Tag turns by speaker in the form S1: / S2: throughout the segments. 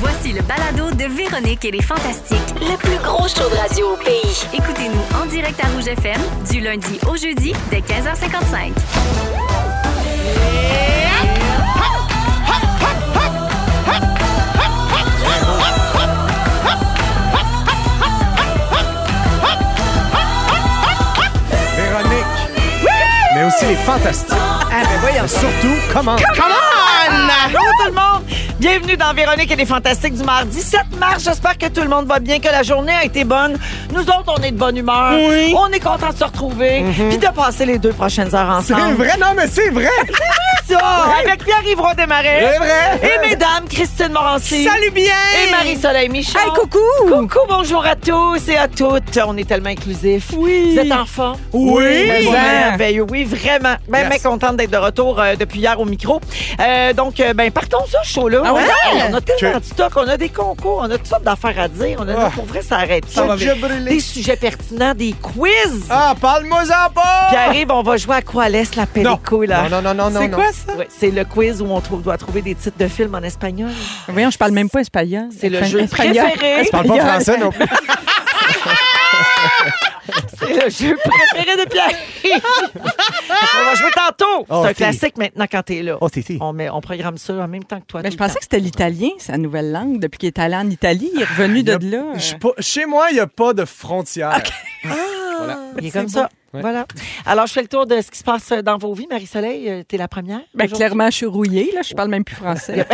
S1: Voici le balado de Véronique et les Fantastiques.
S2: Le plus gros show de radio au pays.
S1: Écoutez-nous en direct à Rouge FM du lundi au jeudi dès 15h55.
S3: Véronique. Mais aussi les fantastiques. Mais surtout, comment?
S4: Ah, ben Come on! Bonjour tout le monde! Bienvenue dans Véronique et les Fantastiques du mardi 7 mars. J'espère que tout le monde va bien, que la journée a été bonne. Nous autres, on est de bonne humeur.
S3: Oui. Mm-hmm.
S4: On est contents de se retrouver. Puis de passer les deux prochaines heures
S3: C'est
S4: ensemble.
S3: vrai, non, mais c'est vrai!
S4: Ça, Avec Pierre-Yves Roy-Desmarais.
S3: C'est vrai!
S4: Et mesdames, Christine Morancy.
S3: Salut bien!
S4: Et Marie-Soleil Michon.
S5: Hey, coucou!
S4: Coucou, bonjour à tous et à toutes. On est tellement inclusifs.
S5: Oui.
S4: Vous êtes enfants?
S3: Oui!
S4: Ben, c'est
S5: Vraiment.
S4: merveilleux. Oui, vraiment. Ben,
S3: Yes.
S4: ben contente d'être de retour euh, depuis hier au micro. Euh, donc, euh, ben, partons ça, show là.
S5: Ah ouais?
S4: On a tellement
S3: ben, Que-
S4: de stock, on a des concours, on a toutes sortes d'affaires à dire. On a
S3: Ah.
S4: pour vrai, ça arrête
S3: Ça
S4: pas.
S3: va bien.
S4: Des sujets pertinents, des quiz.
S3: Ah, parle-moi-en pas!
S4: Qui arrive, on va jouer à quoi laisse la pellicule. là.
S3: Non, non, non, non, non.
S5: C'est
S3: non.
S5: quoi ça?
S4: Ouais, c'est le quiz où on trouve- doit trouver des titres de films en espagnol.
S5: Ben Voyons, je parle même pas espagnol.
S4: C'est le
S5: Enfin,
S4: jeu
S5: espagnol.
S4: préféré.
S3: Je parle pas
S5: Espagnol.
S3: français non plus.
S4: C'est le jeu préféré de Pierre. on va jouer tantôt.
S3: Oh,
S4: c'est un
S3: si.
S4: classique maintenant quand t'es là.
S3: Oh, si, si.
S4: On, met, on programme ça en même temps que toi.
S5: Mais
S4: tout
S5: Ben, je
S4: le
S5: pensais que c'était l'italien, sa nouvelle langue. Depuis qu'il est allé en Italie, il est revenu
S4: Ah,
S5: de là. Euh,
S3: Je suis pas- Chez moi, il n'y a pas de frontières.
S4: temps. Il est comme ça. Voilà. Alors, je fais le tour de ce qui se passe dans vos vies. Marie-Soleil, euh, t'es la première.
S5: Ben,
S4: aujourd'hui.
S5: clairement, je suis rouillée. Là. Je parle même plus français.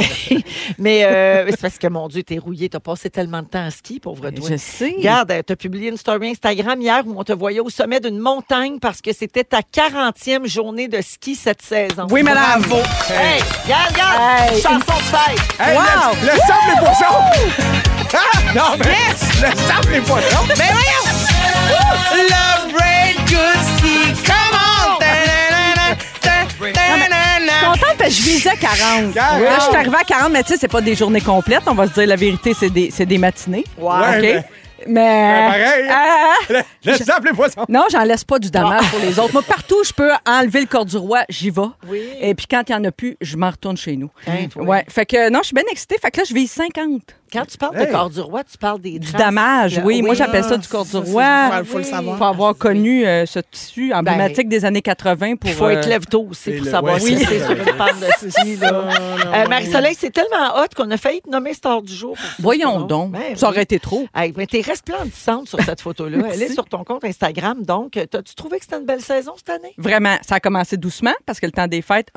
S4: Mais euh, c'est parce que, mon Dieu, t'es rouillé. T'as passé tellement de temps à ski, pauvre toi.
S5: Ben, je sais.
S4: Regarde, euh, t'as publié une story Instagram hier où on te voyait au sommet d'une montagne parce que c'était ta 40e journée de ski cette saison.
S5: Oui, madame.
S4: Hey, regarde, regarde! Chanson de fête!
S3: Hey, le, le sable les poissons! Ah, non, mais le sable les poissons! Mais voyons! Love break good ski, come on!
S5: Je suis contente parce que je visais 40.
S3: Quarante.
S5: Là, je suis arrivée à 40, mais tu sais, c'est pas des journées complètes. On va se dire la vérité, c'est des, c'est des matinées.
S4: Wow.
S3: Ouais,
S5: OK?
S3: mais-
S5: Mais.
S4: Ben,
S3: pareil.
S5: Ah, ah.
S3: Le, le sable les poissons!
S5: Non, j'en laisse pas du dommage
S4: Ah.
S5: pour les autres. Moi, partout où je peux enlever le corps du roi, j'y vais.
S4: Oui.
S5: Et puis quand il n'y en a plus, je m'en retourne chez nous.
S4: Hein, toi.
S5: ouais. Fait que non, je suis bien excitée. Fait que là, je vis 50.
S4: Quand tu parles
S3: Hey.
S4: de corps du roi, tu parles des Ben
S5: Du
S4: trans.
S5: dommage,
S4: Là,
S5: oui. Moi, j'appelle ça du corps du roi.
S4: faut- faut le savoir. Ah,
S5: Faut avoir connu euh, ce tissu emblématique des années 80 pour.
S4: Ben. Il faut
S5: euh,
S4: être lève tôt aussi
S3: c'est
S4: pour
S3: le-
S4: savoir
S3: ouais,
S4: si
S3: c'est
S4: c'est
S3: ça.
S4: sur une panne de ski. là. Euh, Marie-Soleil, c'est tellement hot qu'on a failli te nommer star du jour. pour ça.
S5: Voyons donc.
S4: Ben
S5: ça
S4: oui.
S5: aurait été trop.
S4: Hey, mais t'es resplendissante sur cette photo-là. Elle est sur ton compte Instagram. Donc, euh, t'as-tu trouvé que c'était une belle saison cette année?
S5: Vraiment, ça a commencé doucement parce que le temps des fêtes,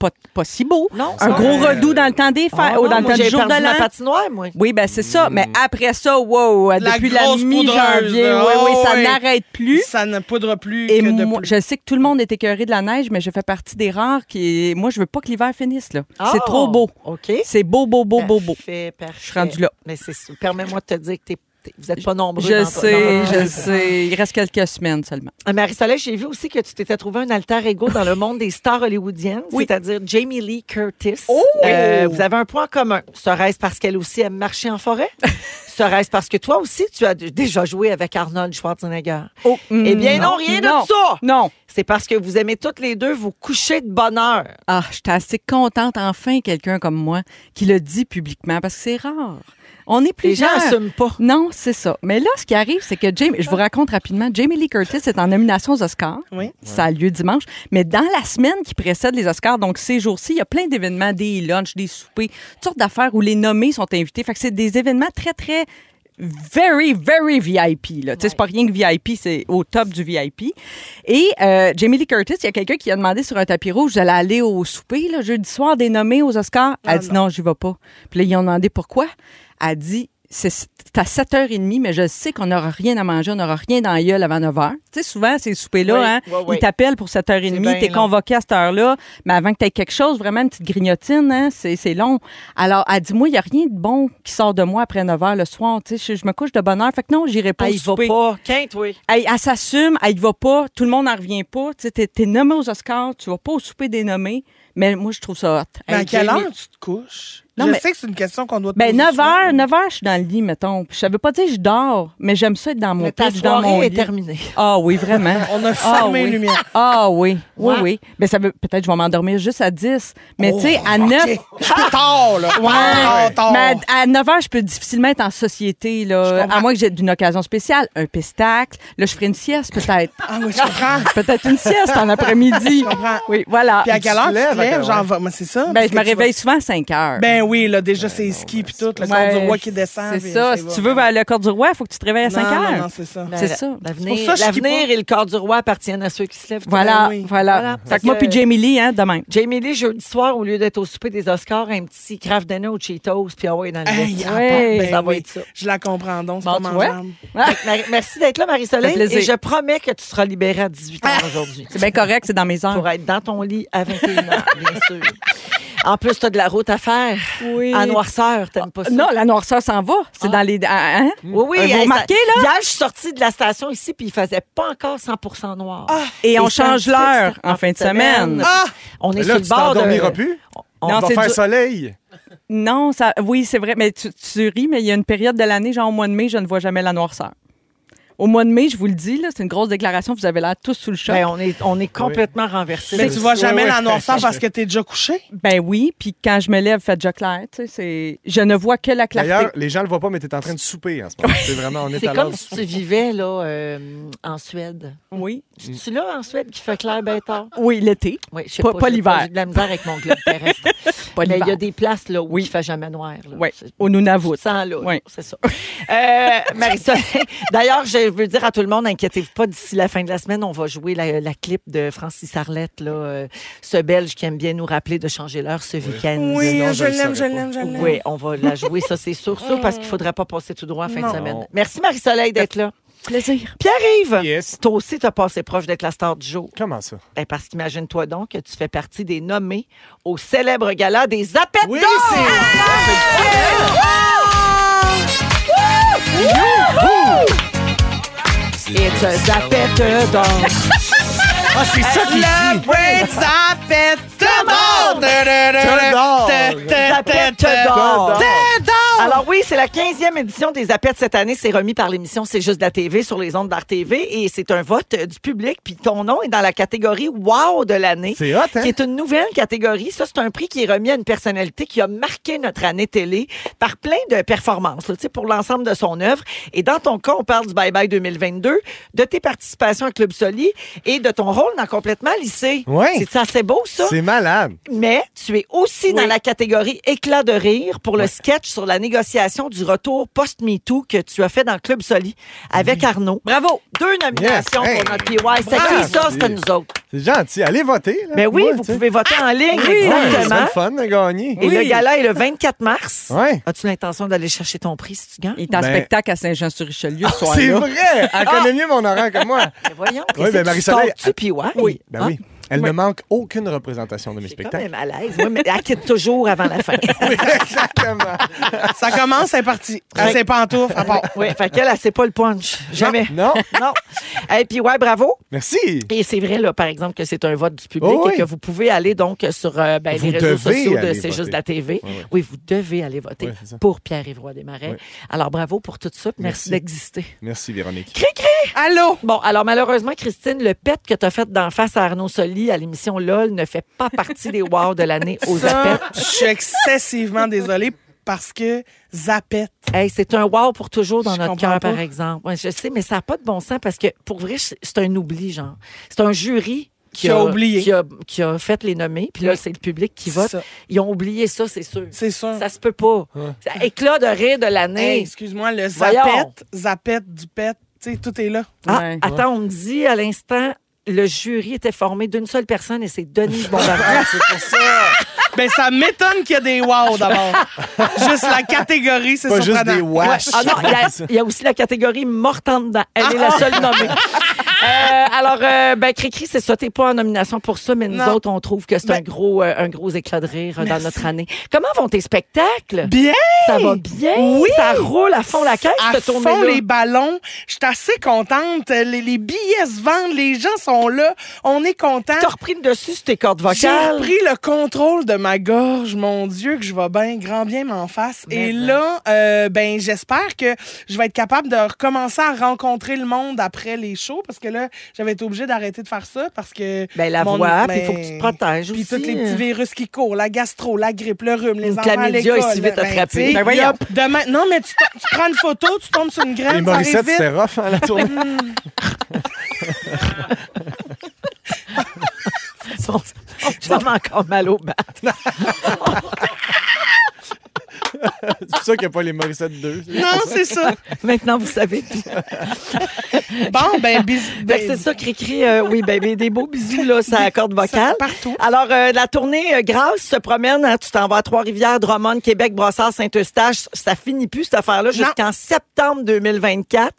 S5: pas, pas si beau.
S4: Non,
S5: Un
S4: ça- euh,
S5: gros redout dans le temps des fêtes,
S4: Ah
S5: oh,
S4: non,
S5: dans le
S4: moi,
S5: temps du
S4: j'ai
S5: jour de
S4: perdu ma
S5: l'an.
S4: patinoire, moi.
S5: Oui, ben c'est ça.
S4: Mm.
S5: Mais après ça, wow, euh,
S6: La
S5: depuis la
S6: grosse
S5: mi-janvier,
S6: poudreuse, là.
S5: oui, oui,
S6: Oh,
S5: ça
S6: oui.
S5: n'arrête plus.
S6: Ça ne poudre plus
S5: Et
S6: que de
S5: moi,
S6: plus.
S5: je sais que tout le monde est écœuré de la neige, mais je fais partie des rares qui. Moi, je veux pas que l'hiver finisse, là.
S4: Ah,
S5: C'est trop beau.
S4: OK.
S5: C'est beau, beau, beau, beau, beau.
S4: Parfait, parfait.
S5: Je suis rendue là.
S4: Mais c'est ça. Permets-moi de te dire que t'es- t'es- vous n'êtes pas nombreux.
S5: Je
S4: dans-
S5: sais,
S4: dans-
S5: je sais. Il reste quelques semaines seulement.
S4: Euh, Marie-Soleil, j'ai vu aussi que tu t'étais trouvé un alter ego dans le monde des stars hollywoodiennes,
S5: Oui.
S4: c'est-à-dire Jamie Lee Curtis. Euh,
S5: Oh!
S4: vous avez un point en commun. Serait-ce parce qu'elle aussi aime marcher en forêt? Serait-ce parce que toi aussi, tu as d- déjà joué avec Arnold Schwarzenegger?
S5: Oh,
S4: eh bien,
S5: mm,
S4: non, rien de
S5: non,
S4: ça!
S5: Non.
S4: C'est parce que vous aimez toutes les deux vous coucher de bonne heure.
S5: Ah, j'étais assez contente, enfin, quelqu'un comme moi qui le dit publiquement, parce que c'est rare. On est
S4: Les gens
S5: plusieurs.
S4: n'assument pas.
S5: Non, c'est ça. Mais là, ce qui arrive, c'est que Jamie, je vous raconte rapidement, Jamie Lee Curtis est en nomination aux Oscars.
S6: Oui.
S5: Ça a lieu dimanche. Mais dans la semaine qui précède les Oscars, donc ces jours-ci, il y a plein d'événements, des lunchs, des soupers, toutes sortes d'affaires où les nommés sont invités. Fait que c'est des événements très, très very, very VIP. Là. Tu sais, C'est pas rien que VIP, c'est au top du VIP. Et euh, Jamie Lee Curtis, il y a quelqu'un qui a demandé sur un tapis rouge, j'allais aller au souper là, jeudi soir des nommés aux Oscars. Elle dit non, j'y vais pas. Puis là, ils ont demandé pourquoi. Elle dit c'est c'est à 7h30, mais je sais qu'on n'aura rien à manger, on n'aura rien dans la gueule avant 9h. Tu sais, souvent, ces soupers-là,
S4: Oui,
S5: hein,
S4: oui, oui.
S5: ils t'appellent pour
S4: C'est bien
S5: 7h30, t'es
S4: long.
S5: convoqué à cette heure-là, mais avant que t'aies quelque chose, vraiment une petite grignotine, hein, c'est c'est long. Alors, elle dit, moi, il n'y a rien de bon qui sort de moi après 9h le soir, tu sais, je, je me couche de bonne heure, fait que non, j'irai pas
S4: Ah,
S5: au
S4: il va
S5: souper.
S4: pas. Quinte, oui.
S5: Elle, elle s'assume, elle y va pas, tout le monde n'en revient pas. Tu sais, t'es- t'es nommé aux Oscars, tu vas pas au souper des nommés, mais moi, je trouve ça hot.
S6: Mais à
S4: Hey,
S6: quelle
S4: Jamie-
S6: heure tu te couches?
S5: Non,
S3: je
S5: mais-
S3: sais que c'est une question qu'on doit te
S5: Ben,
S3: poser
S5: 9
S3: souvent.
S5: h, 9 h, je suis dans le lit, mettons. Puis je savais pas dire je dors, mais j'aime ça être dans mon
S4: Mais ta
S5: tête, je suis dans
S4: soirée
S5: mon
S4: est
S5: lit.
S4: terminée.
S5: Ah oui, vraiment.
S3: On a
S5: ah,
S3: fermé
S5: oui.
S3: les lumières.
S5: Ah oui, oui,
S4: Ouais.
S5: oui. Ben, ça veut, peut-être, je vais m'endormir juste à 10. Mais,
S3: Oh,
S5: tu sais, à 9.
S3: OK. Ah! Je suis tard, là.
S5: Ouais.
S3: Tard, tard.
S5: Mais à, 9 h, je peux difficilement être en société, là. À moins que j'ai d'une occasion spéciale. Un pestacle. Là, je ferai une sieste, peut-être.
S3: Ah oui, je comprends.
S5: peut-être une sieste en après-midi.
S3: comprends.
S5: Oui, voilà.
S3: Puis à quelle heure tu te
S6: lèves, à quelle
S3: lèves?
S6: heure?
S3: Genre, va- moi, c'est ça? parce
S5: Ben,
S3: que
S5: je me
S3: tu vas-
S5: réveille souvent à 5 heures.
S3: Ben oui, là, déjà, c'est ski puis tout. Le
S5: Ouais,
S3: corps du roi qui descend.
S5: C'est
S3: puis
S5: ça.
S3: c'est
S5: Si
S3: bon.
S5: tu veux vers le corps du roi, il faut que tu te réveilles à 5
S3: Non,
S5: heures.
S3: Non, non, c'est ça.
S4: Ben,
S5: C'est ça.
S3: C'est
S4: L'avenir,
S3: pour ça que je
S4: l'avenir
S3: suis
S4: et le corps du roi appartiennent à ceux qui se lèvent.
S3: Ben
S5: Voilà,
S3: oui.
S5: voilà.
S4: Voilà.
S5: Fait que moi puis Jamie Lee, hein, demain.
S4: Jamie Lee, jeudi soir, au lieu d'être au souper des Oscars, un petit craft dinner au Cheetos, puis ah ouais, dans le
S3: Hey,
S4: lit.
S3: ah,
S5: Ouais,
S3: ben
S4: ça va
S3: oui.
S4: être ça.
S3: Je la comprends donc, c'est
S5: Bon,
S3: pas
S5: tu vois?
S3: mangeable.
S4: Fait que Marie- Merci d'être là,
S5: Ça
S4: Marie-Soleil.
S5: fait plaisir. Ah.
S4: Et je promets que tu seras libérée à 18 h aujourd'hui.
S5: C'est bien correct, c'est dans mes heures.
S4: Pour être dans ton lit à 21 h bien sûr. En plus, tu as de la route à faire.
S5: Oui. Ah,
S4: En noirceur, t'aimes pas ça?
S5: Non, la noirceur s'en va. C'est dans les. ah, Hein?
S4: Oui, oui.
S5: Vous
S4: hey, ça-
S5: remarquez, là?
S4: Hier, je suis sortie de la station ici, puis il faisait pas encore 100 noir.
S5: Et on
S4: c'est un
S5: change
S4: petit peu
S5: l'heure
S4: extra-
S5: en fin de semaine.
S3: Ah!
S4: On est
S6: Mais là,
S4: sur
S6: tu
S4: le bord
S6: t'endormiras
S4: de...
S6: plus.
S5: On-
S6: On
S5: Non,
S6: va
S5: c'est
S6: faire
S5: du-
S6: soleil.
S5: Non, ça, oui, c'est vrai. Mais tu, tu ris, mais il y a une période de l'année, genre au mois de mai, je ne vois jamais la noirceur. Au mois de mai, je vous le dis, là, c'est une grosse déclaration. Vous avez l'air tous sous le choc.
S4: Ben,
S5: Ben,
S4: on, est, on est complètement renversés.
S3: Mais tu vois jamais
S6: ouais.
S3: la noirceur parce que t'es déjà couché.
S5: Ben oui. Puis quand je me lève, fait déjà clair. Tu sais, c'est, je ne vois que la
S6: D'ailleurs,
S5: clarté.
S6: les gens le voient pas, mais t'es en train de souper en ce moment. C'est vraiment, on est,
S4: C'est
S6: à
S4: comme
S6: l'heure.
S4: si tu vivais là, euh, en Suède.
S5: Oui,
S4: C'est-tu là en Suède qui fait clair bien tard?
S5: oui, l'été,
S4: Oui, je sais
S5: Pas-
S4: pas.
S5: pas
S4: j'ai-
S5: l'hiver.
S4: J'ai de la misère avec mon globe terrestre. Mais
S5: pas
S4: il y a
S5: l'hiver.
S4: des places là, où
S5: Oui.
S4: il ne fait jamais noir. Là.
S5: Oui,
S4: C'est-
S5: au Nunavut.
S4: Sans là,
S5: Oui.
S4: c'est ça. Euh, Marie-Soleil, d'ailleurs, je veux dire à tout le monde, inquiétez-vous pas, d'ici la fin de la semaine, on va jouer la, la clip de Francis Arlette, là, euh, ce Belge qui aime bien nous rappeler de changer l'heure ce week-end.
S3: Oui,
S6: non,
S3: je
S6: je le
S3: l'aime, je
S6: saurais
S3: l'aime, je l'aime.
S4: Oui, on va la jouer, ça c'est sûr, sûr, parce qu'il ne faudrait pas passer tout droit en fin de semaine. Merci Marie-Soleil d'être là.
S5: Plaisir.
S4: Pierre-Yves,
S6: Yes.
S4: toi aussi t'as passé proche d'être la star du jour.
S6: Comment ça?
S4: Ben, parce qu'imagine-toi donc que tu fais partie des nommés au célèbre gala des appels
S3: Oui,
S4: d'or.
S3: c'est-
S4: Hey! Wouhou! Et tu appelles d'or.
S6: Ah, c'est ça qu'il dit!
S3: Brains ça pète
S6: T'adores.
S4: d'or.
S6: T'adores.
S4: Alors oui, c'est la 15e édition des appels cette année. C'est remis par l'émission C'est juste de la TV sur les ondes d'art TV et c'est un vote euh, du public. Puis ton nom est dans la catégorie Wow de l'année.
S6: C'est hot, hein?
S4: qui est une nouvelle catégorie. Ça, c'est un prix qui est remis à une personnalité qui a marqué notre année télé par plein de performances, là, tu sais, pour l'ensemble de son œuvre. Et dans ton cas, on parle du Bye Bye 2022, de tes participations à Club Soli et de ton rôle dans Complètement lycée.
S6: Ouais.
S4: C'est assez beau, ça.
S6: C'est malade.
S4: Mais tu es aussi dans la catégorie éclat de rire pour le sketch sur la négociation du retour post-MeToo que tu as fait dans Club Soli avec Arnaud.
S5: Bravo.
S4: Deux nominations
S6: Hey.
S4: pour notre PY. C'était qui ça? C'était nous autres.
S6: C'est gentil. Allez voter. Là,
S4: Ben oui,
S6: Ouais,
S4: vous
S6: tu sais.
S4: pouvez voter en ligne.
S6: Ouais, c'est Ah.
S4: exactement.
S6: le fun de gagner.
S4: Et le
S5: Oui.
S4: gala est le 24 mars.
S6: Ouais.
S4: As-tu l'intention d'aller chercher ton prix si tu
S5: Il
S4: gagnes?
S5: est en
S6: Ben-
S5: spectacle à Saint-Jean-sur-Richelieu ce
S6: C'est
S5: soir-là.
S6: vrai! Elle connaît mieux mon horaire que moi.
S4: Ben voyons.
S6: Oui, ben, Marie-Soleil,
S4: Tu puis ouais.
S5: Oui.
S6: Ben
S4: Ah,
S6: oui. Elle ne manque aucune représentation de mes
S4: Quand même
S6: spectacles.
S4: à l'aise. Oui, mais elle quitte toujours avant la fin.
S6: Exactement.
S3: Ça commence, c'est parti. Elle s'est pantoufle, à part.
S4: oui, fait qu'elle, elle sait pas le punch. Jamais.
S6: Non.
S4: Non. Et puis ouais, bravo.
S6: Merci.
S4: Et c'est vrai, là, par exemple, que c'est un vote du public
S6: Oh oui.
S4: et que vous pouvez aller donc sur euh, ben,
S6: Vous
S4: les réseaux
S6: devez
S4: sociaux de
S6: aller
S4: C'est juste
S6: voter.
S4: la TV.
S6: Oui, oui.
S4: Oui, vous devez aller voter
S6: Oui, c'est ça.
S4: pour Pierre-Yves Roy Desmarais.
S6: Oui.
S4: Alors, bravo pour tout ça. puis Merci,
S6: Merci.
S4: d'exister.
S6: Merci, Véronique.
S4: Cri-cri! Allô? Bon, alors malheureusement, Christine, le pet que tu as fait d'en face à Arnaud Soli à l'émission LOL ne fait pas partie des wow de l'année aux
S3: Ça,
S4: appels.
S3: je suis excessivement désolée parce que Zapette.
S4: Hey, c'est un wow pour toujours dans
S3: Je
S4: notre
S3: comprends
S4: cœur,
S3: pas.
S4: par exemple. Ouais, je sais, mais ça n'a pas de bon sens parce que pour vrai, c'est c'est un oubli, genre. C'est un jury.
S3: Qui a oublié.
S4: Qui a, qui a fait les nommés, puis là,
S3: Oui.
S4: c'est le public qui
S3: C'est
S4: vote.
S3: ça.
S4: Ils ont oublié ça, c'est sûr.
S3: C'est sûr.
S4: Ça se peut pas. Ça éclat de rire de
S3: Hey,
S4: l'année.
S3: excuse-moi, le
S4: Voyons.
S3: Zapette, Zapette, du pet, tu sais, tout est là.
S4: Ah,
S5: Ouais.
S4: attends, on me dit à l'instant, le jury était formé d'une seule personne et c'est Denis Bombardier.
S6: C'est pour ça.
S3: Ben, ça m'étonne qu'il y a des wow d'abord. Juste la catégorie, c'est
S6: Pas juste
S3: surprenant.
S6: des wash.
S4: Ah non, il y a- il y, a aussi la catégorie morte en dedans. Elle est la
S7: Ah.
S4: seule nommée. Euh, alors, euh, ben, Cricri, c'est ça. T'es pas en nomination pour ça, mais nous
S3: Non.
S7: Ben.
S4: autres, on trouve que c'est un, gros, euh, un gros éclat de rire euh, dans notre année. Comment vont tes spectacles?
S3: Bien!
S4: Ça va bien?
S7: Ben! Oui.
S4: Ça roule à fond la caisse,
S7: à
S4: cette
S7: fond
S4: tournée-là.
S7: les ballons. Je suis assez contente. Les, les billets se vendent, les gens sont là. On est content.
S4: T'as repris le dessus sur tes cordes
S7: J'ai
S4: vocales.
S7: repris le contrôle de ma gorge, mon Dieu, que je vais bien, grand bien m'en face.
S4: Mais hein.
S7: Et
S4: ça.
S7: là, euh, ben, j'espère que je vais être capable de recommencer à rencontrer le monde après les shows, parce que là, j'avais été obligée d'arrêter de faire ça, parce que...
S4: Ben, la
S7: mon-
S4: voix,
S7: ben,
S4: puis il faut que tu te protèges
S7: Puis
S4: aussi. euh, hein.
S7: tous les petits virus qui courent, la gastro, la grippe, le rhume, les
S4: Une
S7: enfants à
S4: chlamydia
S7: l'école.
S4: est si vite
S7: ben,
S4: attrapée.
S7: tu sais,
S4: Ben, voyons.
S7: yop, demain- non, mais tu, t- tu prends une photo, tu tombes sur une
S6: Les
S7: graine, ça arrive
S6: Morissette,
S7: vite.
S6: c'était rough, hein, la tournée.
S4: Son- Je donne encore mal au bas.
S6: C'est pour ça qu'il n'y a pas les Morissette 2.
S7: Non, c'est ça.
S4: Maintenant, vous savez. tout.
S7: Bon, ben, bis,
S4: Fait
S7: ben,
S4: que c'est ça, Cricri. euh, oui, ben, ben, des beaux bisous, là, sur la corde vocale.
S7: partout.
S4: Alors, euh, la tournée euh, Grâce se promène. hein, tu t'en vas à Trois-Rivières, Drummond, Québec, Brossard, Saint-Eustache. Ça finit plus, cette affaire-là, jusqu'en septembre 2024.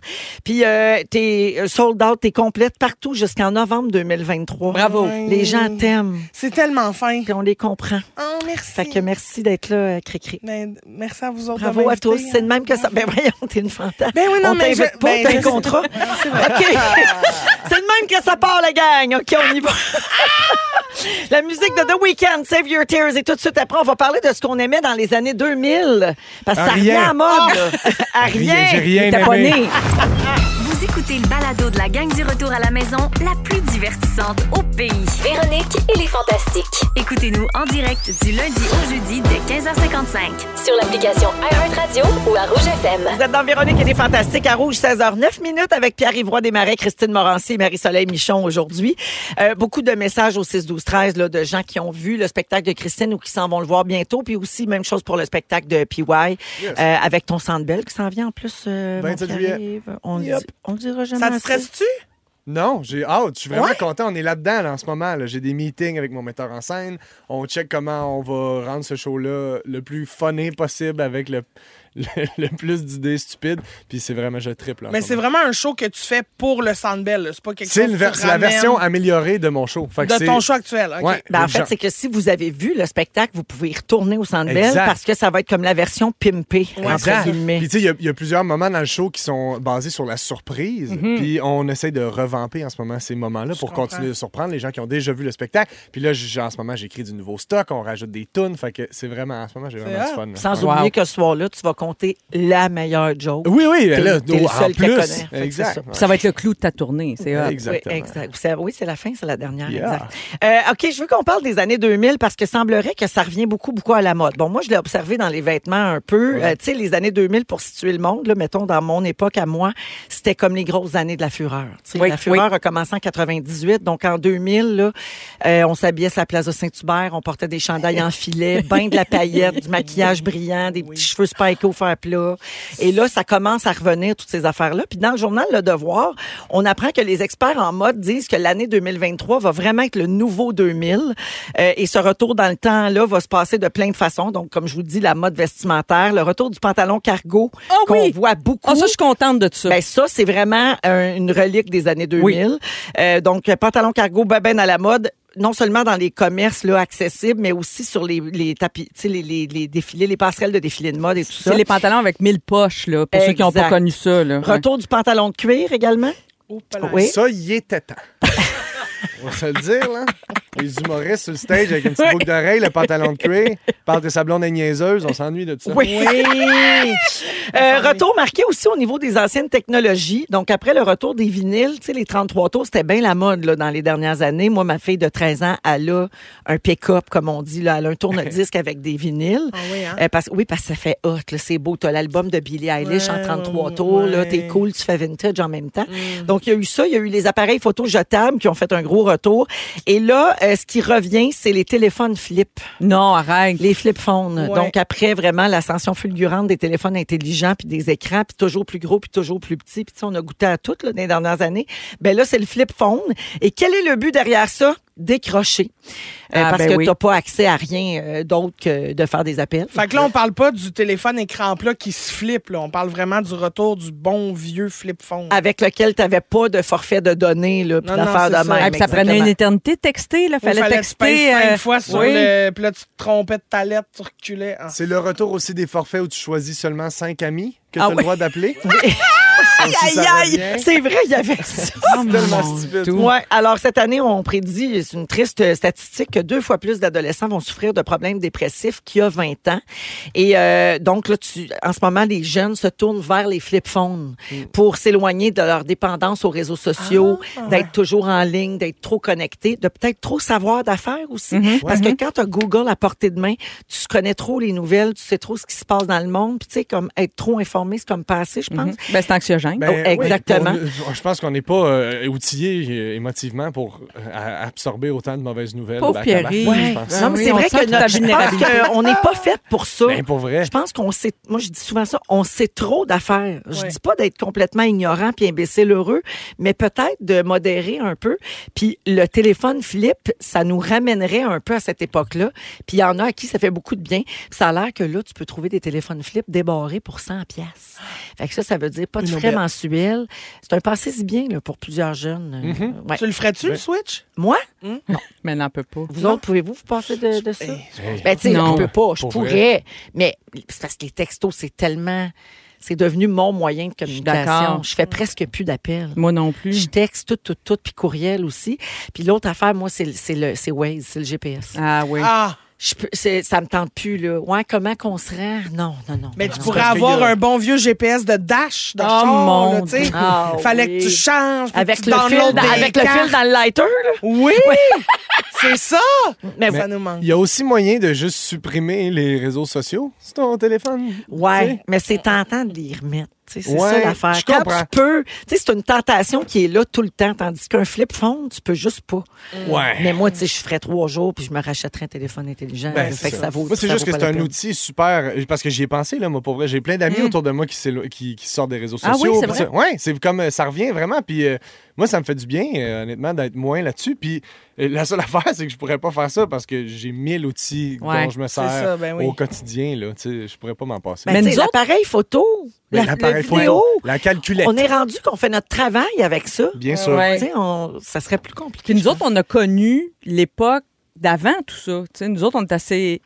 S4: Puis, euh, t'es euh, sold out, t'es complète partout jusqu'en novembre 2023.
S7: Bravo.
S4: oh, Les gens t'aiment,
S7: ben, c'est tellement fin.
S4: puis on les comprend.
S7: Oh, merci.
S4: Fait que merci d'être là, euh, Cricri.
S7: Ben, merci à vous autres. de
S4: Bravo à
S7: m'inviter,
S4: tous.
S7: hein.
S4: C'est de même que ça. Ben voyons, t'es une fantasme.
S7: Ben oui, non,
S4: on
S7: mais
S4: t'invite
S7: je-
S4: pas,
S7: ben,
S4: t'as
S7: je
S4: un
S7: sais.
S4: contrat.
S7: C'est vrai.
S4: OK. c'est de même que ça part, la gang. OK, on y va. La musique de The Weeknd, Save Your Tears. Et tout de suite après, on va parler de ce qu'on aimait dans les années 2000. Parce que
S6: À
S4: ça revient
S6: rien.
S4: à mode. là. À rien.
S6: J'ai rien
S5: T'as pas
S6: aimé.
S5: né.
S1: Vous écoutez le balado de la gang du retour à la maison, la plus divertissante au pays.
S2: Véronique et les Fantastiques.
S1: Écoutez-nous en direct du lundi au jeudi dès 15h55.
S2: Sur l'application iHeartRadio ou à Rouge FM.
S4: Vous êtes dans Véronique et les Fantastiques à Rouge, 16h09 minutes avec Pierre Ivoire Desmarais, Christine Morancy et Marie-Soleil Michon aujourd'hui. Euh, beaucoup de messages au 6-12-13 là, de gens qui ont vu le spectacle de Christine ou qui s'en vont le voir bientôt. Puis aussi, même chose pour le spectacle de PY euh, avec ton Sandbell qui s'en vient en plus. euh, mon
S6: 27
S4: Pierre
S6: juillet.
S4: Yves. On, le
S6: Yep.
S4: dit- on le dira jamais
S7: Ça te
S4: assez.
S7: stresse-tu?
S6: Ah, Non, j'ai hâte. Je suis vraiment
S7: Ouais?
S6: content. On est là-dedans là, en ce moment. là. J'ai des meetings avec mon metteur en scène. On check comment on va rendre ce show-là le plus funné possible avec le, le, le plus d'idées stupides. Puis c'est vraiment, je triple.
S7: Mais Ben, c'est vraiment un show que tu fais pour le Sandbell. là. C'est pas quelque
S6: C'est
S7: chose
S6: une
S7: que tu
S6: ver- la
S7: ramènes
S6: version améliorée de mon show. Fait que
S7: de
S6: c'est-
S7: ton show actuel. OK.
S6: Ouais.
S4: Ben, en
S6: Les gens.
S4: fait, c'est que si vous avez vu le spectacle, vous pouvez y retourner au Sandbell
S6: Exact.
S4: parce que ça va être comme la version pimpée, entre
S6: Exact.
S4: guillemets.
S6: Puis tu sais, il y a- il y, a plusieurs moments dans le show qui sont basés sur la surprise. Puis on essaie de revamper en ce moment ces moments-là pour
S7: comprends.
S6: continuer de surprendre les gens qui ont déjà vu le spectacle. Puis là, j- en ce moment, j'écris du nouveau stock, on rajoute des tunes. Fait que c'est vraiment, en ce moment, j'ai vraiment du
S7: hot.
S6: fun. là.
S4: Sans
S6: Ouais.
S4: oublier que ce soir-là, tu vas compter la meilleure joke.
S6: Oui, oui,
S4: T'es-
S6: là,
S4: t'es le
S6: en
S4: seul qui la connaît. Fait
S6: plus.
S4: que c'est ça.
S6: exact.
S5: Puis Ça va être le clou de ta tournée. C'est hot.
S6: Exactement.
S4: Oui, exact. Vous savez- oui, c'est la fin, c'est la dernière.
S6: Yeah.
S4: Exact. Euh, OK, je veux qu'on parle des années 2000 parce que semblerait que ça revient beaucoup, beaucoup à la mode. Bon, moi, je l'ai observé dans les vêtements un peu. Euh, tu sais, les années 2000, pour situer le monde, là, mettons, dans mon époque à moi, c'était comme les grosses années de la fureur. Tu sais,
S5: Oui,
S4: la fureur a commencé en 98. Donc, en 2000, là, euh, on s'habillait sur la place de Saint-Hubert, on portait des chandails en filet, bain de la paillette, du maquillage brillant, des petits cheveux spikés au fer plat. Et là, ça commence à revenir, toutes ces affaires-là. Puis dans le journal Le Devoir, on apprend que les experts en mode disent que l'année 2023 va vraiment être le nouveau 2000. Euh, et ce retour dans le temps-là va se passer de plein de façons. Donc, comme je vous dis, la mode vestimentaire, le retour du pantalon cargo
S5: Ah
S4: qu'on
S5: oui!
S4: voit beaucoup.
S5: Ah, ça, je suis contente de ça.
S4: Ben ça, c'est vraiment un- une relique des années 2000. Euh, donc, euh, pantalon cargo, babine à la mode non seulement dans les commerces là, accessibles, mais aussi sur les, les tapis, tu sais, les, les, les défilés, les passerelles de défilés de mode et tout ça.
S5: c'est les pantalons avec mille poches, là, pour ceux qui n'ont
S4: Exact.
S5: pas connu ça. Là. Ouais.
S4: Retour du pantalon de cuir également.
S7: Oh, palais.
S4: Oui.
S6: Ça, il était temps. On va se le dire, là. Les humoristes sur le stage avec une petite boucle d'oreille, le pantalon de cuir, parlent de sa blonde est niaiseuse, on s'ennuie de tout ça.
S4: Oui.
S7: Ah,
S4: Euh, retour marqué aussi au niveau des anciennes technologies. Donc, après le retour des vinyles, tu sais, les 33 tours, c'était bien la mode là, dans les dernières années. Moi, ma fille de 13 ans, elle a un pick-up, comme on dit. Là. Elle a un tourne-disque avec des vinyles.
S7: Ah oui, hein?
S4: Euh, parce, oui, parce que ça fait hot, là, c'est beau. T'as l'album de Billie Eilish en
S7: Ouais,
S4: 33
S7: ouais,
S4: tours, là,
S7: ouais. Mm.
S4: t'es cool, tu fais vintage en même temps. Donc, il y a eu ça, il y a eu les appareils photo jetables qui ont fait un gros retour. Et là, euh, ce qui revient, c'est les téléphones flip.
S5: Non, arrête.
S4: Les flip phones.
S7: Ouais.
S4: Donc après vraiment l'ascension fulgurante des téléphones intelligents puis des écrans puis toujours plus gros puis toujours plus petit puis tu sais, on a goûté à tout là, dans les dernières années. Ben là c'est le flip phone et quel est le but derrière ça décrocher euh,
S5: Ah,
S4: parce
S5: ben
S4: que
S5: oui.
S4: t'as pas accès à rien euh, d'autre que de faire des appels.
S7: Fait que là, on parle pas du téléphone écran plat qui se flippe. Là. On parle vraiment du retour du bon vieux flip-phone.
S4: avec lequel tu n'avais pas de forfait de données, là, puis
S7: Non, non,
S4: d'affaires
S7: c'est
S4: de
S7: ça.
S4: même.
S5: Ah, puis ça prenait
S4: exactement.
S5: une éternité de texter, là.
S7: Il
S5: Fallait,
S7: fallait que tu pèses
S5: texter.
S7: cinq
S5: euh,
S7: fois sur
S5: oui.
S7: le... Puis là, tu te trompais de ta lettre, tu reculais. Ah.
S6: C'est le retour aussi des forfaits où tu choisis seulement cinq amis que tu as
S5: Ah
S6: le
S5: oui.
S6: droit d'appeler.
S7: Ah,
S4: Aïe, aïe, aïe! C'est vrai, il y avait ça.
S5: Oh,
S6: tellement
S5: mon
S6: stupide.
S5: Dieu.
S4: Ouais, alors cette année, on prédit, c'est une triste euh, statistique, que deux fois plus d'adolescents vont souffrir de problèmes dépressifs qu'il y a 20 ans. Et euh, donc, là, tu, en ce moment, les jeunes se tournent vers les flip phones pour s'éloigner de leur dépendance aux réseaux sociaux,
S5: Ah.
S4: d'être toujours en ligne, d'être trop connecté, de peut-être trop savoir d'affaires aussi.
S5: Mm-hmm.
S4: Parce que quand tu as Google à portée de main, tu connais trop les nouvelles, tu sais trop ce qui se passe dans le monde, puis tu sais, comme être trop informé, c'est comme passé, je pense.
S5: Mhm. Ben, c'est anxiogène.
S6: Ben,
S4: Oh, exactement.
S6: oui, on- je pense qu'on n'est pas euh, outillé euh, émotivement pour euh, absorber autant de mauvaises nouvelles.
S5: Pauvre
S6: à tabac,
S5: Pierry.
S6: je
S5: Ouais.
S6: pense.
S5: Ah
S4: Non, mais
S5: oui,
S4: c'est
S5: on
S4: vrai
S5: sent
S4: que
S5: toute ta
S4: notre, je
S5: vulnérabilité.
S4: pense qu'on n'est pas fait pour ça.
S6: Ben, pour
S7: Eh.
S6: vrai.
S4: Je pense qu'on sait. Moi, je dis souvent ça. On sait trop d'affaires. Je
S7: Ouais.
S4: dis pas d'être complètement ignorant puis imbécile heureux, mais peut-être de modérer un peu. Puis le téléphone flip, ça nous ramènerait un peu à cette époque-là. Puis il y en a à qui ça fait beaucoup de bien. Puis ça a l'air que là, tu peux trouver des téléphones flip débarrés pour 100 pièces. Fait que ça, ça veut dire pas de
S7: Une
S4: frais
S7: aubaine.
S4: mensuels. C'est un passé si bien là, pour plusieurs jeunes. Euh, ouais.
S7: Mm-hmm. Tu le ferais-tu, le Switch?
S4: Moi,
S5: Mais n'en peut pas.
S4: vous autres, pouvez-vous vous passer de, de ça? Ben, tu sais,
S5: Non.
S4: je peux pas, je
S6: Pour
S4: pourrais. Mais c'est parce que les textos, c'est tellement. C'est devenu mon moyen de
S5: suis
S4: communication.
S5: d'accord.
S4: Je fais presque plus d'appels.
S5: Moi non plus.
S4: Je texte tout, tout, tout, puis courriel aussi. Puis l'autre affaire, moi, c'est le- c'est le c'est Waze, c'est le GPS.
S5: Ah oui.
S7: Ah!
S4: Je peux, c'est- ça me tente plus, là. Ouais, comment qu'on se rend? Non, non, non.
S7: Mais
S4: non,
S7: tu
S4: non.
S7: pourrais
S6: Ah, parce que
S7: avoir
S6: y a-
S7: un bon vieux GPS de dash, de
S5: Oh,
S7: char,
S5: mon
S7: là, tu sais.
S5: Dieu.
S4: Ah,
S7: Fallait
S4: oui.
S7: que tu changes. puis
S4: Avec,
S7: que tu
S4: le fil,
S7: downloades
S4: dans,
S7: des
S4: avec le fil
S7: cartes.
S4: dans le lighter, là.
S7: Oui! C'est ça!
S4: Mais
S7: Ça nous manque.
S6: Il y a aussi moyen de juste supprimer les réseaux sociaux sur ton téléphone.
S4: Ouais,
S6: Tu sais.
S4: mais c'est tentant de les remettre. tu sais, C'est
S6: Ouais,
S4: ça l'affaire.
S6: je
S4: Quand
S6: comprends.
S4: tu peux, tu sais, c'est une tentation qui est là tout le temps, tandis qu'un flip phone, tu peux juste pas.
S6: Ouais.
S4: Mais moi, tu sais, je ferais trois jours puis je me rachèterais un téléphone intelligent.
S6: Ben,
S4: fait
S6: c'est
S4: que
S6: ça.
S4: ça vaut.
S6: moi, c'est
S4: ça
S6: juste
S4: vaut
S6: que
S4: pas
S6: c'est
S4: la
S6: un
S4: peine.
S6: outil super. euh, Parce que j'y ai pensé, là, moi, pour vrai. J'ai plein d'amis autour de moi qui, s'élo- qui, qui sortent des réseaux
S5: Ah oui,
S6: sociaux.
S5: c'est
S6: puis
S5: vrai?
S6: ça. Ouais, c'est comme euh, ça revient vraiment. Puis euh, moi, ça me fait du bien, euh, honnêtement, d'être moins là-dessus. Puis euh, la seule affaire, c'est que je pourrais pas faire ça parce que j'ai mille outils
S5: Ouais,
S6: dont je me
S7: c'est
S6: sers
S7: ça, ben oui.
S6: au quotidien, là. Tu sais, je pourrais pas m'en passer.
S4: Ben,
S5: Mais
S4: tu sais,
S5: nous autres-
S4: l'appareil photo,
S6: Mais
S4: la,
S6: Ben, l'appareil
S4: la
S6: photo,
S4: vidéo,
S6: la calculette.
S4: on est rendu qu'on fait notre travail avec ça.
S6: Bien sûr.
S5: Ouais.
S4: Tu sais, on- ça serait plus compliqué.
S5: Puis nous
S4: je
S5: autres, on a connu l'époque d'avant tout ça. Tu sais, nous autres, on est assez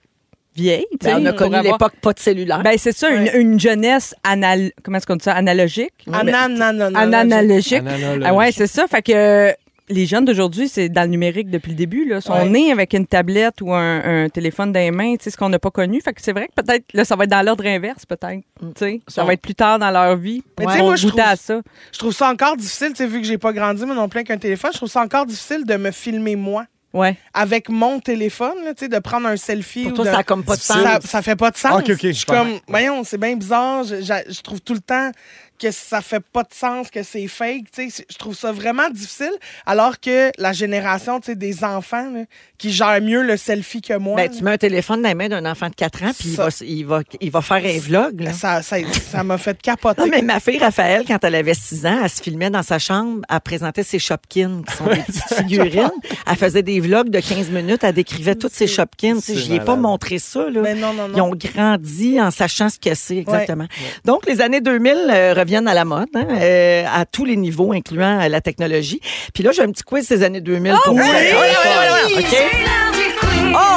S5: vieilles. tu
S4: pense. Ben,
S5: sais,
S4: on a
S5: pour
S4: connu
S5: avoir-
S4: l'époque pas de cellulaire.
S5: Ben, c'est ça,
S7: Ouais.
S5: une, une jeunesse anal... Comment est-ce qu'on dit ça? Analogique?
S7: Ah, Ananana.
S5: Analogique.
S6: Ananas, là,
S5: Ah ouais,
S6: je-
S5: c'est ça. Fait que euh, les jeunes d'aujourd'hui, c'est dans le numérique depuis le début. Là, sont
S7: Ouais.
S5: nés avec une tablette ou un, un téléphone dans les mains, tu sais, ce qu'on n'a pas connu. Fait que c'est vrai que peut-être là, ça va être dans l'ordre inverse, peut-être. Tu sais, ça va être plus tard dans leur vie.
S7: Mm. Mais
S5: Ouais.
S7: tu sais, moi,
S5: On
S7: je
S5: goûtait
S7: trouve-
S5: à ça.
S7: Je trouve ça encore difficile, tu sais, vu que j'ai pas grandi, moi non plus, qu'un téléphone, je trouve ça encore difficile de me filmer moi.
S5: Ouais.
S7: Avec mon téléphone, là, tu sais, de prendre un selfie.
S4: Pour
S7: ou
S4: toi,
S7: de-
S4: ça a comme pas de sens.
S7: Ça, ça fait pas de sens.
S6: Ah, Ok, ok,
S7: je
S6: je
S7: suis
S6: comprends.
S7: comme, voyons, c'est bien bizarre. Je, j'a- je trouve tout le temps que ça fait pas de sens, que c'est fake. tu sais. Je trouve ça vraiment difficile. Alors que la génération tu sais, des enfants là, qui gèrent mieux le selfie que moi,
S4: Ben, tu mets un téléphone dans la main d'un enfant de 4 ans, puis il
S7: Ça.
S4: va, il, va, il va faire un vlog. là.
S7: là, ça ça- ça m'a fait capoter.
S4: Non, mais ma fille Raphaël, quand elle avait 6 ans, elle se filmait dans sa chambre, elle présentait ses Shopkins, qui sont des petites figurines. Elle faisait des vlogs de 15 minutes, elle décrivait toutes ses Shopkins. Tu sais,
S6: c'est
S4: Je n'y ai pas
S6: malade.
S4: montré ça. Là.
S7: Mais non, non, non.
S4: Ils ont grandi en sachant ce que c'est exactement. Donc, les années 2000 euh, reviennent à la mode, hein, euh, à tous les niveaux, incluant euh, la technologie. Puis là, j'ai un petit quiz ces années 2000 pour vous. OK?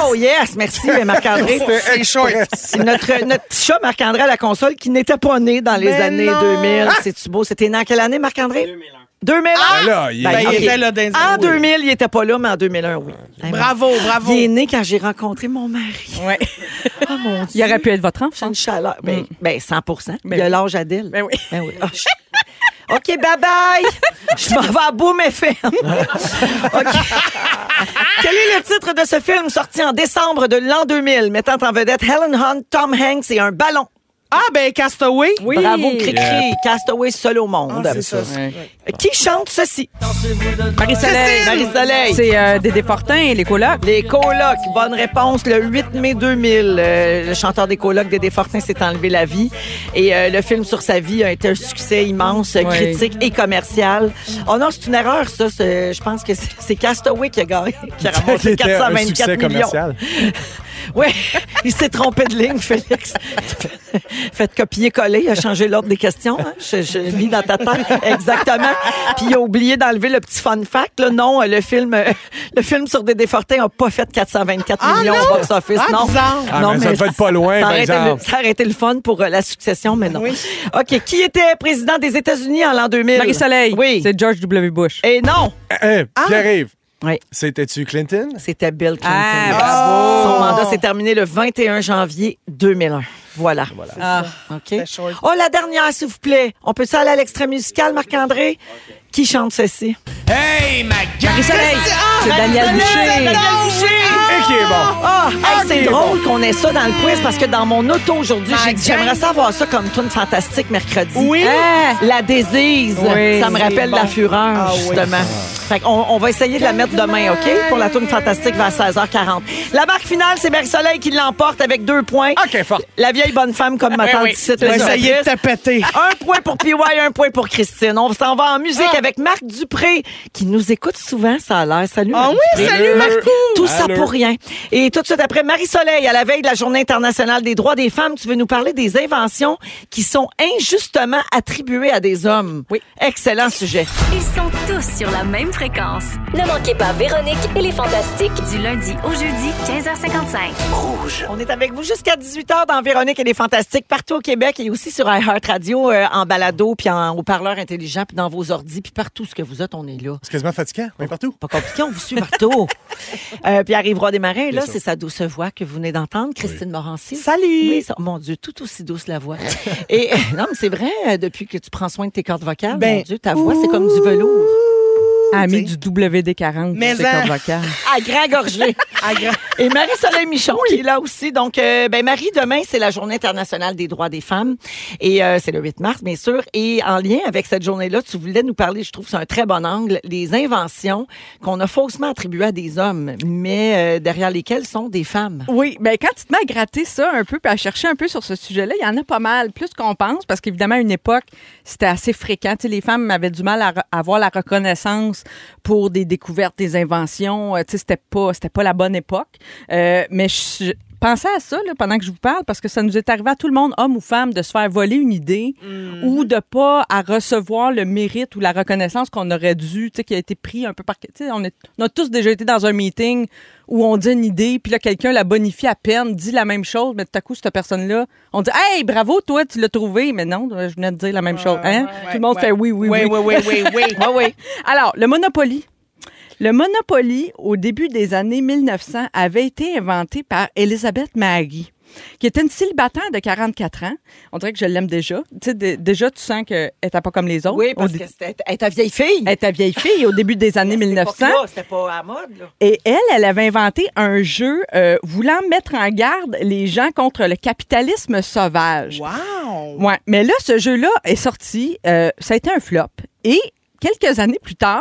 S4: Oh yes, merci Marc-André.
S6: C'était express.
S4: C'est notre, euh, notre petit chat Marc-André à la console qui n'était pas né dans les
S7: Ben
S4: années
S7: non.
S4: 2000. C'est-tu beau? C'était né en quelle année, Marc-André? 2001. 2001?
S6: Ben là, il est-
S4: Ben,
S7: Ben, il
S4: ok.
S7: était là dans les
S4: En
S7: années.
S4: 2000, il n'était pas là, mais en 2001, oui. Hein,
S7: Ah, Bravo, bravo.
S4: Il est né quand j'ai rencontré mon mari.
S5: Ouais.
S4: Oh mon Dieu.
S5: Il aurait pu être votre
S4: J'ai
S5: enfant.
S4: une chaleur.
S7: Mm.
S4: Ben, ben, 100
S5: Ben
S4: Il a
S5: oui.
S4: l'âge Adèle.
S5: Ben oui.
S4: Ben oui. Ah, je- OK, bye-bye. Je m'en vais à Boom FM. OK. Quel est le titre de ce film sorti en décembre de l'an 2000, mettant en vedette Helen Hunt, Tom Hanks et un ballon?
S7: Ah, ben, Castaway.
S5: Oui.
S4: Bravo, Cricri, Castaway seul au
S7: Ah,
S4: monde.
S7: c'est ça.
S5: Ouais.
S4: Qui chante ceci?
S5: Marie-Soleil.
S4: Marie-Soleil.
S5: C'est euh, Dédé Fortin et les colocs.
S4: Les colocs, bonne réponse. Le 8 mai 2000, euh, le chanteur des colocs, Dédé Fortin, s'est enlevé la vie. Et euh, le film sur sa vie a été un succès immense, euh,
S5: Ouais.
S4: critique et commercial. Oh non, c'est une erreur, ça. c'est- Je pense que c'est- c'est Castaway qui a gagné, qui a
S6: Qui
S4: ramassé
S6: était Ah, un
S4: 424
S6: succès
S4: millions.
S6: commercial.
S4: Oui, il s'est trompé de ligne, Félix. Faites copier-coller, il a changé l'ordre des questions. hein. Je, je lis dans ta tête exactement. Puis il a oublié d'enlever le petit fun fact. Là. Non, euh, le film, euh, le film sur Dédé Fortin n'a pas fait 424
S7: Ah,
S4: millions
S7: non!
S4: au box-office.
S7: Ah,
S4: non,
S7: bizarre.
S6: Ah, mais ça
S4: mais
S6: peut être pas loin,
S4: ça
S6: par
S4: aurait, été le,
S6: exemple.
S4: ça aurait été le fun pour euh, la succession, mais non.
S7: Oui.
S4: OK, qui était président des États-Unis en l'an 2000?
S5: Marie-Soleil.
S4: Oui.
S5: C'est George W. Bush.
S4: Et non,
S6: Eh, Pierre-Yves,
S4: Oui.
S6: c'était-tu Clinton?
S4: c'était Bill Clinton.
S5: Ah,
S7: bravo.
S4: Son mandat s'est terminé le 21 janvier 2001. Voilà. voilà.
S5: Ah.
S4: OK.
S7: C'était short.
S4: Oh, la dernière, s'il vous plaît. On peut ça aller à l'extrait musical, Marc-André? Qui chante ceci?
S3: Hey, ma gueule!
S5: Marie-Soleil. C'est Daniel Boucher.
S6: Et qui est bon.
S4: Ah, hey, c'est
S6: ok,
S4: drôle qu'on ait ça dans le quiz parce que dans mon auto aujourd'hui, j'ai dit, j'aimerais savoir ça comme tune fantastique mercredi.
S7: Oui.
S4: Ah, la désise.
S5: Oui,
S4: ça me rappelle
S7: bon.
S4: la fureur,
S7: Ah oui.
S4: justement. Fait qu'on- on, va essayer de la mettre demain, OK? Pour la tune fantastique vers 16h40. La marque finale, c'est Marie-Soleil qui l'emporte avec deux points.
S6: OK, fort.
S4: La vieille bonne femme,
S7: Ah,
S4: comme ma tante ici,
S7: Tu
S4: la
S7: vas essayer de
S4: directrice.
S7: te péter.
S4: Un point pour PY, un point pour Christine. On s'en va en musique
S7: Ah.
S4: avec Marc Dupré, qui nous écoute souvent, ça a l'air. Salut,
S7: Ah
S4: Marc
S7: oui,
S4: Dupré.
S7: salut, Marco!
S4: Tout ça
S6: Allô.
S4: pour rien. Et tout de suite après, Marie-Soleil, à la veille de la Journée internationale des droits des femmes, tu veux nous parler des inventions qui sont injustement attribuées à des hommes.
S5: Oui.
S4: Excellent sujet.
S1: Oh, Ils sont tous sur la même fréquence.
S2: Ne manquez pas Véronique et les Fantastiques.
S1: Du lundi au jeudi, 15h55.
S4: On est avec vous jusqu'à 18h dans Véronique et les Fantastiques partout au Québec et aussi sur iHeartRadio Radio en balado, puis en haut-parleur intelligent, puis dans vos ordis, puis partout ce que vous êtes, on est là.
S6: C'est quasiment fatigant, mais partout.
S4: Pas compliqué, on vous suit partout. euh, puis arrivera des marins, là, c'est sa douce voix que vous venez d'entendre, Christine Morancy.
S7: Salut!
S4: Oui, ça- mon Dieu, tout aussi douce la voix. Et euh, non, mais c'est vrai, euh, depuis que tu prends soin de tes cordes vocales,
S7: Ben,
S4: Oh mon Dieu, ta voix, c'est comme du velours.
S5: Ami du WD-40.
S7: Mais
S5: c'est
S7: en-
S5: cordes vocales.
S4: À grand gorgée.
S7: À gra-
S4: Et Marie-Soleil Michon qui est là aussi. Donc, euh, ben Marie, demain, c'est la Journée internationale des droits des femmes. Et euh, c'est le 8 mars, bien sûr. Et en lien avec cette journée-là, tu voulais nous parler, je trouve, c'est un très bon angle, les inventions qu'on a faussement attribuées à des hommes, mais euh, derrière lesquelles sont des femmes.
S5: Oui, ben quand tu te mets à gratter ça un peu, puis à chercher un peu sur ce sujet-là, il y en a pas mal, plus qu'on pense, parce qu'évidemment, à une époque, c'était assez fréquent. Tu sais, les femmes avaient du mal à re- avoir la reconnaissance pour des découvertes, des inventions. Euh, Tu sais, c'était pas, c'était pas la bonne époque. Euh, mais je, je pensais à ça là, pendant que je vous parle, parce que ça nous est arrivé à tout le monde, homme ou femme, de se faire voler une idée ou de pas à recevoir le mérite ou la reconnaissance qu'on aurait dû, tu sais, qui a été pris un peu par... tu sais, On, est- on a tous déjà été dans un meeting où on dit une idée, puis là, quelqu'un la bonifie à peine, dit la même chose, mais tout à coup, cette personne-là, on dit « Hey, bravo, toi, tu l'as trouvé! » Mais non, je venais de dire la même chose. Hein? tout le monde fait « oui, oui, oui.
S7: Oui, oui, oui, oui, oui.
S5: Alors, le Monopoly. Le Monopoly, au début des années 1900, avait été inventé par Elizabeth Maggie, qui était une célibataire de 44 ans. On dirait que je l'aime déjà. Tu sais, dé- déjà, tu sens qu'elle n'était pas comme les autres.
S4: Oui, parce
S5: Au dé-
S4: que c'était elle est ta vieille fille.
S5: Elle était vieille fille au début des années 1900.
S4: C'était pas à mode, là.
S5: Et elle, elle avait inventé un jeu euh, voulant mettre en garde les gens contre le capitalisme sauvage.
S7: Wow!
S5: Ouais, mais là, ce jeu-là est sorti. euh, ça a été un flop. Et quelques années plus tard,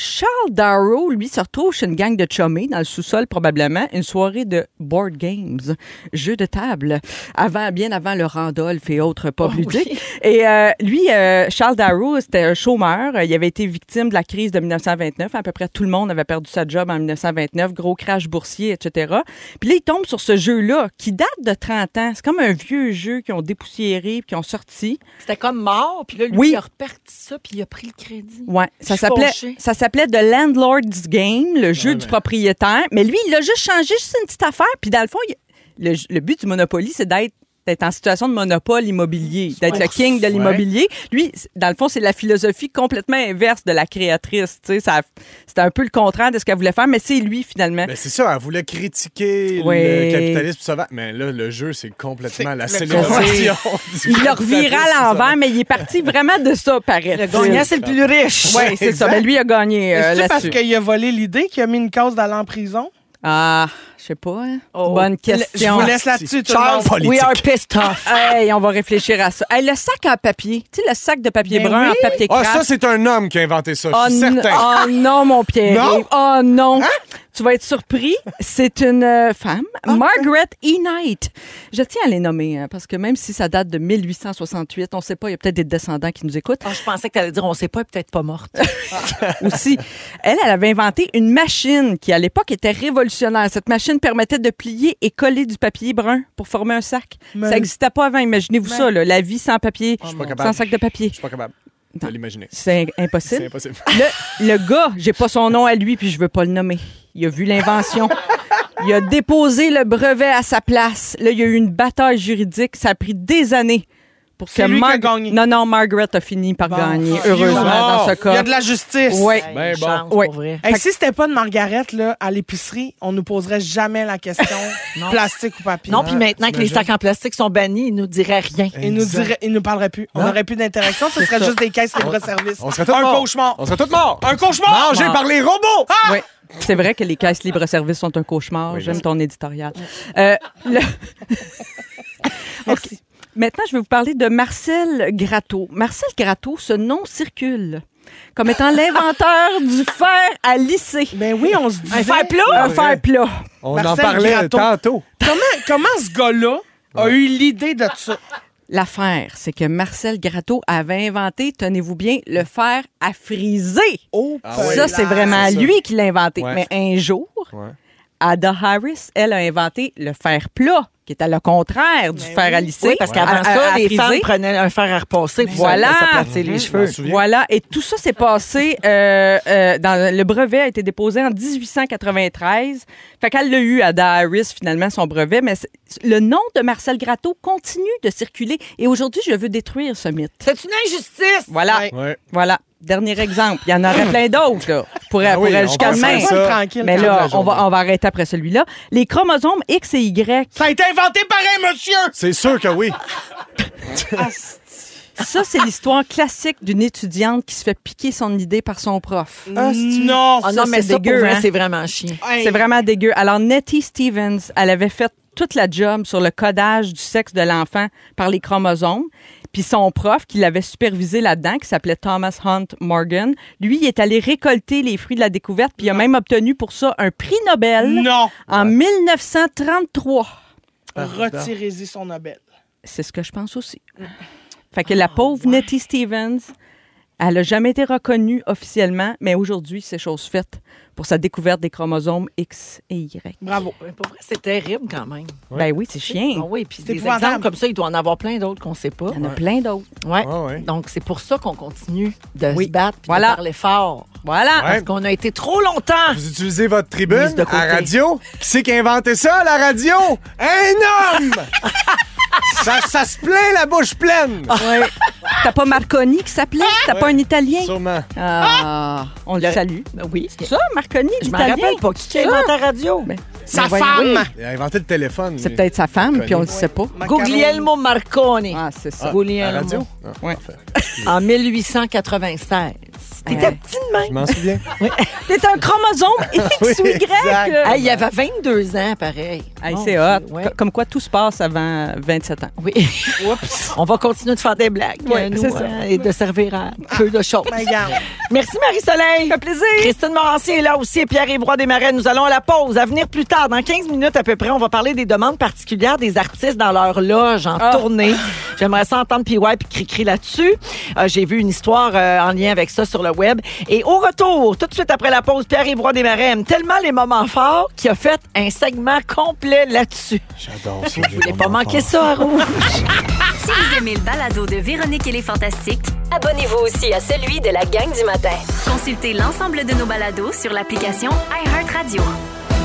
S5: Charles Darrow, lui, se retrouve chez une gang de chummies dans le sous-sol, probablement, une soirée de board games, jeux de table, avant, bien avant le Randolph et autres
S4: Oh,
S5: pop ludiques. Et euh, lui, euh, Charles Darrow, c'était un chômeur. Euh, Il avait été victime de la crise de 1929. À peu près tout le monde avait perdu sa job en 1929. Gros crash boursier, etc. Puis là, il tombe sur ce jeu-là qui date de 30 ans. C'est comme un vieux jeu qu'ils ont dépoussiéré puis qu'ils ont sorti.
S4: C'était comme mort, puis là, lui,
S5: Oui.
S4: il a reparti ça, puis il a pris le crédit.
S5: Ouais,
S4: Je
S5: ça
S4: suis
S5: s'appelait
S4: fâchée.
S5: ça s'appelait The Landlord's Game, le jeu du propriétaire. Mais lui, il l'a juste changé, juste une petite affaire. Puis dans le fond, il- le, le but du Monopoly, c'est d'être d'être en situation de monopole immobilier, d'être le king de l'immobilier. Lui, c- dans le fond, c'est la philosophie complètement inverse de la créatrice. Tu sais, ça- C'était un peu le contraire de ce qu'elle voulait faire, mais c'est lui finalement.
S6: Ben, c'est ça, elle voulait critiquer
S5: Oui.
S6: le capitalisme sauvage. Mais là, le jeu, c'est complètement la
S5: contraire.
S6: célébration. du
S5: il le
S6: capitalisme
S5: revira à
S6: sauvage.
S5: l'envers, mais il est parti vraiment de ça,
S4: Le
S5: paraît-il.
S4: gagnant, c'est le plus riche.
S5: Oui, c'est ça. Ben, lui, il a gagné euh,
S7: Est-ce
S5: là-dessus.
S7: parce qu'il a volé l'idée qu'il a mis une cause d'aller en prison?
S5: Ah, je sais pas. hein.
S4: Oh.
S5: Bonne
S7: Je
S5: question.
S7: vous laisse là-dessus, tout le
S4: Charles,
S7: monde.
S6: Politique.
S4: we are pissed off.
S5: Hey, on va réfléchir à ça. Hey, le sac en papier. Tu sais, le sac de papier
S7: Ben
S5: brun
S7: oui.
S5: en papier
S6: Ah,
S5: craft.
S6: ça, c'est un homme qui a inventé ça,
S5: Oh,
S6: je suis
S5: n-
S6: certain.
S5: oh non, mon Pierre.
S6: Non? Hein?
S5: Oh non. Tu vas être surpris. C'est une euh, femme,
S6: Ah,
S5: Margaret E. Knight. Je tiens à les nommer, hein, parce que même si ça date de 1868, on ne sait pas, il y a peut-être des descendants qui nous écoutent
S4: Ah, je pensais que tu allais dire on sait pas, elle est peut-être pas morte.
S5: aussi. Elle, elle avait inventé une machine qui, à l'époque, était révolutionnaire. Cette machine permettait de plier et coller du papier brun pour former un sac.
S7: Mais-
S5: Ça n'existait pas avant. Imaginez-vous ça, là, la vie sans papier,
S6: Je suis pas
S5: sans
S6: capable.
S5: sac de papier.
S6: Je suis pas capable de
S5: Non.
S6: l'imaginer.
S5: C'est impossible.
S6: C'est impossible.
S5: Le, le gars, j'ai pas son nom à lui, puis je veux pas le nommer. Il a vu l'invention. Il a déposé le brevet à sa place. Là, il y a eu une bataille juridique. Ça a pris des années pour
S7: C'est
S5: que
S7: lui qui
S5: Mar-
S7: a gagné.
S5: Non, non, Margaret a fini par
S7: Bon.
S5: gagner,
S7: Fuck you.
S5: heureusement, dans ce
S7: Il y
S5: cas.
S7: a de la justice.
S5: Ouais.
S4: Hey,
S6: Ben
S4: une
S6: bon.
S4: chance,
S5: Ouais.
S4: pour vrai.
S7: Hey, si c'était pas de Margaret là, à l'épicerie, on nous poserait jamais la question
S4: Non.
S7: plastique ou papier.
S4: Non, puis maintenant que les
S6: t'imagines?
S4: sacs en plastique sont bannis, ils nous diraient rien.
S7: Ils nous
S6: Exact.
S7: dirait, ils nous parlerait plus. On n'aurait plus d'interaction, ce serait juste des caisses libre-service.
S6: On serait tous
S7: Un
S6: morts.
S7: cauchemar.
S6: On serait tous morts.
S7: Un cauchemar.
S6: Mangés
S5: Mort.
S6: par les robots. Ah!
S5: Oui. C'est vrai que les caisses libre-service sont un cauchemar.
S6: Oui,
S5: J'aime
S6: merci.
S5: ton éditorial. Euh, le- OK. Maintenant, je vais vous parler de Marcel Gratteau. Marcel Gratteau, ce nom circule comme étant l'inventeur du fer à lisser.
S7: Ben oui, on se dit.
S4: Un fer plat?
S5: Un fer plat.
S6: On en
S7: Marcel
S6: parlait
S7: Gratton.
S6: tantôt.
S7: Comment, comment ce gars-là a eu l'idée de ça?
S5: L'affaire, c'est que Marcel Gratteau avait inventé, tenez-vous bien, le fer à friser.
S7: Oh,
S6: Ah ouais.
S5: ça,
S7: là.
S5: c'est vraiment
S6: c'est ça.
S5: lui qui l'a inventé.
S6: Ouais.
S5: Mais un jour,
S6: Ouais.
S5: Ada Harris, elle a inventé le fer plat, qui est à le contraire du fer à lisser.
S4: Oui, parce
S5: à-
S4: qu'avant
S5: à-
S4: ça,
S5: à
S4: les
S5: friser.
S4: femmes prenaient un fer à repasser pour
S5: Voilà.
S4: s'aplatir les
S6: Je m'en
S4: cheveux.
S6: souviens.
S5: Voilà, et tout ça s'est passé euh, euh, dans le brevet a été déposé en 1893. Fait qu'elle l'a eu Ada Harris finalement son brevet, mais c'est- le nom de Marcel Gratteau continue de circuler et aujourd'hui je veux détruire ce mythe.
S4: C'est une injustice!
S5: Voilà,
S7: Ouais.
S6: Ouais.
S5: voilà, dernier exemple. Il y en aurait plein d'autres là. Pour,
S6: Ah oui, on
S5: jusqu'à
S6: pense à
S5: demain.
S6: ça.
S7: Ben, tranquille.
S5: Mais
S7: quand
S5: Ben, là,
S7: même.
S5: on va, on va arrêter après celui-là. Les chromosomes X et Y,
S7: Ça a été inventé par un monsieur!
S6: C'est sûr que oui.
S5: ça, c'est l'histoire classique d'une étudiante qui se fait piquer son idée par son prof.
S7: non!
S4: Ah
S5: Ça,
S4: non, mais
S5: c'est
S4: ça,
S5: dégueu,
S4: pour vrai,
S5: hein.
S4: c'est vraiment chiant.
S7: Hey,
S5: C'est vraiment dégueu. Alors, Nettie Stevens, elle avait fait toute la job sur le codage du sexe de l'enfant par les chromosomes. Puis son prof qui l'avait supervisé là-dedans, qui s'appelait Thomas Hunt Morgan, lui, il est allé récolter les fruits de la découverte, puis il a même obtenu pour ça un prix Nobel
S7: Non!
S5: en 1933.
S7: Retirez-y son Nobel.
S5: C'est ce que je pense aussi.
S4: Mm.
S5: Fait que
S4: Ah,
S5: la pauvre Nettie Stevens, elle n'a jamais été reconnue officiellement, mais aujourd'hui, c'est chose faite pour sa découverte des chromosomes X et Y.
S7: Bravo.
S4: Mais Pour vrai, c'est terrible quand même.
S5: Ben oui, c'est chien.
S4: Ah oui, puis
S7: C'est
S4: des
S7: épouvantable.
S4: exemples comme ça, il doit en avoir plein d'autres qu'on sait pas.
S5: Il y en a plein d'autres.
S4: Ouais.
S6: Ah ouais.
S4: Donc, c'est pour ça qu'on continue de
S5: Oui.
S4: se battre puis
S5: Voilà.
S4: de parler fort.
S5: Voilà.
S6: Ouais.
S4: Parce qu'on a été trop longtemps.
S6: Vous utilisez votre
S4: Mise
S6: tribune
S4: de côté.
S6: à radio. Qui c'est qui a inventé ça, la radio? Un homme! ça, ça se plaint la bouche pleine.
S5: T'as pas Marconi qui s'appelait? T'as pas un Italien?
S6: Sûrement.
S5: Ah, on le
S4: Le-
S5: salue.
S4: Ben Oui.
S5: Ça, Marconi,
S4: Je m'en
S5: l'Italien.
S4: rappelle pas. Qui qui a
S5: Ça.
S4: inventé la radio?
S5: Ben,
S7: Sa
S5: ben voyons, oui.
S7: femme!
S6: Il a inventé le téléphone.
S5: C'est
S6: lui.
S5: peut-être sa femme, puis on le sait pas.
S7: Macaroni.
S4: Guglielmo Marconi.
S5: Ah, c'est ça.
S6: Ah, à
S4: Guglielmo.
S6: radio? Ah,
S5: Ouais.
S6: parfait.
S4: En 1896. Ah. T'étais
S5: Ouais.
S4: petit de même.
S6: Ah, Je m'en souviens.
S5: T'es un chromosome X ou
S6: Oui,
S5: Y.
S6: exact.
S5: euh.
S4: Hey, il y avait 22 ans, pareil.
S5: Hey,
S4: Mon
S5: c'est
S4: Dieu,
S5: hot.
S4: ouais.
S5: Co- Comme quoi, tout se passe avant 27 ans.
S4: Oui. On va continuer de faire des blagues,
S5: Ouais,
S4: euh, nous,
S5: c'est ça. Ah.
S4: hein, et de servir à peu de choses.
S7: Mais Ben, regarde.
S4: Merci, Marie-Soleil.
S5: Un plaisir.
S4: Christine Morancier est là aussi et Pierre-Évroy Desmarais. Nous allons à la pause. À venir plus tard, dans 15 minutes à peu près, on va parler des demandes particulières des artistes dans leur loge en
S5: Ah.
S4: tournée. J'aimerais ça entendre PY puis Cricri là-dessus. Euh, J'ai vu une histoire euh, en lien avec ça sur le web. Et au retour, tout de suite après la pause, Pierre-Évroy Desmarais aime tellement les moments forts qu'il a fait un segment complet là-dessus.
S6: J'adore ça.
S4: Vous voulez pas manquer ça, à Rouge?
S1: Si vous aimez le balado de Véronique et les Fantastiques,
S2: Abonnez-vous aussi à celui de la gang du matin.
S1: consultez l'ensemble de nos balados sur l'application iHeartRadio.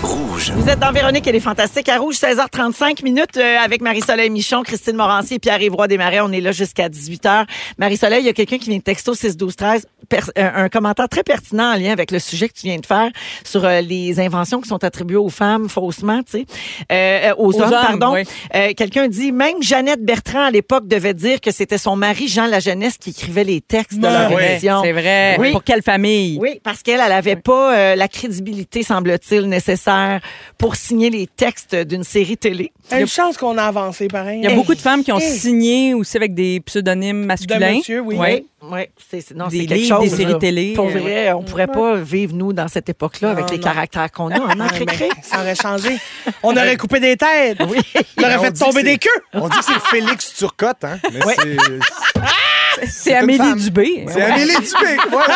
S4: Vous êtes dans Véronique et les Fantastiques à Rouge, 16h35 minutes euh, avec Marie-Soleil Michon, Christine Morancier et Pierre-Évroy Desmarais. On est là jusqu'à 18h. Marie-Soleil, il y a quelqu'un qui vient de texto 6 12 13 per- euh, un commentaire très pertinent en lien avec le sujet que tu viens de faire sur euh, les inventions qui sont attribuées aux femmes faussement, tu sais, euh, euh, aux,
S5: Aux
S4: hommes,
S5: hommes,
S4: pardon.
S5: oui.
S4: Euh, quelqu'un dit même Jeannette Bertrand à l'époque devait dire que c'était son mari Jean la jeunesse qui écrivait les textes de
S7: Ah,
S4: leur
S5: C'est vrai,
S4: émission.
S5: C'est vrai.
S4: Oui.
S5: Pour quelle famille?
S4: Oui, parce qu'elle, elle avait pas euh, la crédibilité, semble-t-il, nécessaire universitaires pour signer les textes d'une série télé.
S7: Une chance qu'on a avancé, pareil.
S5: Il y a beaucoup de femmes qui ont
S7: Hey.
S5: signé aussi avec des pseudonymes masculins.
S7: monsieur, oui.
S5: Ouais.
S4: Oui, c'est c'est- non,
S5: Des
S4: c'est quelque
S5: livres,
S4: chose.
S5: des séries
S4: là.
S5: télé.
S4: Pour
S5: Euh,
S4: vrai, on pourrait pas vivre, nous, dans cette époque-là, avec
S7: Non,
S4: les
S7: non.
S4: caractères qu'on a. hein, On en
S7: Ouais,
S4: crée-crée.
S7: Ah, mais ben, ça aurait changé. On aurait coupé des têtes.
S4: Oui.
S7: On aurait
S6: Mais on
S7: fait
S6: dit
S7: tomber
S6: c'est-
S7: des queues.
S6: On dit que c'est Félix Turcotte, hein? Mais c'est.
S5: C'est
S6: une
S5: Amélie
S6: femme.
S5: Dubé.
S6: C'est Amélie Dubé, voilà!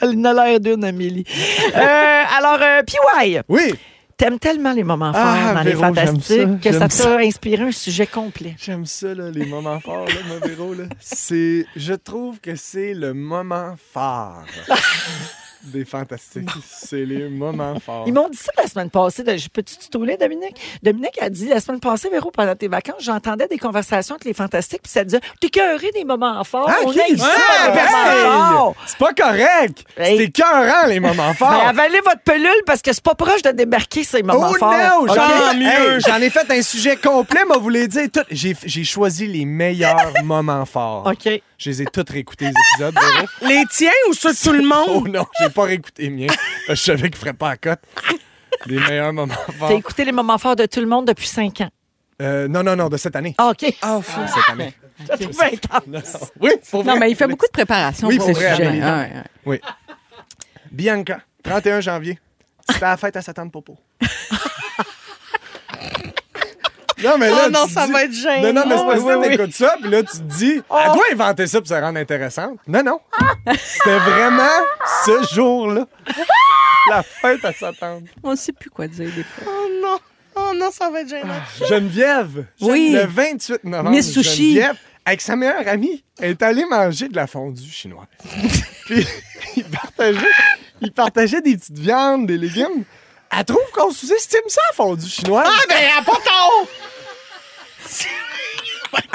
S4: Elle n'a l'air d'une, Amélie. Euh, alors, euh, PY,
S6: Oui!
S4: t'aimes tellement les moments forts
S6: Ah,
S4: dans les
S6: Véro, j'aime
S4: Fantastiques
S6: ça,
S4: que ça
S6: j'aime
S4: t'a inspiré un sujet complet.
S6: J'aime ça, là, les moments forts, là, mon Véro, là. C'est... Je trouve que c'est le moment phare des Fantastiques. C'est les moments forts.
S4: Ils m'ont dit ça la semaine passée. de- je- Peux-tu tutoler, Dominique? Dominique a dit la semaine passée, Véro, pendant tes vacances, j'entendais des conversations avec les Fantastiques, puis ça disait T'es cœuré des moments forts.
S6: Ah,
S4: on
S6: ok,
S4: aime
S6: ça,
S4: ça, les
S6: pareil.
S4: moments forts.
S6: C'est pas correct!
S4: Hey.
S6: C'est écœurant, les moments
S4: Mais
S6: forts!
S4: avalez votre pelule parce que c'est pas proche de débarquer ces moments
S6: Oh
S4: forts.
S6: no!
S4: OK?
S6: J'en ai,
S7: mieux.
S6: hey, j'en ai fait un sujet complet, mais vous les dire. tout- J'ai, j'ai choisi les meilleurs moments forts.
S4: OK.
S6: Je les ai tous réécoutés, les épisodes. Véro.
S7: Les tiens ou ceux de tout le
S6: Oh
S7: monde?
S6: non, j'ai pas réécouté les miens. Je savais qu'ils feraient pas à cote. Les meilleurs moments
S4: T'as
S6: forts.
S4: écouté les moments forts de tout le monde depuis 5 ans.
S6: Euh, non, non, non, de cette année.
S4: Ah, OK.
S7: Oh, fou.
S6: De cette année.
S4: Ça fait 20 ans.
S6: Oui, pour vrai.
S5: Non, mais il fait beaucoup de préparation
S6: Oui,
S5: pour ce
S6: pour vrai,
S5: sujet.
S6: Amélie.
S5: Ouais, ouais.
S6: Bianca, 31 janvier. C'était à la fête à Satan Popo. Non, mais là,
S7: Oh non,
S6: tu
S7: ça
S6: dis-
S7: va être gênant.
S6: Non, non, mais c'est parce
S7: Oui,
S6: que
S7: oui, oui.
S6: t'écoutes ça, puis là, tu te dis, elle doit inventer ça pour se rendre intéressante. Non, non. C'était vraiment ce jour-là. La fête à Satan.
S5: On ne sait plus quoi dire des fois.
S7: Oh non. Oh non, ça va être gênant.
S6: Geneviève,
S5: Oui.
S6: le 28 novembre,
S5: Miss Sushi.
S6: Geneviève, avec sa meilleure amie, elle est allée manger de la fondue chinoise. Puis, ils partageaient, ils partageaient des petites viandes, des légumes. Elle trouve qu'on sous-estime ça, la fondue chinoise. Ah, ben, à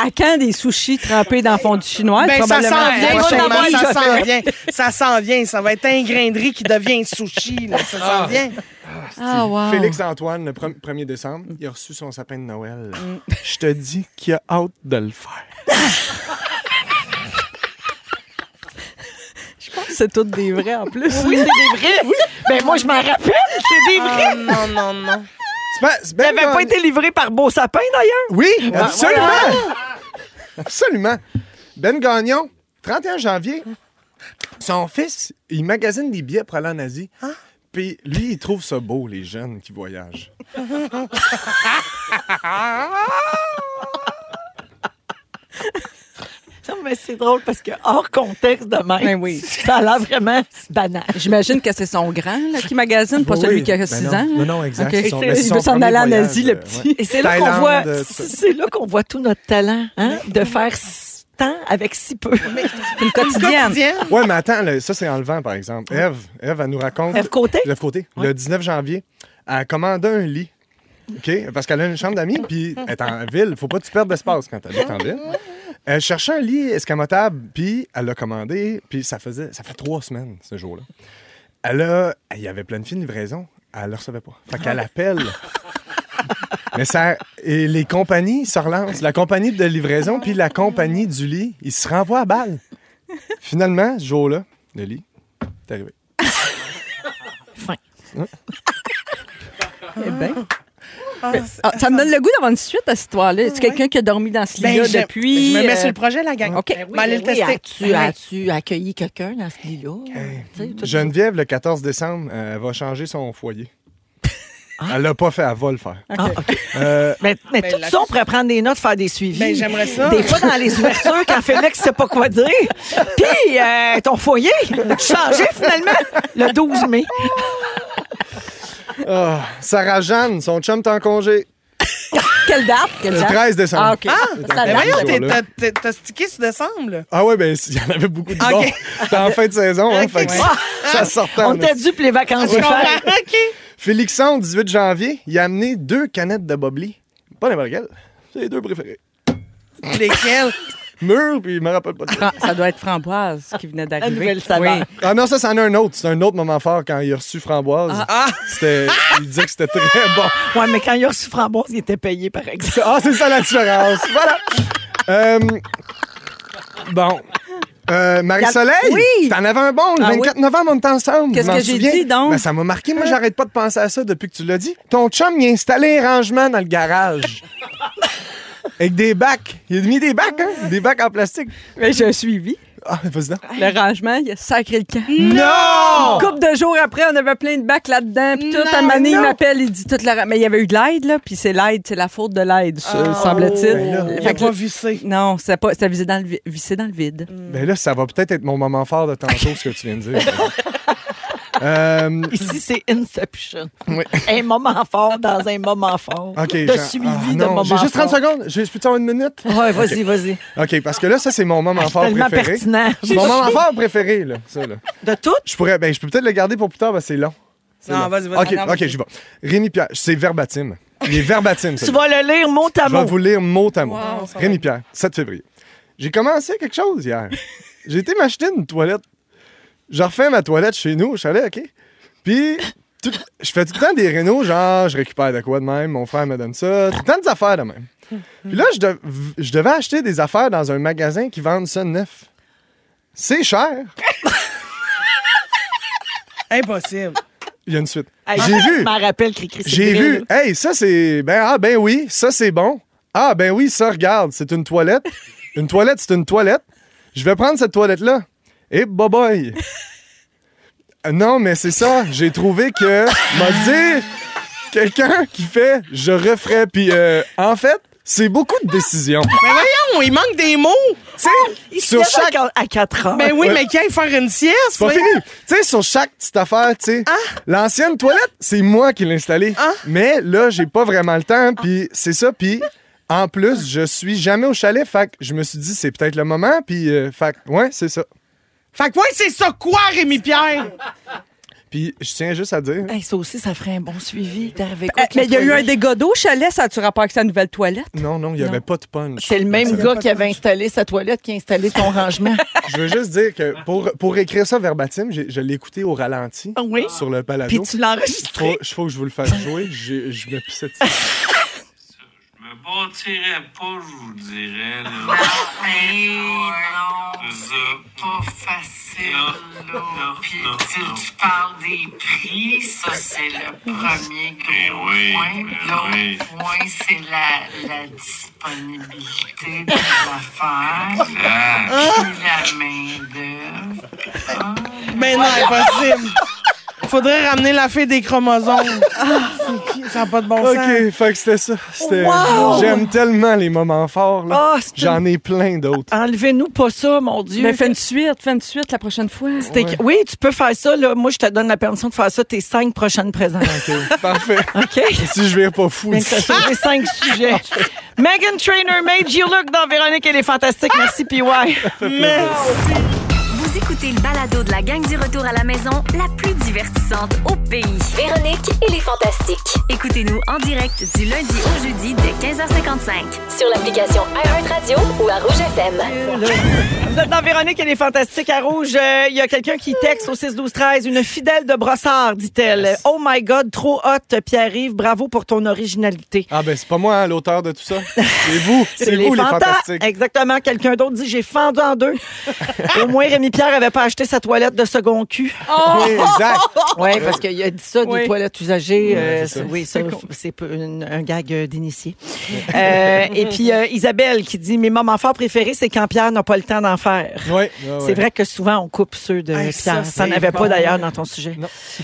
S5: À quand des sushis trempés dans fondue chinoise?
S7: Ben, ça
S5: Probablement
S7: s'en vient,
S5: la prochaine
S7: prochainement,
S5: année,
S7: ça
S5: je
S7: s'en
S5: fais.
S7: vient. Ça s'en vient. Ça va être un grain de riz qui devient un sushi. là. Ça s'en vient.
S5: Ah, wow.
S6: Félix-Antoine, le pre- 1er décembre, il a reçu son sapin de Noël. Je te dis qu'il a hâte de le faire.
S5: Je pense que c'est toutes des vrais en plus.
S4: Oui, c'est des vrais. Ben moi, je m'en rappelle. C'est
S6: Ah.
S4: des vrais.
S7: Oh non, non, non.
S6: C'est pas- c'est
S4: Ça
S6: ben
S4: n'avait
S6: bon.
S4: pas été livré par Beau Sapin, d'ailleurs.
S6: Oui, absolument. Absolument. Ben Gagnon, 31 janvier, son fils, il magasine des billets pour aller en Asie. Puis lui, il trouve ça beau, les jeunes qui voyagent.
S4: Non, mais c'est drôle parce que hors contexte de même,
S5: Ben oui.
S4: ça a l'air vraiment banal.
S5: J'imagine que c'est son grand là, qui magasine, pas
S6: Oui,
S5: celui qui a
S6: ben
S5: 6
S6: non.
S5: ans.
S6: Non, non, exact.
S5: Ok.
S6: C'est son-
S5: Il
S6: mais c'est son
S5: veut s'en
S6: premier
S5: aller en
S6: voyage,
S5: Asie, le
S6: euh,
S5: petit.
S4: Et c'est là qu'on
S6: Thaïlande,
S4: voit,
S6: euh,
S4: c'est là qu'on voit tout notre talent, hein, de faire s- tant avec si peu.
S5: C'est le quotidien.
S7: Quotidienne.
S6: Ouais, mais attends, là, ça, c'est enlevant, par exemple. Eve, Eve, elle nous raconte.
S4: Ève Côté?
S6: Ève Côté. Le 19 janvier, elle commande un lit. OK? Parce qu'elle a une chambre d'amis, puis elle est en ville. Faut pas que tu perdes d'espace quand t'habites en ville. Elle cherchait un lit escamotable, puis elle l'a commandé, puis ça faisait. Ça fait trois semaines, ce jour-là. Elle a. Il y avait plein de filles de livraison. Elle le recevait pas. Fait qu'elle appelle. Mais ça. Et les compagnies se relancent. La compagnie de livraison, puis la compagnie du lit, ils se renvoient à balle. Finalement, ce jour-là, le lit, t'es arrivé.
S4: Fin.
S5: Eh ben.
S7: Ah, c'est-
S5: Ah, ça me donne le goût d'avoir une suite à cette histoire-là. Est-ce quelqu'un qui a dormi dans ce lit-là
S7: Ben, je-
S5: depuis?
S7: Je me mets
S5: euh,
S7: sur le projet, la gang.
S5: OK.
S7: Ben oui, M'aller le tester. Ben,
S4: As-tu as-tu accueilli quelqu'un dans ce lit-là? Tu sais, tout-
S6: Geneviève, le 14 décembre, euh, elle va changer son foyer.
S5: Ah.
S6: Elle l'a pas fait, elle va le faire.
S4: Ah, OK.
S6: Euh,
S4: Mais, mais
S7: Mais
S4: tout
S7: là-
S4: ça, on pourrait prendre des notes, faire des suivis.
S7: Ben, j'aimerais ça.
S4: Des fois, dans les ouvertures, quand Félix sait pas quoi dire. Puis, euh, ton foyer, tu changé finalement le 12 mai.
S6: ah, Sarah-Jeanne, son chum est en congé.
S5: Quelle date? Quelle
S6: Le
S5: date?
S6: 13 décembre.
S5: Ah, OK.
S6: Elle est en congé
S5: Ça
S7: Ben
S5: date.
S6: ce
S7: voyons, t'es-
S6: jour-là.
S7: t'as- t'es- t'as stické sur décembre, là.
S6: Ah ouais, ben il y en avait beaucoup de
S7: OK.
S6: bons. C'était en fin de saison, hein,
S7: OK.
S6: fait que
S5: Ah.
S6: ça- ça sortait.
S4: Ah, On
S6: en-
S4: t'a dû pour les vacances de
S7: Je
S4: fête.
S7: comprends. OK.
S6: Félixon, 18 janvier, il a amené deux canettes de Bobli. Pas n'importe quelle. C'est les deux préférés.
S7: Lesquels?
S6: Mur, puis il me rappelle pas de
S5: Fran- Ah, Ça doit être Framboise qui venait
S4: La
S5: d'arriver.
S4: nouvelle saveur.
S6: Ah non, ça, c'en a un autre. C'est un autre moment fort quand il a reçu Framboise.
S5: Ah.
S6: C'était, il disait que c'était très bon.
S4: Ouais, mais quand il a reçu Framboise, il était payé, par exemple.
S6: Ah, c'est ça la différence. Voilà. Euh, bon. Euh, Marie-Soleil,
S5: Oui.
S6: t'en avais un bon le
S5: Ah oui.
S6: 24 novembre, on était ensemble.
S5: Qu'est-ce
S6: je m'en
S5: que j'ai
S6: souviens.
S5: dit, donc? Hein?
S6: Ben, ça m'a marqué, moi j'arrête pas de penser à ça depuis que tu l'as dit. Ton chum, il a installé un rangement dans le garage. Avec des bacs. Il a mis des bacs, hein? Des bacs en plastique.
S5: Mais j'ai un suivi.
S6: Ah, vas-y donc.
S5: Le rangement, il a sacré le camp. Ah!
S6: Non!
S5: Couple de jours après, on avait plein de bacs là-dedans. Puis tout, à un moment donné, il m'appelle, il dit toute la. Mais il y avait eu de l'aide, là. Puis c'est l'aide, c'est la faute de l'aide, ça,
S6: ben là.
S5: semble-t-il.
S7: Il a
S5: Fait que-
S7: pas vissé.
S5: non, c'était pas. C'était visé dans le, vi- vissé dans le vide.
S4: Mm.
S6: Ben là, ça va peut-être être mon moment fort de tantôt, ce que tu viens de dire. Euh,
S4: Ici, c'est Inception.
S6: Oui.
S4: Un moment fort dans un moment fort.
S6: OK.
S4: de
S6: Jean-
S4: suivi
S6: Ah,
S4: de
S6: non,
S4: moment
S6: J'ai juste 30
S4: fort.
S6: secondes. J'ai plus de une minute.
S4: Ouais, vas-y, vas-y.
S6: OK, parce que là, ça, c'est mon moment fort
S4: Ah, Tellement
S6: préféré.
S4: pertinent.
S6: C'est Mon moment fort préféré, là, ça, là.
S4: De tout?
S6: Je pourrais, ben, je peux peut-être le garder pour plus tard, ben, c'est long. C'est
S7: Non,
S6: long.
S7: vas-y, vas-y.
S6: OK, OK, j'y vais. Rémi Pierre, c'est verbatim. Il est verbatim, ça.
S4: Tu vas le lire mot à
S6: Je vais
S4: mot.
S6: vous lire mot à mot.
S7: Ah Wow, ça va.
S6: Rémi Pierre, 7 février. J'ai commencé quelque chose hier. J'ai été m'acheter une toilette. Je refais ma toilette chez nous au chalet, OK? Puis, tout- je fais tout le temps des rénaux, genre, je récupère de quoi de même, mon frère me donne ça, tout le temps des affaires de même.
S7: Mhm.
S6: Puis là, je, dev- je devais acheter des affaires dans un magasin qui vendent ça neuf. C'est cher.
S7: Impossible.
S6: Il y a une suite.
S4: Hey,
S6: J'ai
S4: Ah, Je
S6: vu.
S4: m'en rappelle, Cricri. c'est
S6: J'ai
S4: vrai,
S6: vu.
S4: là.
S6: Hey, ça c'est. Ben ah ben oui, ça c'est bon. Ah ben oui, ça regarde, c'est une toilette. Une toilette, c'est une toilette. Je vais prendre cette toilette là. Et bye bye. Euh, non, mais c'est ça. J'ai trouvé que m'a dit quelqu'un qui fait je referais puis euh, en fait. C'est beaucoup de décisions.
S7: Mais voyons, il manque des mots. Ah!
S6: Tu sais,
S4: Il se
S6: sur
S4: lève
S6: chaque.
S4: à 4 ans.
S7: Ben oui,
S6: Ouais.
S7: mais qui aille faire une sieste?
S6: C'est pas
S7: oui.
S6: fini. Tu sais, sur chaque petite affaire, tu sais.
S4: Ah.
S6: L'ancienne toilette, c'est moi qui l'ai installée.
S7: Ah.
S6: Mais là, j'ai pas vraiment le temps, puis c'est ça, puis en plus, je suis jamais au chalet, fait que je me suis dit, c'est peut-être le moment, puis euh, fait que, ouais, c'est ça.
S7: Fait que ouais, c'est ça quoi, Rémi Pierre?
S6: Puis je tiens juste à dire,
S4: Hey, ça aussi, ça ferait un bon suivi. T'es arrivé
S5: Euh,
S4: quoi,
S5: mais il y a eu un
S4: Cricri?
S5: dégât d'eau au chalet, ça a-tu rapport avec sa nouvelle toilette?
S6: non, non, il y avait pas de punch.
S4: C'est le même gars qui avait installé sa toilette qui a installé ton rangement.
S6: Je veux juste dire que pour, pour écrire ça verbatim, j'ai- je l'ai écouté au ralenti
S4: Ah oui?
S6: sur le palado.
S4: Puis tu l'as enregistré.
S6: Faut, je faut que je vous le fasse jouer, j'ai- je me pissais dessus.
S8: Je me bâtirais pas, je vous dirais. Là. Non, non, c'est pas facile. là. Puis tu, tu parles des prix, ça c'est le premier gros point. L'autre point, c'est la, la disponibilité de l'affaire. Puis la main-d'œuvre.
S7: Ben non, impossible. Faudrait ramener la fille des chromosomes. Ah, c'est qui? ça n'a pas de bon sens.
S6: OK, fait que c'était ça. C'était-
S4: Wow!
S6: J'aime tellement les moments forts. là.
S4: Ah, c'est
S6: J'en ai plein d'autres.
S4: Enlevez-nous pas ça, mon Dieu.
S5: Mais fais une suite, fais une suite la prochaine fois.
S4: T'es- Oui, tu peux faire ça. Là. Moi, je te donne la permission de faire ça tes cinq prochaines présentes.
S6: Parfait.
S4: OK?
S6: si je vire pas fou.
S4: Bien que t'as sauvé cinq sujets. Megan Trainer made you look dans Véronique et les Fantastiques. Merci, PY.
S1: Vous écoutez le balado de la gang du retour à la maison, la plus divertissante au pays.
S2: Véronique et les Fantastiques.
S1: Écoutez-nous en direct du lundi au jeudi dès 15h55.
S2: Sur l'application iHeartRadio Radio ou à Rouge FM.
S4: Vous êtes dans Véronique et les Fantastiques à Rouge. Euh, Il y a quelqu'un qui texte au 6-12-13. Une fidèle de brossard, dit-elle. Oh my God, trop hot, Pierre-Yves. Bravo pour ton originalité.
S6: Ah ben c'est pas moi hein, l'auteur de tout ça. C'est vous, c'est vous les
S4: fantas.
S6: fantastiques.
S4: Exactement. Quelqu'un d'autre dit J'ai fendu en deux. Au moins, Rémi Pierre avait pas acheté sa toilette de second cul.
S6: Oui, exact.
S4: Oui, parce qu'il a dit ça, des
S5: Oui.
S4: toilettes usagées. euh,
S6: Oh! Ouais, c'est
S4: c'est-
S6: ça.
S4: oui, ça, c'est peu- une- un gag euh, d'initié. Euh, et puis, euh, Isabelle qui dit Mes moments forts préférés, c'est quand Pierre n'a pas le temps d'en faire.
S6: Ouais, ouais, ouais.
S4: C'est vrai que souvent, on coupe ceux de
S7: Hey, ça,
S4: Pierre. Ça
S7: c'est
S4: n'avait
S7: bon.
S4: pas d'ailleurs dans ton sujet.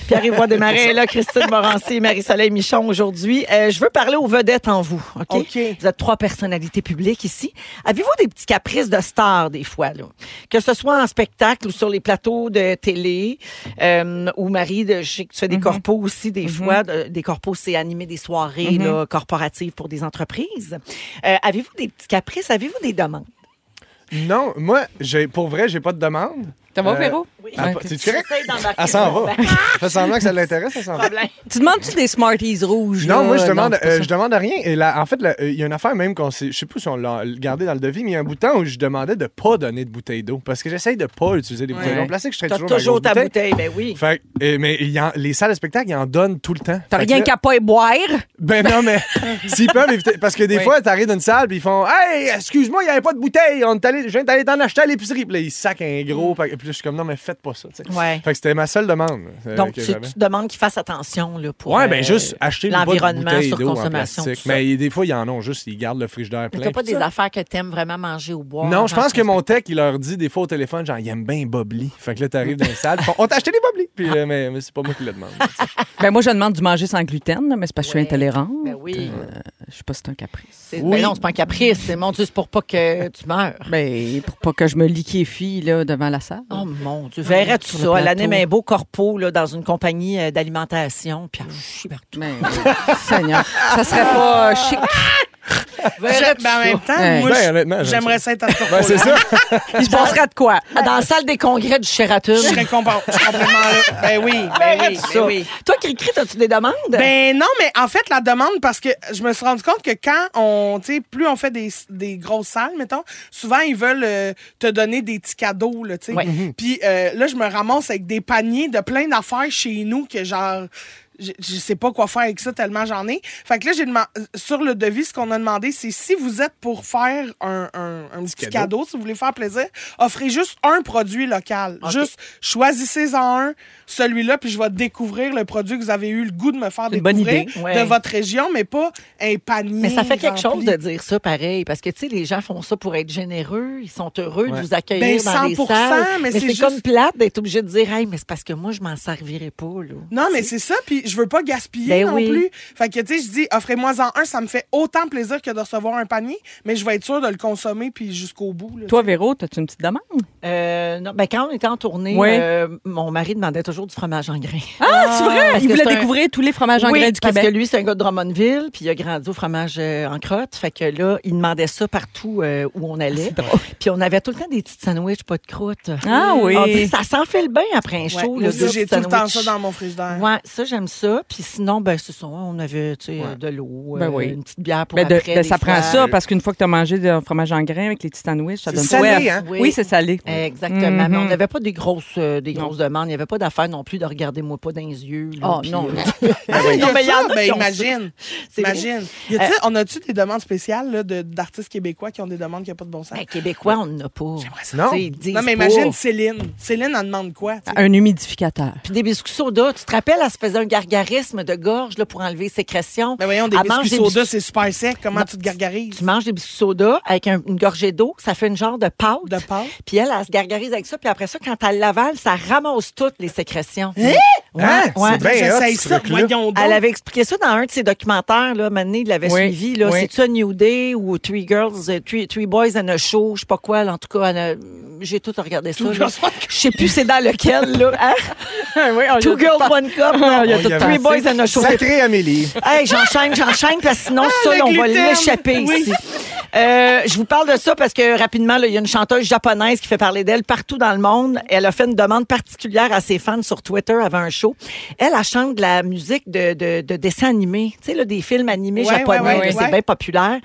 S4: Pierre-Yves Desmarais est là, Christine Morancy et Marie-Soleil Michon aujourd'hui. Euh, je veux parler aux vedettes en vous, OK?
S7: OK.
S4: Vous êtes trois personnalités publiques ici. Avez-vous des petits caprices de stars, des fois, là? Que ce soit en spectacle ou sur les plateaux de télé, euh, ou Marie, de, je sais que tu fais
S7: Mm-hmm.
S4: des corpos aussi, des fois. de- des corpos, c'est animer des
S7: Mm-hmm.
S4: soirées là, corporatives pour des entreprises. Euh, Avez-vous des petits caprices? Avez-vous des demandes?
S6: Non, moi j'ai pour vrai, j'ai pas de demande.
S5: Ça va,
S6: Euh,
S5: Véro?
S4: Oui.
S6: Ah,
S5: Ok.
S6: C'est correct?
S4: J'essaie d'embarquer
S6: Elle s'en
S4: mon
S6: va.
S4: bac.
S6: Fais semblant que ça l'intéresse, elle s'en va.
S4: Problème.
S5: Tu demandes-tu des Smarties rouges?
S6: Non,
S5: là?
S6: moi, je
S5: Euh,
S6: demande,
S5: c'est pas
S6: euh,
S5: ça.
S6: je demande à rien. Et là, en fait, là, euh, il y a une affaire même qu'on sait, je sais pas si on l'a gardé dans le devis, mais il y a un bout de temps où je demandais de pas donner de bouteilles d'eau parce que j'essaye de pas utiliser des bouteilles
S5: Ouais.
S6: d'eau en plastique. Je traite
S4: T'as
S6: toujours, ma
S4: toujours
S6: grosse
S4: ta
S6: bouteille.
S4: bouteille, ben oui.
S6: Fait que, euh, mais il y en- les salles de spectacle, ils en donnent tout le temps.
S5: T'as
S6: Fait que
S5: rien
S6: là-
S5: qu'à pas y boire?
S6: Ben non, mais s'ils peuvent éviter. Parce que des
S5: Oui.
S6: fois, t'arrives d'une salle puis ils font Hey, excuse-moi, il n'y avait pas de bouteille. On est allé, je viens d'aller t'en acheter à l'épicerie. Puis là, ils sacent un gros. paquet. Puis là, je suis comme Non, mais faites pas ça. tu sais.
S4: Ouais.
S6: Fait que c'était ma seule demande. euh,
S4: Donc, tu,
S6: que j'avais.
S4: tu demandes qu'ils fassent attention là, pour
S6: Ouais,
S4: euh,
S6: ben juste acheter le pas de
S4: l'environnement
S6: bouteille
S4: sur
S6: d'eau en
S4: consommation,
S6: plastique.
S4: tout ça.
S6: Mais des fois, ils en ont juste, ils gardent le frigidaire
S9: Mais
S6: plein.
S9: t'as pas
S6: puis
S9: des
S6: ça.
S9: affaires que t'aimes vraiment manger ou boire?
S6: Non, je
S9: genre,
S6: pense que mon tech, il leur dit des fois au téléphone, genre, il aime bien Bob Lee. Fait que là, t'arrives dans les salles, ils font, on t'a acheté des Bob Lee. Puis, euh, mais, mais c'est pas moi qui le demande. tu sais.
S5: Ben moi, je demande du manger sans gluten, là, mais c'est parce que je suis intolérante. Euh,
S9: Ben oui.
S4: Euh,
S5: Je sais pas si c'est un caprice.
S9: C'est- ben non, c'est pas un caprice. C'est mon Dieu, c'est pour pas que tu meurs.
S5: Ben, pour pas que je me liquéfie là, devant la salle.
S9: Oh mon Dieu.
S4: Verrais-tu
S5: Sur le
S4: ça? Elle
S5: plateau.
S4: anime un beau corpo là, dans une compagnie euh, d'alimentation, puis elle chie partout.
S5: Mais, euh, Seigneur, ça serait pas euh, chic.
S7: Je- ben, en même temps,
S5: Hey.
S7: moi,
S6: Ben,
S7: je-
S6: honnêtement, j'aime
S7: j'aimerais ça être à ce
S6: Ben,
S7: propos-là.
S6: c'est ça.
S5: Il se passerait de quoi?
S9: Ah, Dans la salle des congrès du Sheraton.
S7: Je serais compa- je suis complètement là. Ben oui, ben oui, ben
S4: Ça.
S7: oui.
S4: Toi, Cricri, as-tu des demandes?
S7: Ben non, mais en fait, la demande, parce que je me suis rendu compte que quand on, tu sais, plus on fait des, des grosses salles, mettons, souvent ils veulent euh, te donner des petits cadeaux, là, tu sais.
S9: Ouais.
S7: Puis euh, là, je me ramasse avec des paniers de plein d'affaires chez nous que genre. Je, je sais pas quoi faire avec ça tellement j'en ai. Fait que là, j'ai demandé sur le devis, ce qu'on a demandé, c'est si vous êtes pour faire un, un- un petit cadeau. si vous voulez faire plaisir, offrez juste un produit local. Juste choisissez-en un, celui-là, puis je vais découvrir le produit que vous avez eu le goût de me faire
S5: une bonne
S7: découvrir
S5: idée,
S4: ouais.
S7: de votre région, mais pas un panier.
S9: Mais ça fait quelque chose
S7: rempli.
S9: de dire ça pareil, parce que, tu sais, les gens font ça pour être généreux. Ils sont heureux de
S6: Ouais.
S9: vous accueillir
S7: Ben,
S9: dans les
S7: 100%,
S9: salles.
S7: mais c'est
S9: c'est
S7: juste-
S9: comme plate d'être obligé de dire, hey, mais c'est parce que moi, je m'en servirai pas, là.
S7: Non, mais c'est ça, puis je veux pas gaspiller
S9: Ben
S7: non
S9: oui.
S7: plus. Fait que, tu sais, je dis, offrez-moi-en un, ça me fait autant plaisir que de recevoir un panier, mais je vais être sûre de le consommer, puis jusqu'au bout. là.
S5: Toi, Véro, t'as-tu une petite demande?
S4: Euh, non, ben, quand on était en tournée,
S5: Ouais.
S4: euh, mon mari demandait toujours du fromage en grains.
S5: Ah, c'est vrai!
S9: parce
S5: Il
S9: que
S5: voulait
S9: c'est un-
S5: découvrir tous les
S7: Ah,
S5: fromages en
S4: Oui,
S5: grains du
S4: parce
S5: Québec.
S4: que lui, c'est un gars de Drummondville, puis il a grandi au fromage euh, en crotte. Fait que là, il demandait ça partout euh, où on
S7: Ah,
S4: allait. Puis on avait tout le temps des petites sandwichs, pas de croûte.
S5: Ah oui.
S4: On dit, ça s'en fait le bain après un
S7: Ouais.
S4: show.
S7: Moi
S4: le
S7: aussi,
S4: gars,
S7: j'ai
S4: petit
S7: tout le temps ça
S4: sandwich.
S7: dans mon frigidaire.
S4: Ouais, ça, j'aime ça. Puis sinon, ben, c'est ça. On avait, tu sais, de l'eau,
S5: Ben
S4: euh,
S5: oui.
S4: une petite bière pour
S5: Ben, de-
S4: après.
S5: de-
S4: des
S5: ça prend
S4: fois.
S5: ça, parce qu'une fois que t'as mangé du fromage en grains avec les petits sandwichs, ça
S6: C'est
S5: donne
S6: salé,
S5: soif.
S6: hein?
S5: Oui, c'est salé.
S4: Euh,
S9: Exactement. Mais on
S5: Mhm.
S9: n'avait pas des grosses, euh, des grosses demandes. Il n'y avait pas d'affaire non plus de regarder moi pas dans les yeux. là,
S5: Oh
S9: puis,
S5: non.
S9: euh,
S7: Ah, il y a
S4: Non, mais il y
S7: ça,
S4: en a
S7: ben,
S4: qui ont ça.
S7: imagine.
S4: C'est vrai.
S7: Imagine. Y a-tu- on a-tu des demandes spéciales là, de- d'artistes québécois qui ont des demandes qui n'ont pas de bon sens?
S9: ben, Québécois, on n'en a pas.
S6: Non.
S9: Tu sais, ils
S4: Ben,
S9: disent
S7: non, mais
S9: pas.
S7: imagine Céline. Céline en demande quoi? tu sais?
S5: Un humidificateur.
S9: Puis des biscuits soda. Tu te rappelles, elle se faisait un gargarisme de gorge là, pour enlever ses sécrétions.
S7: Ben voyons, des
S9: Elle mange
S7: biscuits
S9: des
S7: soda,
S9: biscuits-
S7: c'est super sec. Comment tu te gargarises?
S9: Tu manges des biscuits soda avec un- une gorgée d'eau, ça fait une genre de pâte.
S7: De pâte?
S9: Puis elle, elle se gargarise avec ça. Puis après ça, quand elle l'avale, ça ramasse toutes les sécrétions. Ouais,
S6: Hein?
S9: ouais.
S6: C'est bien hot,
S7: J'essaye
S6: ce
S7: ça,
S6: truc-là.
S7: voyons donc.
S4: Elle avait expliqué ça dans un de ses documentaires, là, Mané, il l'avait
S5: Oui,
S4: suivi, là.
S5: oui.
S4: C'est-tu a New Day ou Three Girls, euh, Three, Three Boys and a Show, je sais pas quoi, là, en tout cas, elle a- j'ai tout regardé ça.
S7: Two
S4: là.
S7: girls, one
S4: Je sais plus c'est dans lequel, là. hein? Two Girls, One Cup, non,
S5: On y a
S6: tout
S4: Three
S6: pensé.
S4: Boys and a Show.
S6: Sacré Amélie.
S4: Hey, j'enchaîne, j'enchaîne, parce que sinon, ça,
S7: Ah, le
S4: là, on va
S7: gluten.
S4: l'échapper
S7: Oui.
S4: ici. Euh, je vous parle de ça parce que rapidement, là, il y a une chanteuse japonaise qui fait parler d'elle partout dans le monde. Elle a fait une demande particulière à ses fans sur Twitter avant un show. Elle, elle chante de la musique de, de, de dessins animés, tu sais, là, des films animés
S7: Ouais, ouais,
S4: japonais.
S7: ouais,
S4: là,
S7: ouais.
S4: C'est bien populaire.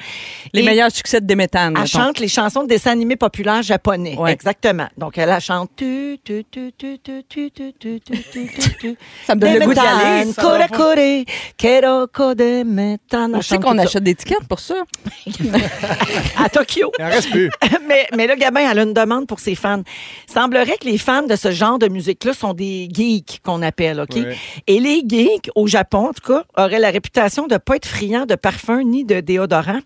S5: Les
S4: Et-
S5: meilleurs succès de Déméthane.
S4: elle
S5: mettons.
S4: chante les chansons de dessins animés populaires japonais.
S5: Ouais.
S4: Exactement. Donc, elle, elle chante... tu, tu, tu, tu, tu, tu, tu, tu, tu, tu, tu, tu.
S5: Ça me donne le goût d'y aller.
S4: Demetan, kore kore, kero ko demetan. Elle
S5: Je sais
S4: chante
S5: qu'on
S4: tout ça.
S5: achète des tickets pour ça.
S4: À Tokyo.
S6: Il en reste plus.
S4: mais, mais là, Gabin, elle a une demande pour ses fans. Semblerait que les fans de ce genre de musique-là sont des geeks, qu'on appelle, OK?
S6: Ouais.
S4: Et les geeks, au Japon, en tout cas, auraient la réputation de pas être friands de parfums ni de déodorants.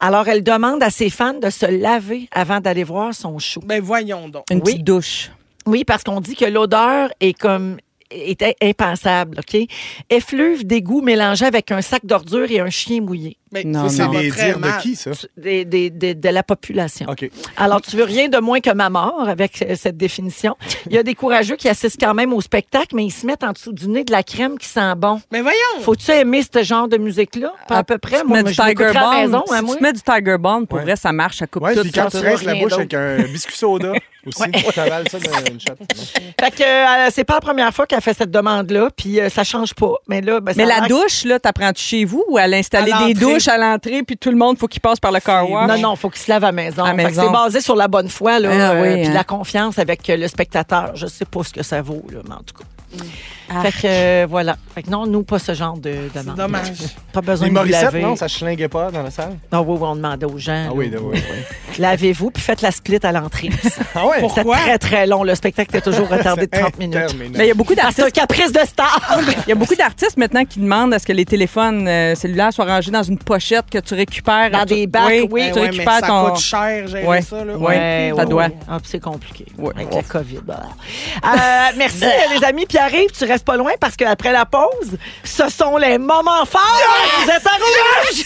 S4: Alors, elle demande à ses fans de se laver avant d'aller voir son show.
S7: Ben voyons donc.
S5: Une
S4: Oui.
S5: petite douche.
S4: Oui, parce qu'on dit que l'odeur est comme était impensable, OK? Effluve d'égout mélangé avec un sac d'ordures et un chien mouillé.
S7: Mais
S5: Non,
S6: Ça, c'est
S5: non.
S7: va
S6: des
S7: très
S6: dires de
S7: mal.
S6: qui, ça?
S4: des- des- des- de la population.
S6: OK.
S4: Alors, tu veux rien de moins que ma mort avec euh, cette définition. Il y a des courageux qui assistent quand même au spectacle, mais ils se mettent en dessous du nez de la crème qui sent bon.
S7: Mais Ben, voyons!
S4: Faut-tu aimer ce genre de musique-là? Pas à peu près.
S5: Ah, Tu
S4: Moi,
S5: mets
S4: moi,
S5: du
S4: je
S5: Tiger
S4: l'écouterais à la
S5: Bomb.
S4: maison, hein,
S5: Si
S4: moi.
S5: tu mets du Tiger Bomb, pour
S6: Ouais.
S5: vrai, ça marche, ça coupe
S6: Ouais,
S5: tout.
S6: puis quand tu
S4: ça,
S6: rinces la
S4: rien
S6: bouche avec
S4: d'autre.
S6: un biscuit soda aussi, t'avales ça dans une shot.
S4: Fait que euh, c'est pas la première fois qu'elle fait cette demande-là, puis euh, ça change pas. Mais là, ben, ça
S5: Mais
S4: a
S5: la
S4: l'air-
S5: douche, là, t'apprends-tu chez vous ou à l'installer
S7: À
S5: des
S7: l'entrée.
S5: douches à l'entrée, puis tout le monde, faut qu'il passe par le car wash?
S4: Non, non, faut qu'il se lave à maison.
S5: À
S4: Fait que
S5: maison.
S4: C'est basé sur la bonne foi, là,
S5: Ah
S4: euh,
S5: oui,
S4: puis
S5: hein.
S4: la confiance avec euh, le spectateur. Je sais pas ce que ça vaut, là, mais en tout cas.
S5: Ah.
S4: Fait que euh, voilà. Fait que non, nous, pas ce genre de demande.
S7: Dommage.
S4: Pas besoin
S6: Les
S4: de vous
S6: Morissette,
S4: laver.
S6: non, ça chlinguait pas dans la salle?
S4: Non, oui, oui, on demandait aux gens.
S6: Ah oui,
S4: là,
S6: oui, oui.
S4: Lavez-vous, puis faites la split à l'entrée.
S6: Ah ouais?
S4: C'était très, très long. Le spectacle était toujours retardé de 30 minutes.
S5: Mais il y a beaucoup
S4: Ah, c'est un
S5: d'artistes.
S4: caprice de star!
S5: Il y a beaucoup d'artistes maintenant qui demandent à ce que les téléphones euh, cellulaires soient rangés dans une pochette que tu récupères.
S4: Dans
S5: Tu-
S4: des bacs, oui.
S5: tu
S7: Ben ouais, mais
S5: récupères
S7: ça
S5: ton.
S7: coûte cher, gérer
S5: Ouais.
S7: ça. Là.
S5: Ouais. ça doit.
S4: Ah, puis c'est compliqué.
S5: Ouais.
S4: Avec la COVID. bah. Euh, merci, les amis. Puis arrive, tu restes pas loin parce qu'après la pause, ce sont les moments forts. Vous êtes à rouge!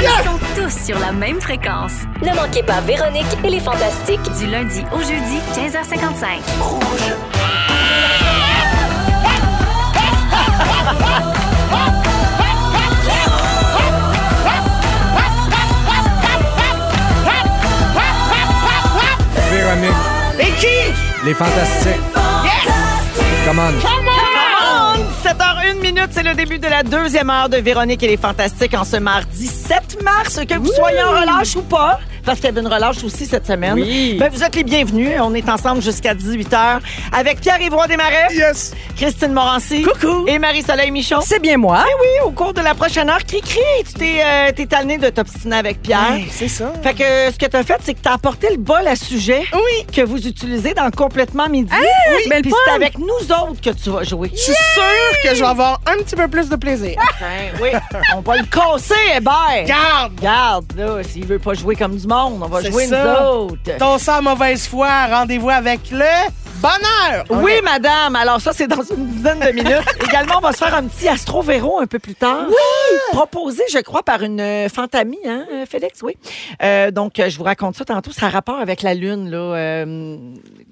S1: Ils sont tous sur la même fréquence.
S2: Ne manquez pas Véronique et les Fantastiques.
S1: Du lundi au jeudi, 15h55.
S6: Véronique. Et qui? Les Fantastiques. Come on.
S4: Come on! 7h01 minute, c'est le début de la deuxième heure de Véronique et les Fantastiques en ce mardi 7 mars. Que vous soyez en relâche ou pas, parce qu'il y avait une relâche aussi cette semaine, ben, vous êtes les bienvenus. On est ensemble jusqu'à 18h avec Pierre-Yvroy Desmarais,
S6: Yes!
S4: Christine Morancy
S5: Coucou.
S4: et Marie-Soleil Michon.
S5: C'est bien moi.
S4: Ah oui, au cours de la prochaine heure, cri-cri, tu t'es euh, t'es tanné de t'obstiner avec Pierre.
S7: Ben, C'est ça.
S4: Hein? Fait que euh, ce que t'as fait, c'est que t'as apporté le bol à sujet que vous utilisez dans Complètement Midi. oui,
S5: ben le
S4: puis
S5: fun.
S4: c'est avec nous autres que tu vas jouer.
S7: Je suis sûre que je vais avoir un petit peu plus de plaisir.
S4: Ben oui, on va le casser, Hébert.
S7: Garde!
S4: Regarde, là, s'il veut pas jouer comme du monde, on va
S7: C'est
S4: jouer
S7: ça.
S4: nous autres.
S7: Ton sang mauvaise foi, rendez-vous avec le bonheur!
S4: Oui, madame. Alors ça, c'est dans une dizaine de minutes. Également, on va se faire un petit astro-véro un peu plus tard. Oui! Proposé, je crois, par une euh, fantamie, hein, euh, Félix? Oui. Euh, donc, euh, je vous raconte ça tantôt. Ça a rapport avec la Lune, là. euh,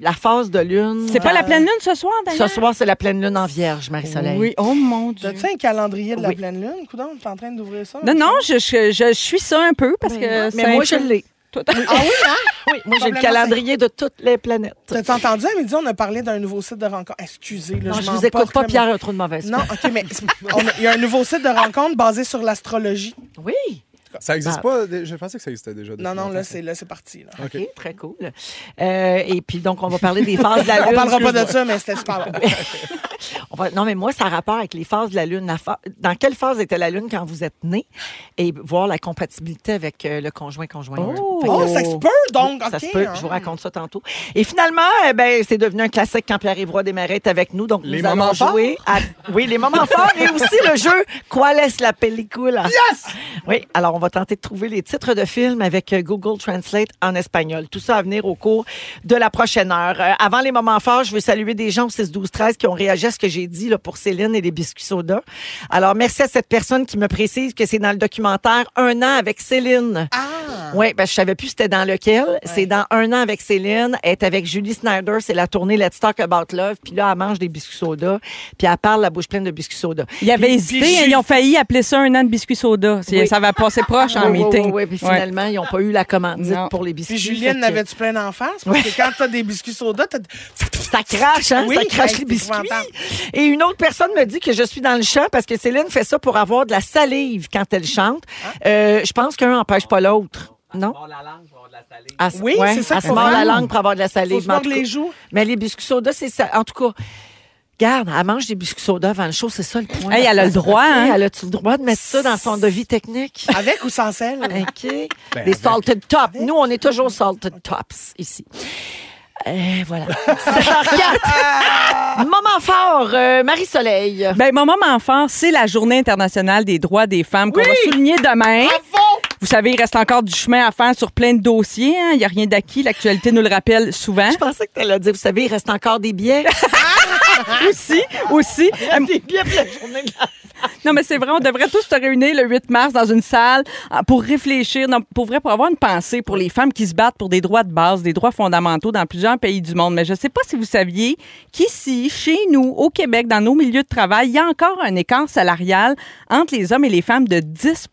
S4: la phase de Lune. Euh,
S5: C'est pas la pleine lune ce soir,
S4: Ce
S5: d'ailleurs?
S4: soir, c'est la pleine Lune en Vierge, Marie-Soleil.
S5: Oui, oh mon Dieu.
S7: T'as-tu un calendrier de la
S4: Oui.
S7: pleine lune? Coudon, t'es en train d'ouvrir ça?
S5: Non, non, je, je, je- je suis ça un peu parce que.
S4: Mais
S5: ça
S4: moi, je
S5: influe-
S4: l'ai.
S5: Toi,
S7: Ah oui, hein?
S4: Oui, moi, j'ai le
S7: Probablement,
S4: calendrier de toutes les planètes.
S7: T'as-tu entendu? Elle m'a dit, on a parlé d'un nouveau site de rencontre. Excusez,
S4: Non,
S7: là, je,
S4: je
S7: m'en
S4: vous écoute
S7: porte,
S4: pas,
S7: là,
S4: Pierre, un trop de mauvaise
S7: mais- Non, OK, mais on a- il y a un nouveau site de rencontre basé sur l'astrologie.
S4: foi. Oui.
S6: Ça existe
S4: Ah.
S6: pas? dé- Je pensais que ça existait déjà. depuis
S7: Non, non,
S6: longtemps.
S7: là, c'est là, c'est parti. Là.
S6: OK.
S4: OK, très cool. Euh, et puis, donc, on va parler des phases de la Lune.
S7: On parlera pas de
S4: Excuse-moi.
S7: ça, mais c'était super bon.
S4: On va- non, mais moi, ça a rapport avec les phases de la Lune. La pha- Dans quelle phase était la Lune quand vous êtes né? Et voir la compatibilité avec euh, le conjoint-conjoint.
S5: Oh!
S4: Fait que-
S7: Oh, ça se peut, donc.
S4: Ça se
S7: OK,
S4: peut,
S7: hein.
S4: je vous raconte ça tantôt. Et finalement, euh, ben, c'est devenu un classique quand Pierre-Yvroy Desmarais est avec nous. Donc,
S6: Les
S4: nous allons
S6: moments forts?
S4: jouer à... Oui, les moments forts et aussi le jeu « Quoi laisse la pellicule? » Yes! Oui, alors on va tenter de trouver les titres de films avec euh, Google Translate en espagnol. Tout ça à venir au cours de la prochaine heure. Euh, avant les moments forts, je veux saluer des gens au 6-12-13 qui ont réagi à ce que j'ai dit là, pour Céline et les biscuits soda. Alors, merci à cette personne qui me précise que c'est dans le documentaire « Un an avec Céline ».
S7: Ah!
S4: Oui, ben, je savais plus c'était dans lequel. C'est dans un an avec Céline. Elle est avec Julie Snyder. C'est la tournée Let's Talk About Love. Puis là, elle mange des biscuits soda. Puis elle parle la bouche pleine de biscuits soda.
S5: Il y avait hésité, hein, ils ont failli appeler ça un an de biscuits soda. C'est-
S4: Oui.
S5: Ça va passer proche en
S4: oui, oui,
S5: meeting.
S4: oui, oui. Puis
S5: Ouais.
S4: finalement, ils n'ont pas eu la commandite
S5: Non.
S4: pour les biscuits.
S7: Puis Julienne,
S4: Fait que
S7: n'avais-tu plein d'en face? Parce que quand t'as des biscuits soda, t'as...
S4: Ça crache, hein?
S7: Oui,
S4: ça crache
S7: hey,
S4: les
S7: c'est
S4: biscuits.
S7: épouvantable.
S4: Et une autre personne me dit que je suis dans le champ parce que Céline fait ça pour avoir de la salive quand elle chante.
S7: Ah.
S4: Euh, je pense qu'un n'empêche pas l'autre. Non? Elle se-
S7: Oui, c'est ça
S4: elle
S7: qu'il
S4: se
S7: faut
S4: mord la
S7: faire.
S4: langue pour avoir de la
S7: Faut
S4: salive.
S7: se
S4: mais en
S7: mordre
S4: tout cas-
S7: les joues.
S4: Mais les biscuits soda, c'est ça. En tout cas, garde, elle mange des biscuits soda avant le show, c'est ça le point.
S5: Hey, elle a le droit, hein?
S4: Elle a-tu le droit de mettre ça dans son devis technique?
S7: Avec ou sans sel?
S4: OK. Des salted tops. Nous, on est toujours salted tops ici. Euh, voilà. 7h04. Moment fort, euh, Marie-Soleil.
S5: Ben, mon moment fort, c'est la Journée internationale des droits des femmes qu'on va souligner demain. Vous savez, il reste encore du chemin à faire sur plein de dossiers. hein. Il n'y a rien d'acquis. L'actualité nous le rappelle souvent.
S4: Je pensais que tu allais dire, vous savez, il reste encore des billets.
S5: aussi, aussi.
S4: Il reste des billets pour la journée de la
S5: Non, mais c'est vrai, on devrait tous se réunir le 8 mars dans une salle ah, pour réfléchir, non, pour vrai, pour avoir une pensée pour les femmes qui se battent pour des droits de base, des droits fondamentaux dans plusieurs pays du monde. Mais je ne sais pas si vous saviez qu'ici, chez nous, au Québec, dans nos milieux de travail, il y a encore un écart salarial entre les hommes et les femmes de 10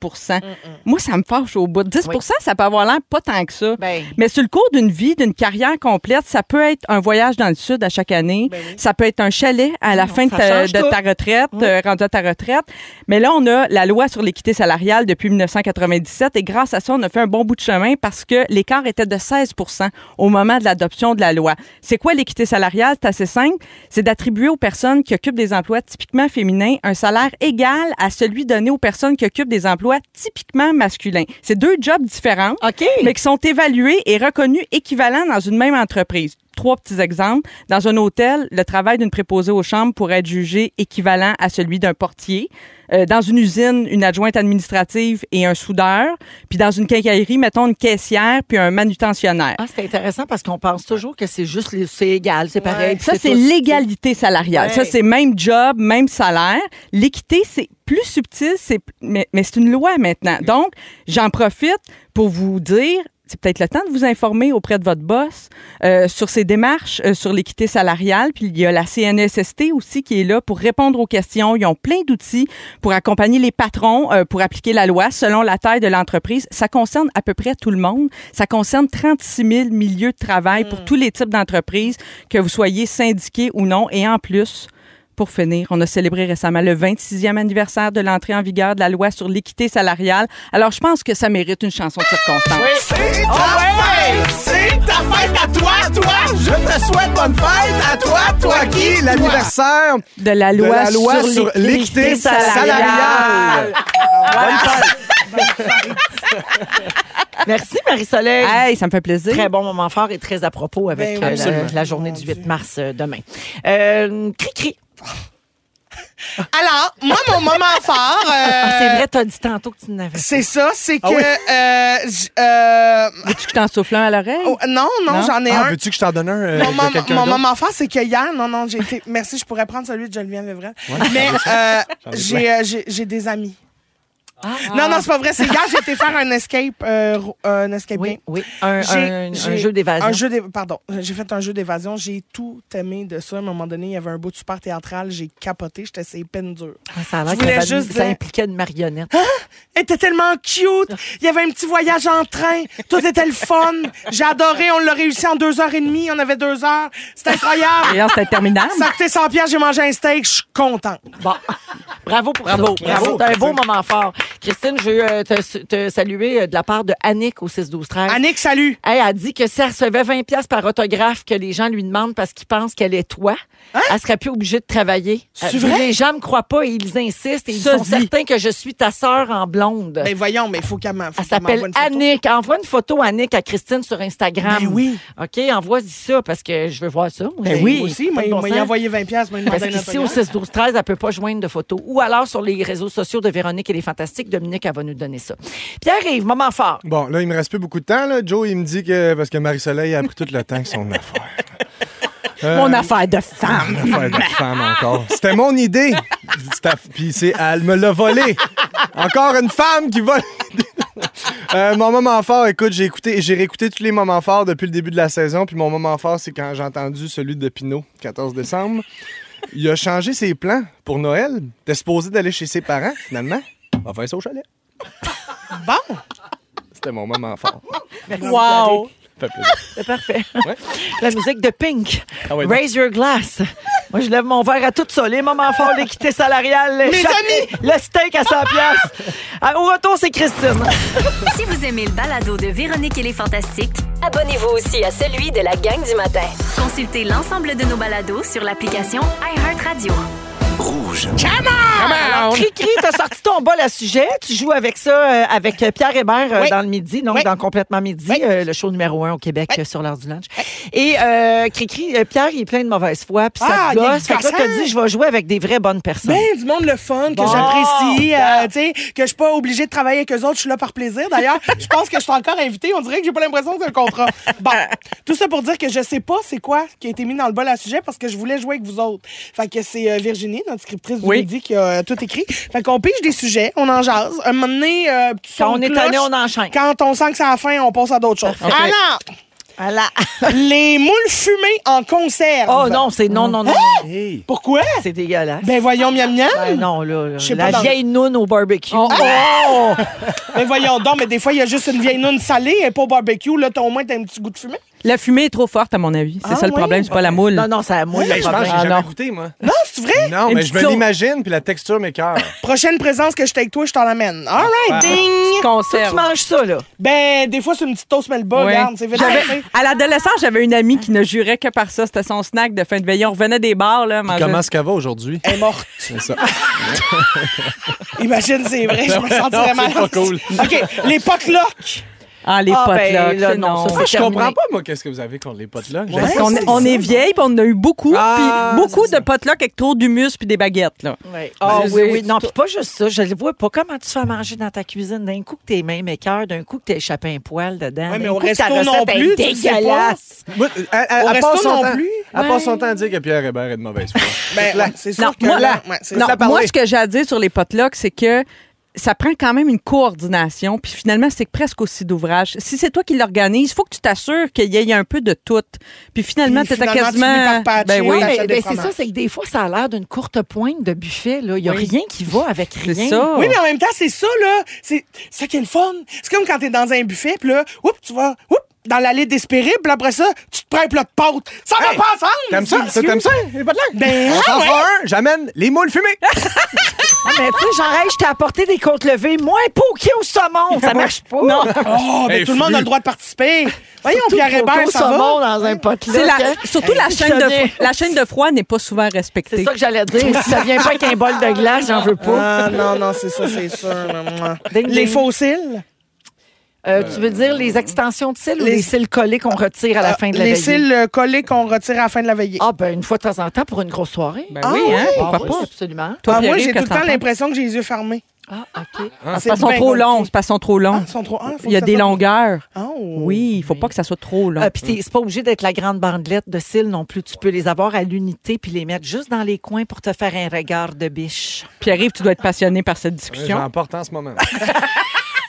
S5: Moi, ça me fâche au bout. 10 ça peut avoir l'air pas tant que ça.
S4: Ben.
S5: Mais sur le cours d'une vie, d'une carrière complète, ça peut être un voyage dans le sud à chaque année. Ça peut être un chalet à la fin de
S4: ça
S5: ta,
S4: change
S5: de
S4: tout.
S5: ta retraite, euh, rendu à ta retraite. Mais là, on a la loi sur l'équité salariale depuis 1997 et grâce à ça, on a fait un bon bout de chemin parce que l'écart était de 16 au moment de l'adoption de la loi. C'est quoi l'équité salariale? C'est assez simple. C'est d'attribuer aux personnes qui occupent des emplois typiquement féminins un salaire égal à celui donné aux personnes qui occupent des emplois typiquement masculins. C'est deux jobs différents
S4: OK.
S5: mais qui sont évalués et reconnus équivalents dans une même entreprise. Trois petits exemples. Dans un hôtel, le travail d'une préposée aux chambres pourrait être jugé équivalent à celui d'un portier. Euh, dans une usine, une adjointe administrative et un soudeur. Puis dans une quincaillerie, mettons une caissière puis un manutentionnaire.
S4: Ah, c'est intéressant parce qu'on pense toujours que c'est juste, les- c'est égal, c'est pareil. puis
S5: Ça, c'est
S4: tout.
S5: l'égalité salariale. Ça, c'est même job, même salaire. L'équité, c'est plus subtil, c'est mais, mais c'est une loi maintenant. Donc, j'en profite pour vous dire. C'est peut-être le temps de vous informer auprès de votre boss euh, sur ces démarches euh, sur l'équité salariale. Puis il y a la CNSST aussi qui est là pour répondre aux questions. Ils ont plein d'outils pour accompagner les patrons euh, pour appliquer la loi selon la taille de l'entreprise. Ça concerne à peu près tout le monde. Ça concerne 36 000 milieux de travail
S4: Hmm.
S5: pour tous les types d'entreprises, que vous soyez syndiqué ou non. Et en plus, pour finir, on a célébré récemment le 26e anniversaire de l'entrée en vigueur de la loi sur l'équité salariale. Alors, je pense que ça mérite une chanson de circonstance.
S3: C'est ta fête! C'est ta fête à toi, toi! Je te souhaite bonne fête à toi, toi qui?
S6: L'anniversaire
S5: De la
S6: de
S5: loi,
S6: la loi
S5: sur
S6: sur l'équité salariale.
S7: Ah,
S4: Merci, Marie-Soleil.
S5: Hey, ça me fait plaisir.
S4: Très bon moment fort et très à propos avec
S7: Ben oui.
S4: euh, la- la, journée du 8 mars euh, demain. Euh, Cri-cri.
S7: Alors, moi, mon moment fort. euh,
S4: Ah, c'est vrai, Ah t'as dit tantôt que tu n'avais pas.
S7: C'est ça, c'est que. euh, j- euh,
S5: Veux-tu que je t'en souffle un à l'oreille?
S7: oh, non, non,
S5: Non?
S7: j'en ai
S6: Ah,
S7: un.
S6: veux-tu que je t'en donne un euh,
S7: Mon,
S6: de
S7: mom-
S6: quelqu'un
S7: mon
S6: d'autre?
S7: moment fort, c'est que hier, non, non, j'ai été. Merci, je pourrais prendre celui de Geneviève Levrel. mais euh, j'ai, euh, j'ai, j'ai des amis.
S4: Ah,
S7: non, non, c'est pas vrai. C'est hier, j'ai été faire un escape, euh, ro- euh, un escape game.
S4: Oui, oui. Un,
S7: J'ai-
S4: un- un
S7: j'ai-
S4: jeu d'évasion.
S7: Un jeu d'é- pardon, j'ai fait un jeu d'évasion. J'ai tout aimé de ça. À un moment donné, il y avait un bout de super théâtral. J'ai capoté. J'étais ses peines dures.
S4: Ah, Ça a l'air
S7: Je
S4: que
S7: voulais
S4: la vanille,
S7: juste
S4: ça
S7: dire-
S4: impliquait une marionnette.
S7: Elle était tellement cute. Il y avait un petit voyage en train. Tout était le fun. J'ai adoré. On l'a réussi en deux heures et demie. On avait deux heures. C'était incroyable.
S5: D'ailleurs, c'était
S4: Ah,
S5: terminable.
S7: Ça a coûté 100 piastres. J'ai mangé un steak. Je suis contente.
S4: Bon. Bravo pour
S5: Bravo.
S4: ça. Bravo. C'est un beau moment fort. Christine, je veux euh, te, te saluer euh, de la part de Annick au 6-12-13.
S7: Annick, salut.
S4: Elle a dit que si elle recevait 20 pièces par autographe que les gens lui demandent parce qu'ils pensent qu'elle est toi, elle serait plus obligée de travailler.
S7: Hein? C'est
S4: Euh,
S7: vrai?
S4: Les gens me croient pas et ils insistent et ils
S5: Ça
S4: sont
S5: dit.
S4: certains que je suis ta sœur en blonde.
S7: Ben voyons, mais il faut qu'elle m'en- faut
S4: euh, elle
S7: qu'elle m'envoie
S4: s'appelle
S7: une photo.
S4: Annick. Envoie une photo Annick à Christine sur Instagram.
S7: Ben oui.
S4: OK, envoie-y ça parce que je veux voir ça. moi.
S7: Ben
S4: C'est-
S7: oui.
S4: moi
S7: Aussi,
S4: pas
S7: moi,
S4: de
S7: il
S4: bon
S7: m'a
S4: sens.
S7: envoyé 20 piastres. Moi, il m'a
S4: Parce
S7: demandé un
S4: qu'ici, au
S7: autographe.
S4: 6 12 13 elle peut pas joindre de photos. Ou alors sur les réseaux sociaux de Véronique et les Fantastiques, Dominique, elle va nous donner ça. Pierre-Yves, moment fort.
S6: Bon, là, il me reste plus beaucoup de temps. Là. Joe, il me dit que parce que Marie-Soleil a pris tout le temps que son affaire. Euh,
S5: Mon affaire de femme.
S6: mon affaire de femme encore. C'était mon idée. C'était- Puis c'est, elle me l'a volé. Encore une femme qui vole. Euh, mon moment fort, écoute, j'ai écouté, j'ai réécouté tous les moments forts depuis le début de la saison. Puis mon moment fort, c'est quand j'ai entendu celui de Pinot, 14 décembre. Il a changé ses plans pour Noël. T'es supposé d'aller chez ses parents, finalement. On va faire ça au chalet.
S7: Bon.
S6: C'était mon moment fort.
S4: Wow.
S6: Ça fait plaisir.
S4: C'est parfait.
S6: Ouais.
S4: La musique de Pink.
S6: Ah ouais, donc-
S4: Raise your glass. Moi, je lève mon verre à tout ça. Les moments forts, l'équité salariale, les
S7: Mes
S4: cha-
S7: amis!
S4: le steak à 100 piastres. Ah, Au retour, c'est Christine.
S1: Si vous aimez le balado de Véronique et les Fantastiques,
S2: Abonnez-vous aussi à celui de la gang du matin.
S1: consultez l'ensemble de nos balados sur l'application iHeartRadio.
S7: Ah,
S4: Alors, Cri-cri, t'as sorti ton bol à sujet. Tu joues avec ça euh, avec euh, Pierre Hébert euh,
S7: Oui.
S4: dans le midi, donc
S7: Oui.
S4: dans Complètement Midi,
S7: Oui.
S4: euh, le show numéro un au Québec euh, sur l'heure du lunch. Et euh, Cri-cri, euh, Pierre, il est plein de mauvaise foi, puis ça
S7: Ah,
S4: te
S7: il est
S4: gosse. Fait que là, t'as
S7: gossant.
S4: dit, je vais jouer avec des vraies bonnes personnes.
S7: Ben, du monde le fun, que
S4: Bon.
S7: j'apprécie, euh, tu sais, que je suis pas obligée de travailler avec eux autres, je suis là par plaisir. D'ailleurs, je pense que je suis encore invitée, on dirait que j'ai pas l'impression que c'est un contrat. Bon, tout ça pour dire que je sais pas c'est quoi qui a été mis dans le bol à sujet parce que je voulais jouer avec vous autres. Fait que c'est euh, Virginie, notre scriptrice du
S5: Oui.
S7: midi, qui a euh, tout écrit. Fait qu'on pige des sujets, on en jase. Un moment donné, euh, petit son
S4: Quand on
S7: de
S4: est
S7: cloche.
S4: tanné, on enchaîne.
S7: Quand on sent que c'est la fin, on passe à d'autres choses. Alors,
S4: Voilà.
S7: les moules fumées en conserve.
S4: Oh non, c'est non, non, non.
S7: Hein?
S6: Hey.
S7: Pourquoi?
S4: C'est dégueulasse.
S7: Ben voyons, miam miam.
S4: Ben non, là, là,
S7: Je sais pas
S4: la
S7: dans- Oh,
S4: vieille noune au barbecue. Ah,
S7: Ben voyons donc, mais des fois, il y a juste une vieille noune salée, elle est pas au barbecue. Là, t'as au moins t'as un petit goût de fumée.
S5: La fumée est trop forte, à mon avis. C'est
S7: Ah
S5: ça le
S7: oui?
S5: problème, c'est pas la moule.
S4: Non, non, ça mouille.
S6: Hey, je pense que j'ai
S5: Ah,
S6: jamais
S5: non.
S6: goûté, moi.
S7: Non, c'est vrai?
S6: Non,
S5: Une
S6: mais je me
S5: petite-
S6: l'imagine, puis la texture m'écoeure.
S7: Prochaine présence que je t'ai avec toi, je t'en amène. All right, ding!
S4: Tu
S5: Conserve.
S4: manges ça, là.
S7: Ben, des fois, c'est une petite toast melba,
S5: Ouais.
S7: regarde, c'est vite
S5: J'avais-
S7: passé.
S5: à l'adolescence, j'avais une amie qui ne jurait que par ça. C'était son snack de fin de veillée. On revenait des bars, là, manger.
S6: Comment est-ce qu'elle va aujourd'hui?
S7: Elle est morte.
S6: C'est ça.
S7: Imagine, c'est vrai, je me sentirais
S6: c'est
S7: mal.
S6: pas cool.
S7: OK, les potlucks.
S5: Ah, les
S4: Ah,
S5: potes,
S4: ben,
S5: là.
S4: là,
S5: c'est
S4: non,
S5: non.
S4: ça,
S6: Moi, je
S4: terminé.
S6: comprends pas, moi, qu'est-ce que vous avez contre les potlucks. J'ai-
S5: Parce qu'on est, on est vieille, puis on en a eu beaucoup.
S6: Ah,
S5: puis beaucoup
S6: c'est ça.
S5: de potlucks avec trop d'humus puis des baguettes, là.
S4: Ah
S5: Ben,
S4: oui,
S5: c'est-
S4: oui. Non, puis pas juste ça. Je le vois pas. Comment tu fais à manger dans ta cuisine? D'un coup que t'es même écœur, d'un coup que t'es échappé un poil dedans.
S7: Ouais, mais
S4: d'un
S7: au
S4: coup que ta
S7: resto non
S4: recette est
S7: plus, tu le sais pas.
S4: dégueulasse.
S6: Moi, elle- elle-
S7: Au
S6: elle
S7: resto
S6: passe son
S7: non
S6: temps-
S7: plus.
S6: Elle passe son temps à dire que Pierre Hébert est de mauvaise foi.
S7: Ben, ouais, c'est sûr
S5: Non,
S7: que
S5: moi-
S7: là, ouais, c'est
S5: Non,
S7: ça.
S5: moi, ce que j'ai à dire sur les potlucks, c'est que ça prend quand même une coordination. Puis finalement, c'est presque aussi d'ouvrage. Si c'est toi qui l'organise, il faut que tu t'assures qu'il y ait un peu de tout. Puis finalement,
S7: Puis
S5: t'es
S7: finalement, tu
S5: quasiment.
S7: finis par patcher,
S5: ben
S4: Mais,
S5: oui,
S7: t'as-
S4: ben,
S7: T'achètes des
S4: c'est ça,
S7: fromages.
S4: c'est que des fois, ça a l'air d'une courte pointe de buffet. Il n'y a rien qui va avec rien.
S5: c'est ça.
S7: Oui, mais en même temps, c'est ça, là. C'est ça qui est le fun. C'est comme quand t'es dans un buffet, puis là, oups, tu vas, oups, dans l'allée d'espérer, puis après ça, tu te prends un plat de pâtes. Ça va
S6: Hey,
S7: pas ensemble!
S6: T'aimes ça?
S7: c'est
S6: Ça, T'aimes
S7: délicieux.
S6: ça? Les potlucks?
S7: Ben,
S6: On
S7: ah,
S6: s'en
S7: ouais.
S6: fera un, j'amène les moules fumées.
S4: Ah, mais tu sais, genre, hey, je t'ai apporté des côtes levées moins poquées au saumon. Ça marche pas. Non,
S7: Oh, mais
S6: Hey,
S7: tout le monde a
S6: flûte.
S7: le droit de participer. Voyons, Pierre Hébert,
S4: au
S7: ça va.
S4: saumon dans un
S5: C'est
S4: potluck.
S5: la-
S4: hein.
S5: surtout la chaîne, de froid, la chaîne de froid n'est pas souvent
S4: C'est
S5: respectée.
S4: ça que j'allais dire. Si ça vient pas avec un bol de glace, j'en veux pas.
S7: Ah, non, non, c'est ça, c'est sûr. maman.
S4: Ding,
S7: Les
S4: ding.
S7: fossiles.
S4: Euh, tu veux dire les extensions de cils ou
S7: Les- Ah,
S4: les cils collés qu'on retire à la fin de la
S7: les
S4: veillée?
S7: cils euh, collés qu'on retire à la fin de la veillée.
S4: Ah, ben une fois de temps en temps pour une grosse soirée.
S5: Ben
S7: Ah
S5: oui, hein,
S7: ouais?
S5: pourquoi
S4: Ah oui,
S5: pas?
S4: Absolument.
S5: Toi,
S7: Ah, moi,
S5: Pierrick,
S7: j'ai tout le
S5: qu'est-ce que
S7: temps
S5: t'en penses?
S7: l'impression que j'ai les yeux fermés.
S4: Ah, OK.
S7: C'est
S5: Parce qu'ils sont
S7: bien
S5: trop
S7: compliqué.
S5: longs. c'est Parce qu'ils sont trop longs.
S7: Ah, ils sont trop- ah, faut
S5: Il y a
S7: que ça
S5: des
S7: soit-
S5: longueurs.
S7: Oh.
S5: Oui, il faut pas que ça soit trop long.
S4: Ah, puis t'es- c'est pas obligé d'être la grande bandelette de cils non plus. Tu peux les avoir à l'unité puis les mettre juste dans les coins pour te faire un regard de biche.
S5: Pierre-Yves, tu dois être passionné par cette discussion.
S6: J'en porte en ce moment.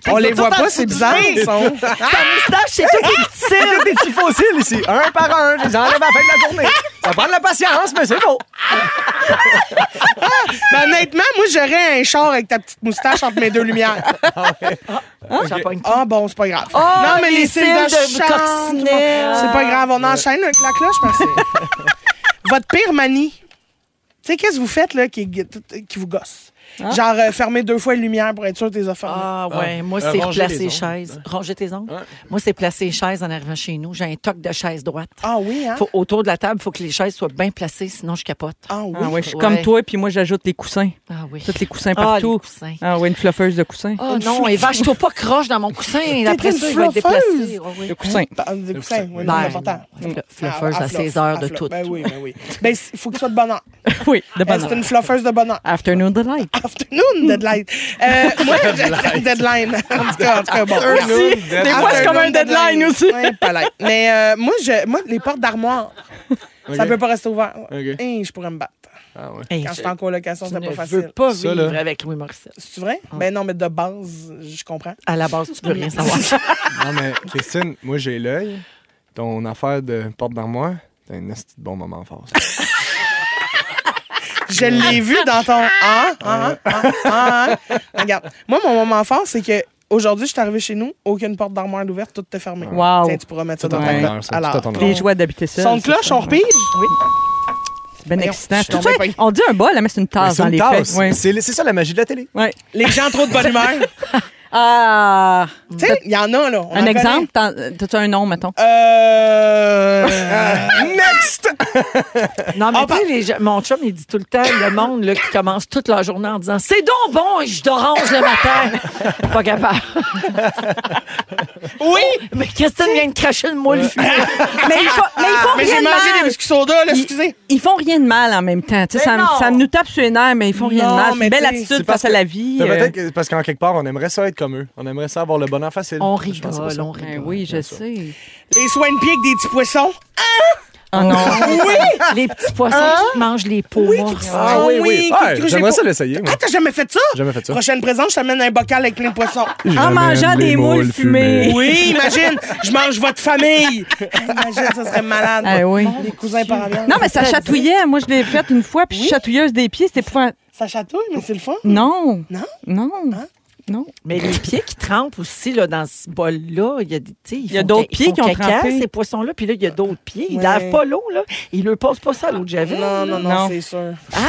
S7: On les voit
S4: Tout en
S7: pas, c'est bizarre. ils sont-
S4: Ta moustache, c'est tout des petits cils.
S6: des petits fossiles ici, un par un. Je les enlève à la fin de la journée. Ça prend de la patience, mais c'est beau.
S7: Mais honnêtement, moi, j'aurais un char avec ta petite moustache entre mes deux lumières.
S4: Champagne.
S7: Ah bon, c'est pas grave.
S4: Ah, les cils de
S7: char,
S4: coccinelle.
S7: tout le monde. C'est pas grave, on enchaîne avec la cloche, merci. Votre pire manie. Tu sais, qu'est-ce que vous faites là qui, qui vous gosse? Genre, euh, fermer deux fois les lumières pour être sûr que t'es fermées.
S4: Ah ouais, moi
S6: Euh,
S4: c'est
S6: ranger
S4: placer les
S6: les ongles.
S4: chaises. Ranger tes ongles.
S6: Ouais.
S4: Moi c'est placer les chaises en arrivant chez nous. J'ai un toc de chaise droite.
S7: Ah oui, hein?
S4: Faut, autour de la table, il faut que les chaises soient bien placées, sinon je capote.
S7: Ah oui.
S5: Ah ouais, je suis
S4: Ouais.
S5: comme toi, puis moi, j'ajoute les coussins.
S4: Ah oui.
S5: Tous les coussins
S4: Ah, les
S5: partout.
S4: coussins.
S5: Ah, ouais, une fluffeuse de coussins.
S4: Ah non, et vache, toi pas croche dans mon coussin. Après
S7: une
S4: ça, il va être
S7: fluffeuse.
S4: déplacé. Ah oui.
S5: Le coussin.
S7: Ah, des coussins, oui,
S4: Ben,
S7: c'est important.
S4: fl-
S7: Ah,
S4: Fluffeuse à
S7: fluff,
S4: 16 heures
S7: à
S4: de
S7: fluff.
S4: tout.
S7: Ben oui, ben oui. Ben, il faut qu'il soit de bonheur.
S5: Oui, de
S7: Euh,
S5: bonne
S7: C'est
S5: heure.
S7: une fluffeuse de bonheur.
S5: Afternoon delight.
S7: Ah, Afternoon deadline. Euh, moi, j'ai- deadline. En tout cas, en tout cas, bon.
S6: Afternoon deadline.
S7: Ah,
S5: Des fois, c'est comme un deadline aussi.
S7: Ouais, pas light. Mais euh, moi, je, moi, les portes d'armoire, ça
S6: Ok.
S7: peut pas rester ouvert.
S6: Ok.
S7: Hey, je pourrais me battre.
S6: Ah ouais.
S4: Hey,
S7: Quand je
S4: je
S7: suis en colocation, c'est
S4: ne
S7: pas
S4: veux
S7: facile.
S4: pas
S6: Ça,
S4: vivre
S6: là.
S4: avec Louis Morissette.
S7: C'est vrai?
S5: Ah.
S7: Ben non, mais de base, je comprends.
S4: À la base, tu peux rien savoir.
S6: Non, mais Christine, moi, j'ai l'œil. Ton affaire de porte d'armoire, t'as un esti de bon moment en face.
S7: Je l'ai vu dans ton. Ah, ah, ah, ah, ah. Regarde. Moi, mon moment fort, c'est que. Aujourd'hui, je suis arrivée chez nous, aucune porte d'armoire ouverte, tout est fermé.
S5: Wow.
S7: Tiens, tu pourras mettre ça
S6: Tout
S7: dans
S6: à
S7: ta
S6: ton
S5: Ouais.
S7: cote.
S6: honneur, ça. Tout à
S7: Alors,
S6: ton honneur.
S5: Les joies d'habiter seul.
S7: son
S5: c'est
S7: cloche,
S5: ça.
S7: on repige? Oui.
S5: C'est bien
S7: Voyons,
S5: excitant.
S7: je suis
S5: Tout ça,
S7: tombée
S5: on dit un bol, hein, mais c'est une
S6: Mais
S5: tasse
S6: c'est
S5: dans
S6: une
S5: les
S6: tasse.
S5: faits. Ouais.
S6: C'est c'est ça la magie de la télé.
S5: Ouais.
S7: Les gens trop de bonne humeur.
S5: Ah!
S7: tu sais, il y en a, là. On en
S5: Un
S7: connaît.
S5: exemple? T'en- T'as-tu un nom, mettons?
S7: Euh.
S6: Next!
S4: Non, mais
S7: Ah,
S4: tu sais, les gens- mon chum, il dit tout le temps, le monde là, qui commence toute la journée en disant C'est donc bon, je d'orange le matin. pas capable.
S7: Oui!
S4: Mais Christine vient de cracher le moule fumé.
S5: Mais ils font, mais ils
S4: Oh,
S5: font
S7: Mais
S5: rien
S7: j'ai
S5: de
S7: mangé des
S5: mal.
S7: biscuits soda, là,
S5: Ils-
S7: excusez.
S5: Ils font rien de mal en même temps. Tu sais,
S4: Mais
S5: Ça,
S4: non.
S5: ça nous tape sur les nerfs, mais ils font rien
S7: Non,
S5: de mal. C'est
S7: mais
S5: une belle
S7: tu sais,
S5: attitude
S6: c'est parce
S5: face à la vie.
S6: Mais
S5: euh.
S6: peut-être que- parce qu'en quelque part, on aimerait ça être comme eux. On aimerait ça avoir le bonheur facile.
S4: On
S6: Je pense que c'est pour
S4: rigole,
S6: ça.
S4: on
S5: Ben
S4: rigole.
S5: oui, je sais.
S7: Les soins de pied avec des petits poissons.
S5: Ah non.
S7: Oui!
S4: Les petits poissons qui te mangent les peaux mortes.
S6: Ah oui, oui.
S7: qui-
S6: Ouais,
S7: que j'ai
S6: j'aimerais
S7: pas-
S6: ça l'essayer, moi.
S7: Ah, t'as jamais fait ça?
S6: Jamais fait ça.
S7: Prochaine présence, je t'amène un bocal avec plein de poissons.
S5: En mangeant des moules fumées.
S7: Oui, imagine, je mange votre famille. Imagine, ça serait malade.
S5: Ah oui.
S7: Les cousins par avion.
S5: Non, mais ça chatouillait. Moi, je l'ai faite une fois, puis je suis chatouilleuse des pieds. C'était pour...
S7: Ça chatouille, mais c'est le fun.
S5: Non.
S7: Non?
S5: Non.
S7: Hein?
S5: Non.
S4: Mais les pieds qui trempent aussi là, dans ce bol-là, il y a, des- tu sais, ils
S5: y a
S4: font
S5: d'autres
S4: ca- ils
S5: pieds
S4: font
S5: qui ont
S4: caca,
S5: trempé.
S4: ces poissons-là, puis là, il y a d'autres pieds. Ils
S7: Ouais.
S4: lavent pas l'eau, là. Ils leur passent pas ça à l'eau de Javel.
S7: Non, non, non,
S5: Non.
S7: c'est sûr. Ben,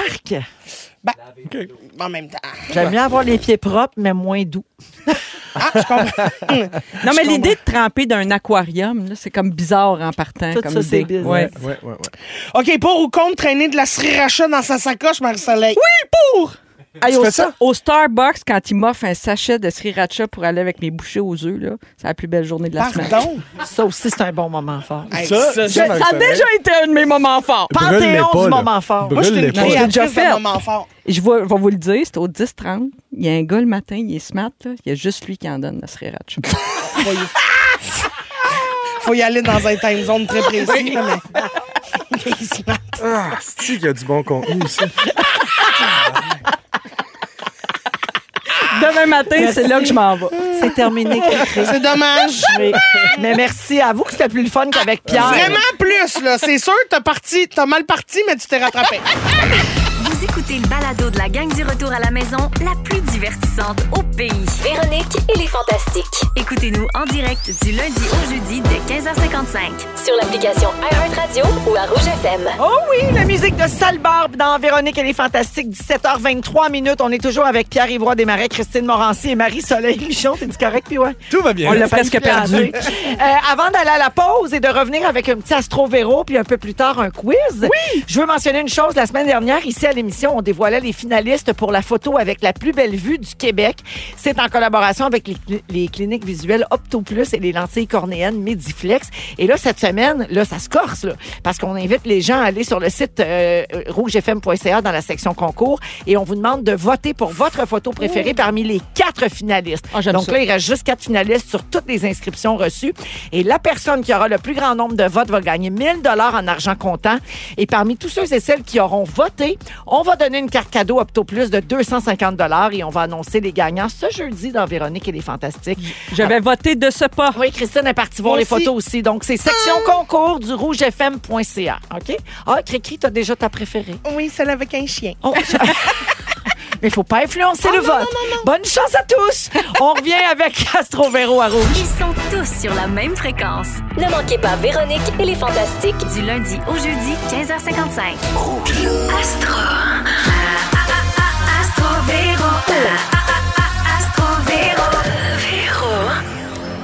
S4: Arc!
S7: En même temps.
S4: J'aime mieux avoir les pieds propres, mais moins doux.
S7: Ah, je comprends.
S5: Non, mais l'idée de tremper d'un aquarium, là, c'est comme bizarre en partant.
S4: Tout
S5: comme
S4: ça, c'est
S5: idée.
S4: bizarre.
S5: Ouais.
S6: Ouais, ouais, ouais.
S7: OK, pour ou contre traîner de la sriracha dans sa sacoche, Marie-Soleil? Oui!
S5: Hey, au,
S6: fais ça?
S5: au Starbucks, quand ils m'offrent un sachet de sriracha pour aller avec mes bouchées aux œufs, là, c'est la plus belle journée de la semaine.
S7: Pardon?
S4: Ça aussi, c'est un bon moment fort.
S7: Hey,
S6: Ça,
S7: ça,
S6: ça,
S5: Ça a déjà été un de mes moments forts.
S6: Brûle les
S4: Panthéon
S6: pas,
S4: du
S6: là.
S4: moment fort.
S7: Moi, je suis
S6: Brûle
S7: une
S6: les pas.
S5: j'ai déjà
S7: créatrice de
S5: fait.
S7: moments forts.
S5: Je vais, je vais vous le dire, c'est au 10-30. Il y a un gars le matin, il est smart, là. il y a juste lui qui en donne le sriracha.
S7: Faut y... Faut y aller dans un time zone très précis. là, mais... Il se marre.
S6: Ah, c'est qu'il y a du bon contenu ici.
S5: Demain matin, c'est là que je m'en vais.
S4: C'est terminé. Catherine.
S7: c'est dommage.
S4: mais, mais merci à vous que c'était plus le fun qu'avec Pierre.
S7: Vraiment plus, là. C'est sûr, t'as parti, t'as mal parti, mais tu t'es rattrapé.
S1: Vous écoutez le balado de la gang du retour à la maison, la plus divertissante au pays.
S10: Véronique et les Fantastiques.
S1: Écoutez-nous en direct du lundi au jeudi dès 15h55.
S10: Sur l'application iHeartRadio ou à Rouge FM.
S4: Oh oui, la musique de Salbarbe dans Véronique, elle est fantastique. 17h23 minutes. On est toujours avec Pierre Ivoire Desmarais, Christine Morancy et Marie-Soleil Michon. T'es-tu correct, puis ouais?
S6: Tout va bien.
S5: On l'a
S4: failli
S5: presque
S4: planter.
S5: perdu.
S4: Euh, avant d'aller à la pause et de revenir avec un petit Astro Véro, puis un peu plus tard, un quiz. Oui. Je veux mentionner une chose. La semaine dernière, ici à l'émission, on dévoilait les finalistes pour la photo avec la plus belle vue du Québec. C'est en collaboration avec les, cli- les cliniques visuelles OptoPlus et les lentilles cornéennes Mediflex. Et là, cette semaine, là, ça se corse, là, parce qu'on invite les gens à aller sur le site euh, rougefm.ca dans la section concours et on vous demande de voter pour votre photo préférée parmi les quatre finalistes.
S5: Ah, j'aime
S4: Donc
S5: ça.
S4: là, il reste juste quatre finalistes sur toutes les inscriptions reçues. Et la personne qui aura le plus grand nombre de votes va gagner 1000 dollars en argent comptant. Et parmi tous ceux et celles qui auront voté, on va donner une carte cadeau Opto Plus de 250 dollars et on va annoncer les gagnants ce jeudi dans Véronique et les Fantastiques.
S5: J'avais voté de ce pas.
S4: Oui, Christine est partie voir
S7: Ah. Moi
S4: les
S7: aussi. Ah.
S4: photos aussi. Donc, c'est section concours du rougefm.ca. OK? Ah, Cricri, t'as déjà ta préférée.
S7: Oui, celle avec un chien.
S4: Oh, ça- Mais faut pas influencer
S7: Ah,
S4: le vote. Bonne chance à tous. On revient avec Astro Véro à rouge.
S1: Ils sont tous sur la même fréquence.
S10: Ne manquez pas Véronique et les Fantastiques.
S1: Du lundi au jeudi, 15h55. Astro. Astro Véro. Astro Véro.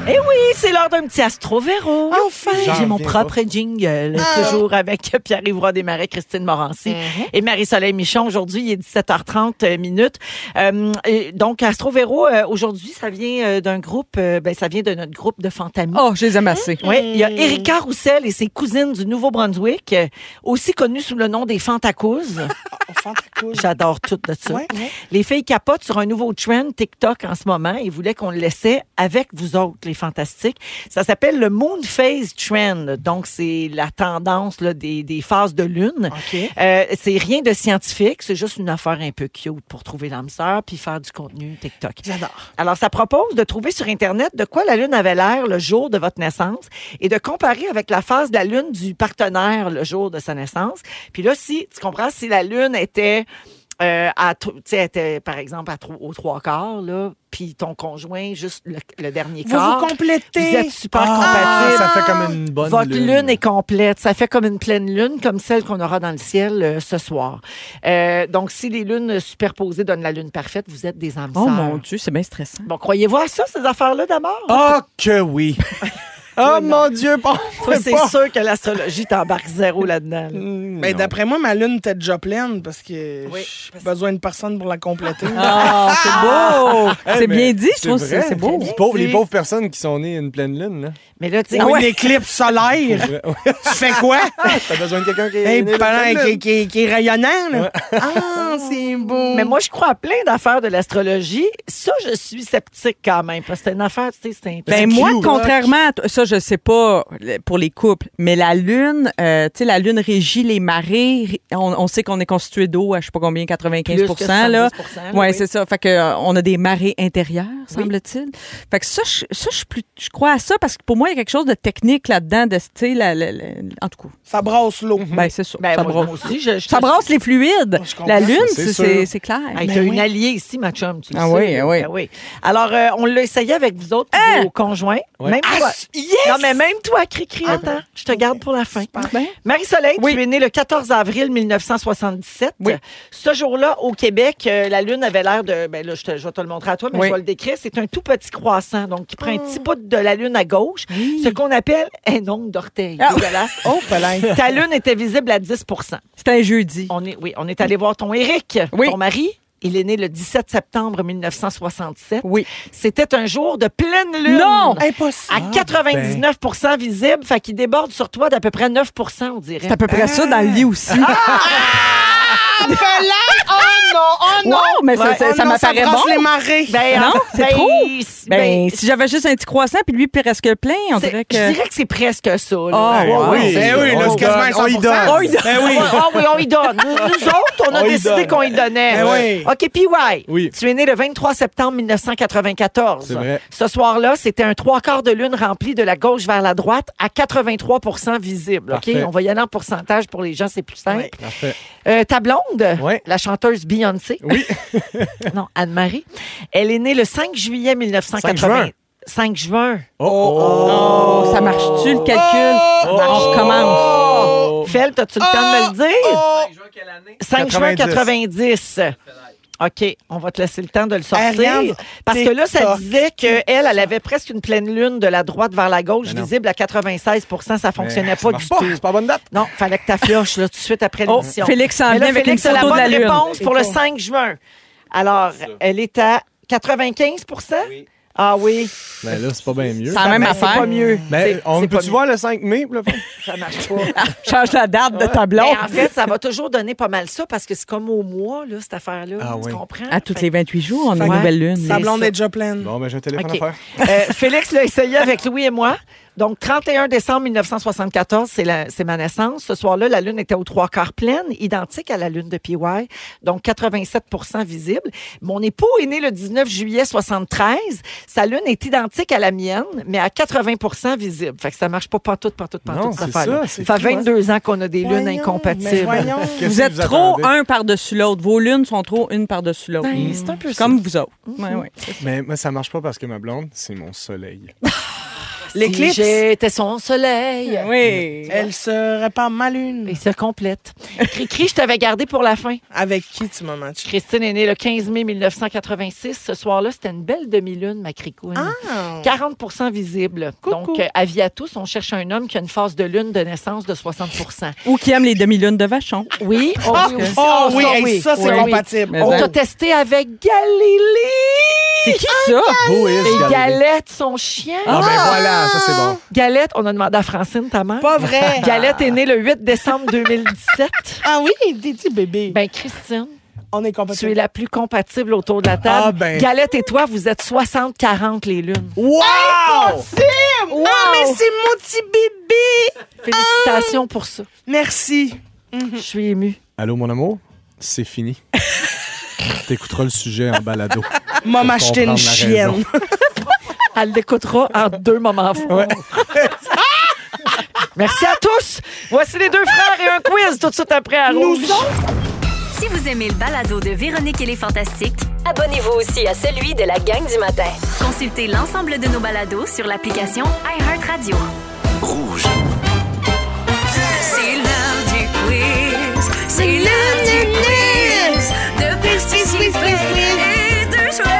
S4: Eh oui, c'est l'heure d'un petit Astro Véro.
S7: Enfin!
S4: J'ai mon
S6: reviens
S4: propre jingle, toujours avec Pierre-Yves Desmarais, Christine Morancy et Marie-Soleil Michon. Aujourd'hui, il est 17h30 euh, minutes. Euh, et donc, Astro Véro, euh, aujourd'hui, ça vient euh, d'un groupe, euh, ben, ça vient de notre groupe de Fantamie.
S5: Oh, je les aime assez.
S4: Oui, il y a Erika Roussel et ses cousines du Nouveau-Brunswick, euh, aussi connues sous le nom des Fantacouses.
S7: Enfant, t'as cool.
S4: J'adore tout de ça.
S7: Ouais, ouais.
S4: Les filles capotent sur un nouveau trend TikTok en ce moment et voulaient qu'on le laissait avec vous autres, les fantastiques. Ça s'appelle le Moon Phase Trend. Donc, c'est la tendance là, des, des phases de lune.
S7: OK.
S4: Euh, c'est rien de scientifique, c'est juste une affaire un peu cute pour trouver l'âme sœur puis faire du contenu TikTok.
S7: J'adore.
S4: Alors, ça propose de trouver sur Internet de quoi la Lune avait l'air le jour de votre naissance et de comparer avec la phase de la Lune du partenaire le jour de sa naissance. Puis là, si, tu comprends, si la Lune était, euh, à, tr- tu sais, était par exemple, à tro- aux trois quarts, là, puis ton conjoint, juste le, le dernier
S7: Vous
S4: quart,
S7: vous complétez.
S4: Ah. vous êtes super
S6: Ah,
S4: compatibles.
S6: ça fait comme une bonne
S4: Votre lune. est complète. Ça fait comme une pleine lune, comme celle qu'on aura dans le ciel euh, ce soir. Euh, donc, si les lunes superposées donnent la lune parfaite, vous êtes des âmes
S5: Oh
S4: sœurs.
S5: mon Ah, Dieu, c'est bien stressant.
S4: Bon, croyez-vous à ça, ces affaires-là d'abord?
S6: Oh que oui. oh mon Dieu, pas.
S4: Toi, c'est sûr que l'astrologie t'embarque zéro là-dedans. là.
S5: Mm.
S7: Ben, d'après moi, ma lune était déjà pleine parce que
S4: Oui,
S7: j'ai besoin de personne pour la compléter.
S5: Ah, c'est beau.
S6: Eh,
S5: c'est
S6: mais
S5: bien dit, je trouve que
S6: vrai.
S5: c'est c'est beau.
S6: Les pauvres, les pauvres personnes qui sont nées une pleine lune, là.
S4: Mais là, tu
S5: Ah
S4: sais,
S7: Ou une éclipse solaire. tu fais quoi?
S6: T'as besoin de quelqu'un qui est
S7: Hey,
S6: né une pleine
S7: pendant-
S6: lune.
S7: qui, qui- qui est rayonnant, là. Ah, c'est beau.
S4: mais moi, je crois à plein d'affaires de l'astrologie. Ça, je suis sceptique quand même, parce que c'est une affaire, tu sais, c'est un...
S5: Ben
S6: C'est
S5: moi,
S6: cute.
S5: contrairement à toi- ça, je sais pas le- pour les couples, mais la Lune, euh, tu sais, la Lune régit les marées. Ré- On, on sait qu'on est constitué d'eau à je sais pas combien, 95
S4: Plus que 70%,
S5: là.
S4: là,
S5: Ouais,
S4: oui.
S5: c'est ça. Fait que euh, on a des marées intérieures, semble-t-il. Fait que ça, je, ça, je, suis plus- je crois à ça parce que pour moi, il y a quelque chose de technique là-dedans, de, tu sais, la- la- la- en tout cas.
S7: Ça brasse l'eau.
S5: Ben, c'est ça.
S4: Ben,
S5: ça,
S4: moi,
S5: brasse.
S4: moi aussi, je, je-
S5: ça brasse les fluides.
S7: je comprends.
S5: la Lune,
S6: Ça, c'est
S5: c'est-
S6: sûr.
S5: c'est c'est clair.
S4: Hey,
S7: Ben
S4: t'as
S7: oui.
S4: une alliée ici, ma chum, tu le
S5: Ah
S4: sais.
S5: oui, ah
S4: Ben
S5: oui.
S4: Alors, euh, on l'a essayé avec vous autres,
S5: Hein?
S4: vos conjoints.
S6: Ouais.
S4: Même
S7: Ah,
S4: toi.
S7: yes!
S4: Non, mais même toi, Cricri,
S5: Ah,
S4: attends, je te garde pour la fin.
S5: Ben,
S4: Marie-Soleil,
S5: Oui.
S4: tu es née le 14 avril 1977.
S5: Oui.
S4: Ce jour-là, au Québec, euh, la Lune avait l'air de... Ben là, je, te- je vais te le montrer à toi, mais
S5: Oui. Ah.
S4: je vais le décrire. C'est un tout petit croissant, donc qui prend un petit bout de la Lune à gauche, ce qu'on appelle un ongle d'orteil.
S5: Ah.
S4: Dégueulasse.
S7: Oh, Pelin.
S4: Ta Lune était visible à 10
S5: C'est un jeudi.
S4: on est, oui, on est allé voir ton Éric,
S5: Oui.
S4: ton mari. Il est né le 17 septembre 1967.
S5: Oui.
S4: C'était un jour de pleine lune.
S5: Non! Ah, ben.
S7: Impossible.
S4: À 99 visible, fait qu'il déborde sur toi d'à peu près 9 on dirait.
S5: C'est à peu près ça dans le lit aussi.
S4: Ah!
S7: Oh non,
S5: Wow, mais ça,
S4: Ouais.
S5: ça-
S7: Oh
S5: ça
S7: non,
S5: m'apparaît
S7: brasse les
S5: bon.
S7: marées.
S4: Ben,
S5: Non,
S4: en-
S5: c'est
S4: ben,
S5: trop.
S4: il-
S5: Ben,
S4: ben,
S5: si j'avais juste un petit croissant, puis lui presque plein, on
S4: c'est-
S5: dirait
S4: Je
S5: que...
S4: dirais que c'est presque ça. là.
S5: Ah,
S4: Ouais,
S5: wow.
S4: ouais.
S6: Eh oui,
S7: Ben oui, là,
S6: on
S7: c'est quasiment
S6: donne, on y
S7: 100%.
S6: Oh, donne.
S4: On y donne. Ah oui, on y donne. Nous, nous autres, on a
S6: Ben On y
S4: décidé
S6: donne.
S4: qu'on y donnait.
S7: Ben oui.
S4: OK, PY,
S6: Oui.
S4: tu es né le 23 septembre 1994.
S6: C'est vrai.
S4: Ce soir-là, c'était un trois quarts de lune rempli de la gauche vers la droite à 83 visible. OK?
S6: Parfait.
S4: On va y aller en pourcentage pour les gens, c'est plus simple.
S6: Parfait.
S4: Euh, ta blonde,
S6: Oui.
S4: la chanteuse Beyoncé.
S6: Oui.
S4: non, Anne-Marie. Elle est née le 5 juillet 1980. 5 juin.
S6: Oh,
S5: Oh, ça marche-tu, le calcul?
S4: Oh!
S5: On recommence.
S6: Oh!
S4: Fel, as-tu le temps de me le
S6: Ah!
S4: dire? 5 juin 90.
S6: 90.
S4: OK, on va te laisser le temps de le sortir.
S7: Hey, regarde,
S4: parce que là, ça
S7: TikTok,
S4: disait qu'elle, elle avait presque une pleine lune de la droite vers la gauche,
S6: Mais non.
S4: visible à 96 Ça fonctionnait pas du tout.
S6: C'est pas bonne date.
S4: Non, fallait que t'affioches là, tout de suite après
S5: Oh,
S4: l'émission.
S5: Félix s'en
S4: Mais là,
S5: vient avec une
S4: Félix a la
S5: photo de
S4: bonne
S5: la lune.
S4: réponse pour le 5 juin. Alors, elle est à 95 Ah oui,
S6: Ben là, c'est pas bien mieux.
S5: C'est la même
S4: ben, c'est
S5: affaire.
S4: pas mieux.
S6: Ben,
S4: C'est-
S6: on
S4: c'est pas
S6: peut-tu
S4: mieux.
S6: voir le 5 mai? puis le-
S4: Ça marche pas.
S5: Change la date de ta blonde.
S4: Mais Ben, en fait, ça va toujours donner pas mal ça parce que c'est comme au mois, là, cette affaire-là.
S6: Ah
S4: tu
S6: oui.
S4: comprends?
S5: À toutes les 28 jours, on a une
S4: Ouais.
S5: nouvelle lune.
S4: Ça-
S7: Ta blonde
S4: c'est
S7: est déjà pleine.
S6: Bon, ben j'ai un téléphone
S4: OK.
S6: à faire.
S4: Euh, Félix l'a essayé avec Louis et moi. Donc, 31 décembre 1974, c'est la- c'est ma naissance. Ce soir-là, la Lune était aux trois quarts pleine, identique à la Lune de PY, donc 87 visible. Mon époux est né le 19 juillet 73. Sa Lune est identique à la mienne, mais à 80 visible. Fait que ça marche pas pantoute, pantoute,
S6: Non,
S4: pantoute, cette
S6: c'est
S4: affaire-là.
S6: ça,
S4: Ça
S6: c'est
S4: fait
S6: fou, hein.
S4: 22 ans qu'on a des lunes
S7: Voyons,
S4: incompatibles.
S7: mais voyons.
S6: Qu'est-ce
S5: Vous
S6: que
S5: êtes trop
S6: attendez?
S5: un par-dessus l'autre. Vos lunes sont trop une par-dessus l'autre.
S4: Ben, c'est un peu ça. Mhm.
S5: Comme vous autres. Ouais, ouais.
S6: Mais Ben, moi, ça marche pas parce que ma blonde, c'est mon soleil.
S4: L'éclipse. J'étais son soleil.
S5: Oui.
S4: Euh,
S7: Elle se répand ma lune.
S4: Il se complète. Cricri, je t'avais gardé pour la fin.
S7: Avec qui tu m'as matché?
S4: Christine est née le 15 mai 1986. Ce soir-là, c'était une belle demi-lune, ma Cricouine.
S7: Ah.
S4: 40 visible. Donc, euh, avis à tous, on cherche un homme qui a une phase de lune de naissance de 60
S5: Ou qui aime les demi-lunes de vachon.
S4: Oui, on
S7: Ah,
S4: oui aussi.
S7: oh
S4: Ah,
S7: oui, hey, ça, c'est
S4: oui.
S7: compatible.
S5: Mais
S4: On
S5: ben-
S4: t'a testé avec Galilée.
S5: C'est qui ça?
S6: Who is
S4: Et
S6: Galilée?
S4: Galette, son chien.
S6: Ah, ben voilà, ça c'est bon.
S4: Galette, on a demandé à Francine, ta mère.
S7: Pas vrai.
S4: Galette est née le 8 décembre 2017.
S7: Ah oui, Didi bébé.
S4: Ben, Christine.
S7: On est
S4: Tu es
S7: compatible.
S4: la plus compatible autour de la table.
S6: Ah, ben.
S4: Galette et toi, vous êtes 60-40 les lunes.
S6: Wow!
S7: Non, Ah, mais c'est mon petit bébé.
S4: Félicitations pour ça.
S7: Merci.
S4: Je suis émue.
S6: Allô, mon amour? C'est fini. T'écouteras le sujet en balado.
S7: M'a
S6: Pour
S7: acheté une
S6: comprendre la raison.
S7: chienne.
S4: Elle l'écoutera en deux moments forts. Merci à tous. Voici les deux frères et un quiz tout de suite après à Rouge.
S1: Si vous aimez le balado de Véronique et les Fantastiques,
S2: Abonnez-vous aussi à celui de la gang du matin.
S1: consultez l'ensemble de nos balados sur l'application iHeartRadio.
S11: Rouge.
S1: C'est l'heure du quiz. C'est l'heure du quiz. De participer et de jouer.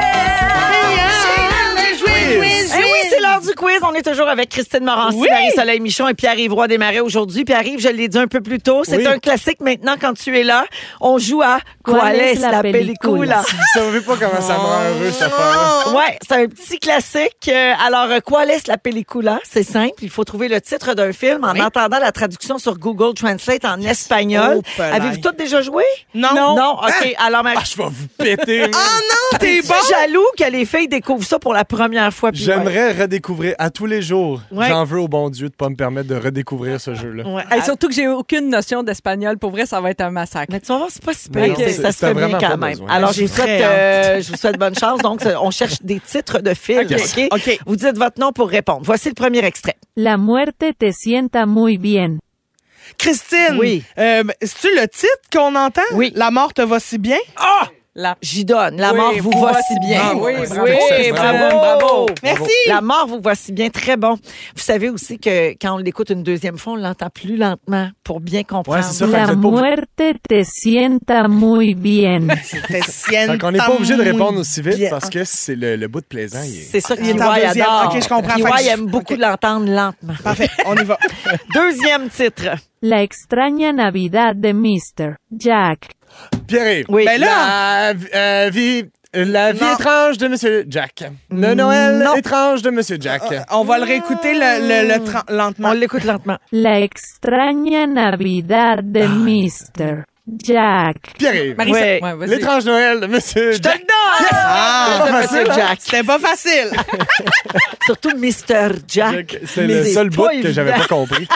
S4: Eh oui, c'est l'heure du quiz. On est toujours avec Christine Morancy, Marie-Soleil Michon et Pierre-Yves Roy Desmarais aujourd'hui. Pierre-Yves, je l'ai dit un peu plus tôt, c'est
S6: Oui.
S4: un classique maintenant quand tu es là. On joue à Quoi
S2: Qual es
S4: est la
S2: la
S4: película?
S6: Vous savez pas comment ça me rend heureux, cette affaire-là.
S4: Ouais, c'est un petit classique. Euh, alors, euh, quoi laisse la pellicula? C'est simple. Il faut trouver le titre d'un film en entendant la traduction sur Google Translate en espagnol.
S7: Oh, pelaye.
S4: Avez-vous toutes déjà joué?
S7: Non.
S4: Non, OK. Alors, Marie,
S6: Ah, je vais vous péter, man.
S7: Ah non, t'es
S4: je suis jaloux que les filles découvrent ça pour la première fois. puis ouais.
S6: J'aimerais redécouvrir. À tous les jours.
S4: Ouais.
S6: J'en veux au bon Dieu de pas me permettre de redécouvrir ce jeu-là.
S4: Ouais.
S5: Hey, surtout que j'ai aucune notion d'espagnol. Pour vrai, ça va être un massacre.
S4: Mais tu vas voir, c'est pas si
S6: Mais
S4: pire.
S6: non,
S4: que
S6: c'est-
S4: Ça se
S6: t'as
S4: fait bien
S6: vraiment
S4: quand
S6: pas
S4: même.
S6: besoin.
S4: Alors, je vous,
S7: J'ai
S4: souhaite,
S7: très
S4: euh, je vous souhaite bonne chance. Donc, c'est- on cherche des titres de films.
S6: Ok.
S4: OK?
S7: OK.
S4: Vous dites votre nom pour répondre. Voici le premier extrait.
S11: La muerte te sienta muy bien.
S7: Christine.
S4: Oui.
S7: Euh, C'est-tu le titre qu'on entend?
S4: Oui.
S7: La mort te va si bien?
S5: La...
S4: J'y donne. La
S5: Oui,
S4: mort vous voit si bien.
S5: Oui,
S6: Oui,
S5: bravo.
S6: oui,
S5: bravo.
S4: bravo.
S7: Merci.
S4: La mort vous voit si bien. Très bon. Vous savez aussi que quand on l'écoute une deuxième fois, on l'entend plus lentement pour bien comprendre.
S6: Ouais, c'est ça. fait que vous
S11: La
S6: êtes pas obligé-
S11: muerte te sienta muy bien.
S7: C'était sienne.
S6: Fait qu'on n'est pas obligé de répondre aussi vite
S7: bien.
S6: parce que c'est le, le bout de plaisant. il est-
S4: C'est ça que
S7: Il est en
S4: EY
S7: deuxième.
S4: adore.
S7: OK, je comprends.
S4: EY
S7: Fait que-
S4: aime beaucoup l'entendre lentement.
S7: Parfait, on y va.
S4: Deuxième titre.
S11: La extraña Navidad de Mr. Jack.
S6: Pierre-Yves.
S4: Oui.
S7: Ben
S6: La,
S7: là,
S6: euh, vie, la vie
S7: Non.
S6: étrange de Monsieur Jack. Le Noël étrange de Monsieur Jack.
S7: on va le réécouter le, le- le tran- lentement.
S4: On l'écoute lentement.
S11: La extraña Navidad de Mr. Jack.
S6: Pierre-Yves.
S5: Marissa,
S4: Ouais.
S5: ouais, vas-y.
S6: L'étrange Noël de Monsieur
S4: Je te
S6: Jack.
S4: le donne!
S7: Ah,
S6: C'est pas
S4: Monsieur
S6: facile, hein?
S4: Jack.
S7: C'était pas facile.
S4: Surtout Mr. Jack.
S6: C'est
S4: Mais
S6: le seul
S4: pas
S6: bout que
S4: évident.
S6: j'avais pas compris.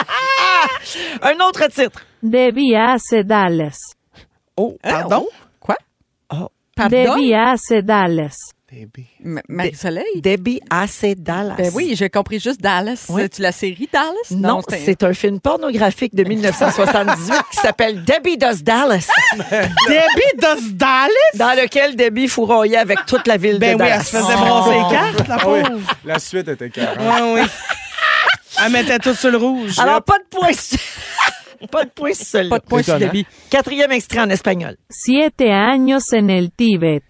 S4: Un autre titre.
S11: Debía sedales.
S7: Oh,
S6: Ah,
S7: pardon?
S5: Quoi? Pardon?
S11: Debía sedales.
S5: M- Marie-Soleil?
S4: Debbie AC Dallas.
S5: Ben oui, j'ai compris juste Dallas.
S4: Oui.
S5: C'est-tu la série Dallas?
S4: Non, c'est un film pornographique de 1978 qui s'appelle Debbie Does Dallas,
S7: Debbie Does Dallas?
S4: dans lequel Debbie fourroyait avec toute la ville
S7: Ben
S4: de
S7: oui,
S4: Dallas. Oh.
S7: elle se faisait brasser les cartes, la
S6: Ah oui,
S7: pauvre.
S6: la suite était carrée.
S7: Ouais, oui. Elle mettait tout sur le rouge.
S4: Alors, pas de point sur... pas de point sur celui-là.
S5: Pas de point sur
S6: Étonnant.
S5: Debbie.
S4: Quatrième extrait en espagnol.
S11: Siete años en el Tíbet.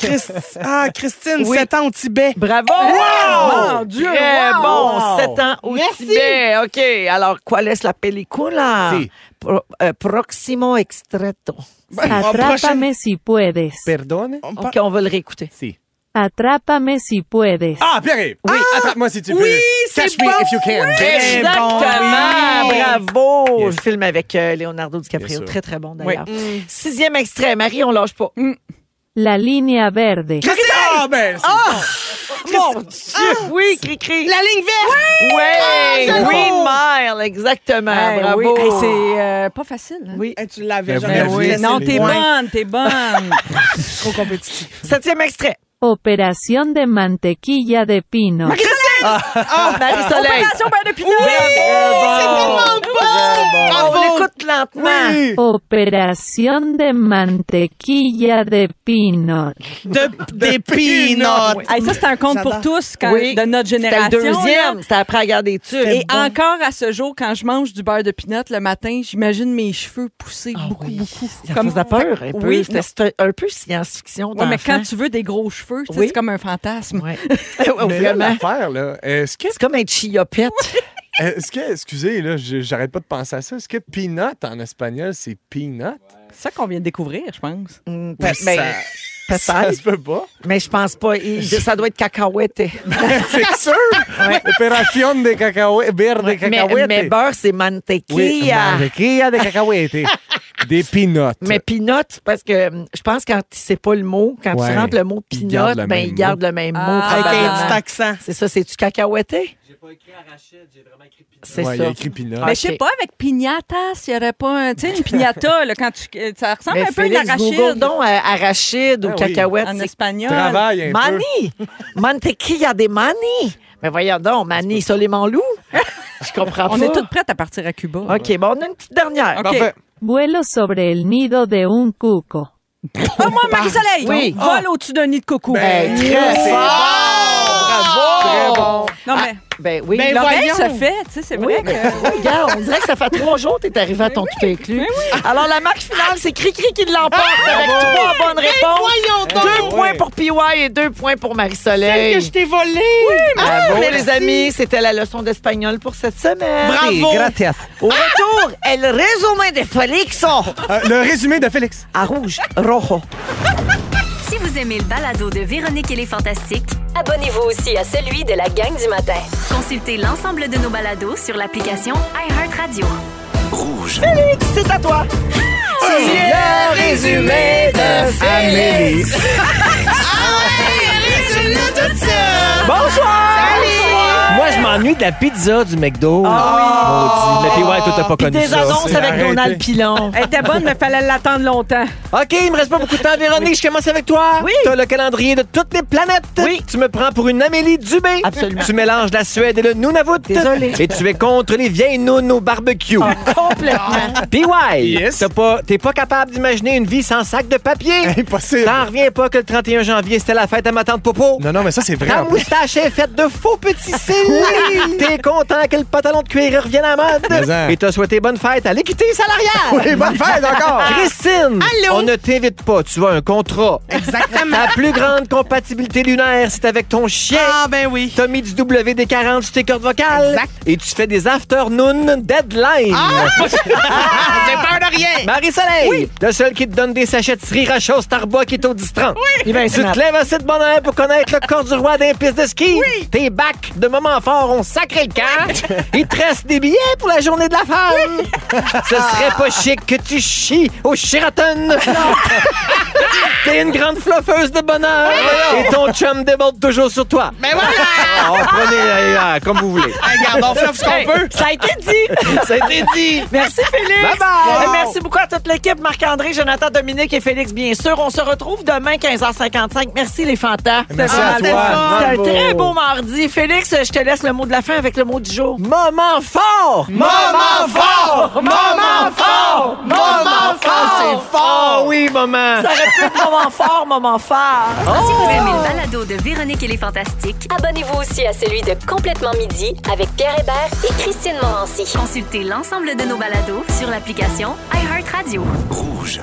S7: Chris- Ah, Christine,
S4: Oui.
S7: 7 ans au Tibet.
S4: Bravo!
S5: Wow!
S4: Mon
S5: Mon
S4: Dieu!
S5: Dieu,
S4: Très
S5: wow!
S4: bon!
S6: Wow!
S4: 7 ans au
S7: Merci.
S4: Tibet. OK. Alors, ¿cuál es la película?
S6: Si.
S4: Pro- euh, próximo extrato.
S6: Ah,
S11: Atrápame si puedes.
S6: Perdone?
S7: On
S4: OK,
S7: pa-
S4: on va le réécouter.
S6: Si.
S11: Atrápame si puedes.
S6: Ah, Pierre! Oui, attrape-moi si tu veux.
S7: Oui, c'est
S6: Catch me
S7: bon.
S6: if you can.
S7: Yes.
S6: bitch.
S4: Exactement!
S7: Oui.
S4: Bravo!
S6: Yes.
S4: Le film avec euh, Leonardo
S6: Bien
S4: DiCaprio.
S6: sûr.
S4: Très, très bon d'ailleurs. Sixième extrait. Marie, on lâche pas.
S11: La línea verde.
S6: Ah, ben, c'est-
S4: Mon Dieu! Oui, cri-cri.
S7: La ligne verte!
S4: Oui!
S7: j'adore.
S4: Green Mile, exactement.
S5: Ah,
S4: Bravo.
S5: oui. Hey, c'est euh, pas facile. hein.
S4: Oui.
S7: Eh, tu l'avais,
S6: Ben,
S7: j'aurais
S6: vous
S5: Ben
S6: l'aviez,
S5: oui.
S7: dû laisser
S5: Non,
S7: le
S5: t'es
S7: point.
S5: bonne, t'es bonne.
S7: Trop compétitif.
S4: Septième extrait.
S11: Operación de mantequilla de pino.
S4: Ah, Marie-Soleil.
S5: Opération Bain de Pinot.
S4: Ah, on l'écoute
S6: Ah,
S4: lentement.
S11: Operación de mantequilla de pino.
S7: De- des peanuts.
S5: Hey, ça, c'est un compte pour
S7: J'adore.
S5: tous quand-
S4: Oui.
S5: de notre
S4: C'était le
S5: génération. là.
S4: deuxième. C'était après la guerre des ah, tubes.
S5: Et encore à ce jour, quand je mange du beurre de pinot le matin, j'imagine mes cheveux pousser beaucoup, beaucoup.
S4: Ça faisait peur un peu.
S5: Oui,
S4: C'était-
S5: non.
S4: c'était un peu science-fiction
S5: Ouais, mais
S4: d'enfant.
S5: quand tu veux des gros cheveux, tu sais,
S4: Oui.
S5: c'est comme un fantasme.
S4: Ouais.
S6: Mais là,
S4: Vraiment.
S6: l'affaire, là, est-ce que,
S4: C'est comme être chiopette.
S6: est-ce que, excusez, là, je- j'arrête pas de penser à ça, est-ce que peanut en espagnol, c'est peanut?
S5: C'est ça qu'on vient de découvrir, je pense.
S4: Mm,
S6: Ou
S4: pe-
S6: ça-
S4: ben,
S6: Ça se
S4: peut-être,
S6: peut pas.
S4: mais je pense pas. Il- ça doit être cacahuète.
S6: C'est sûr! Opération de cacahuètes, beurre de
S4: Mais,
S6: cacahuètes.
S4: mais beurre, c'est mantequilla.
S6: Oui, mantequilla de cacahuètes. Des peanuts.
S4: Mais pinote, parce que hum, je pense que quand tu sais pas le mot, quand tu
S6: Ouais.
S4: rentres le mot
S6: Ils
S4: pinote,
S6: gardent le
S4: ben
S6: même
S4: ils gardent le même mot.
S5: Ah.
S7: Avec
S4: probablement.
S7: un petit accent.
S4: C'est ça, c'est du cacahuété? J'ai pas
S6: Ouais, il
S4: écrit
S6: a
S4: Arachide,
S6: écrit peanut.
S5: Mais je sais
S4: Ok.
S5: pas, avec piñata, s'il y aurait pas un, tu sais, une piñata, là, quand tu, euh, ça ressemble
S4: j'ai vraiment écrit pinote.
S5: un peu à une
S4: Google
S5: arachide.
S4: donc euh, arachide ou
S6: Ah oui.
S4: cacahuète.
S5: En
S4: c'est
S5: espagnol.
S6: Travaille un peu.
S4: Mani! Mantequilla de mani! Mais voyons donc, mani, ça les loup? Je comprends pas.
S5: On est toutes prêtes à partir à Cuba.
S4: OK, bon, on a une petite dernière.
S5: OK.
S6: Parfait.
S11: Vuelo sobre el nido de un cuco.
S5: Ah, moi, Marie-Soleil,
S4: Oui.
S5: vole au-dessus d'un nid de coucou.
S4: Ben, très
S6: c'est
S4: fort! Bravo!
S5: non, mais
S4: Ben oui,
S7: Ben,
S4: Laurent,
S5: l'oreille
S7: voyons.
S5: se fait, tu sais, c'est
S4: Oui,
S5: vrai
S4: mais
S5: que...
S4: oui, regarde, on dirait que ça fait trois jours que t'es arrivé à ton tout inclus. Alors, la marque finale, c'est Cricri qui l'emporte
S7: Ah,
S4: avec trois bonnes réponses.
S6: Ah,
S4: Deux points pour PY et deux points pour
S7: Celle que
S4: Marie-Soleil.
S7: je t'ai volée! Ah,
S4: Bravo, les amis, c'était la leçon d'espagnol pour cette semaine.
S7: Bravo!
S4: Au retour, elle résumé de Félix
S6: Euh, le résumé de Félix.
S4: à rouge, rojo.
S1: Si vous aimez le balado de Véronique et les Fantastiques,
S2: Abonnez-vous aussi à celui de la gang du matin.
S1: consultez l'ensemble de nos balados sur l'application iHeartRadio.
S4: C'est à toi.
S6: Amélie.
S4: Bonsoir. Bonsoir.
S12: Moi, je m'ennuie de la pizza du McDo. Ah oui. Mais puis ouais, toi, t'as pas
S4: Oh! Puis
S12: connu
S4: des
S12: ça.
S4: annonces
S6: c'est
S4: avec
S6: arrêté.
S4: Donald Pilon.
S5: Elle était bonne, mais fallait l'attendre longtemps.
S12: OK, il me reste pas beaucoup de temps, Véronique. Je commence avec toi.
S4: Oui.
S12: T'as le calendrier de toutes les planètes.
S4: Oui.
S12: Tu me prends pour une Amélie Dubé.
S4: Absolument.
S12: Tu mélanges la Suède et le Nunavut.
S4: Désolée. Ah.
S12: Et tu es contre les vieilles nounes au barbecue.
S4: Complètement.
S12: PY.
S6: Yes.
S12: T'as pas, t'es pas capable d'imaginer une vie sans sac de papier.
S6: Impossible.
S12: T'en reviens pas que le 31 janvier, c'était la fête à ma tante Popo.
S6: Non, non, mais ça, c'est vrai.
S12: Ta
S6: en plus.
S12: moustache est faite de faux petits cils. T'es content que le pantalon de cuir revienne à la mode.
S6: Mais en.
S12: Et t'as souhaité bonne fête à l'équité salariale.
S6: Oui, bonne fête encore.
S12: Christine, on ne t'invite pas. Tu as un contrat.
S7: Exactement.
S12: Ta plus grande compatibilité lunaire, c'est avec ton chien.
S7: Ah, ben oui.
S12: T'as mis du WD-40 sur tes cordes vocales.
S7: Exact. Ah!
S12: Et tu fais des afternoon deadlines.
S7: J'ai peur de rien.
S12: Marie-Soleil, le seul qui te donne des sachets de sriracha au Starbucks est au distran.
S4: Eh ben,
S12: Tu te lèves à cette bonne heure pour connaître le corps du roi des pistes de ski. Tes bacs de moments forts ont sacré le camp. Il te reste des billets pour la journée de la femme. Ce serait pas chic que tu chies au Sheraton. T'es une grande fluffeuse de bonheur. Et ton chum déborde toujours sur toi.
S7: Mais voilà.
S12: Ah, prenez euh, euh, comme vous voulez.
S7: Regarde, on fait ce qu'on peut.
S4: Ça a été dit.
S12: Ça a été dit.
S4: Merci, Félix.
S12: Bye bye.
S4: Euh, Merci beaucoup à toute l'équipe. Marc-André, Jonathan, Dominique et Félix, bien sûr. On se retrouve demain, 15h55. Merci, les fantas.
S6: Merci à
S7: c'est fun.
S6: toi.
S4: C'était un
S6: Bravo.
S4: très beau mardi. Félix, je te laisse le mot de la fin avec le mot du jour.
S12: Moment fort!
S6: Maman fort!
S12: Moment fort! Moment fort!
S4: Ah,
S12: C'est fort! oui, maman!
S4: Ça aurait pu être moment fort, moment fort.
S1: Si vous aimez le balado de Véronique et les Fantastiques,
S2: Abonnez-vous aussi à celui de Complètement Midi avec Pierre Hébert et Christine Morancy.
S1: consultez l'ensemble de nos balados sur l'application iHeartRadio.
S3: Rouge.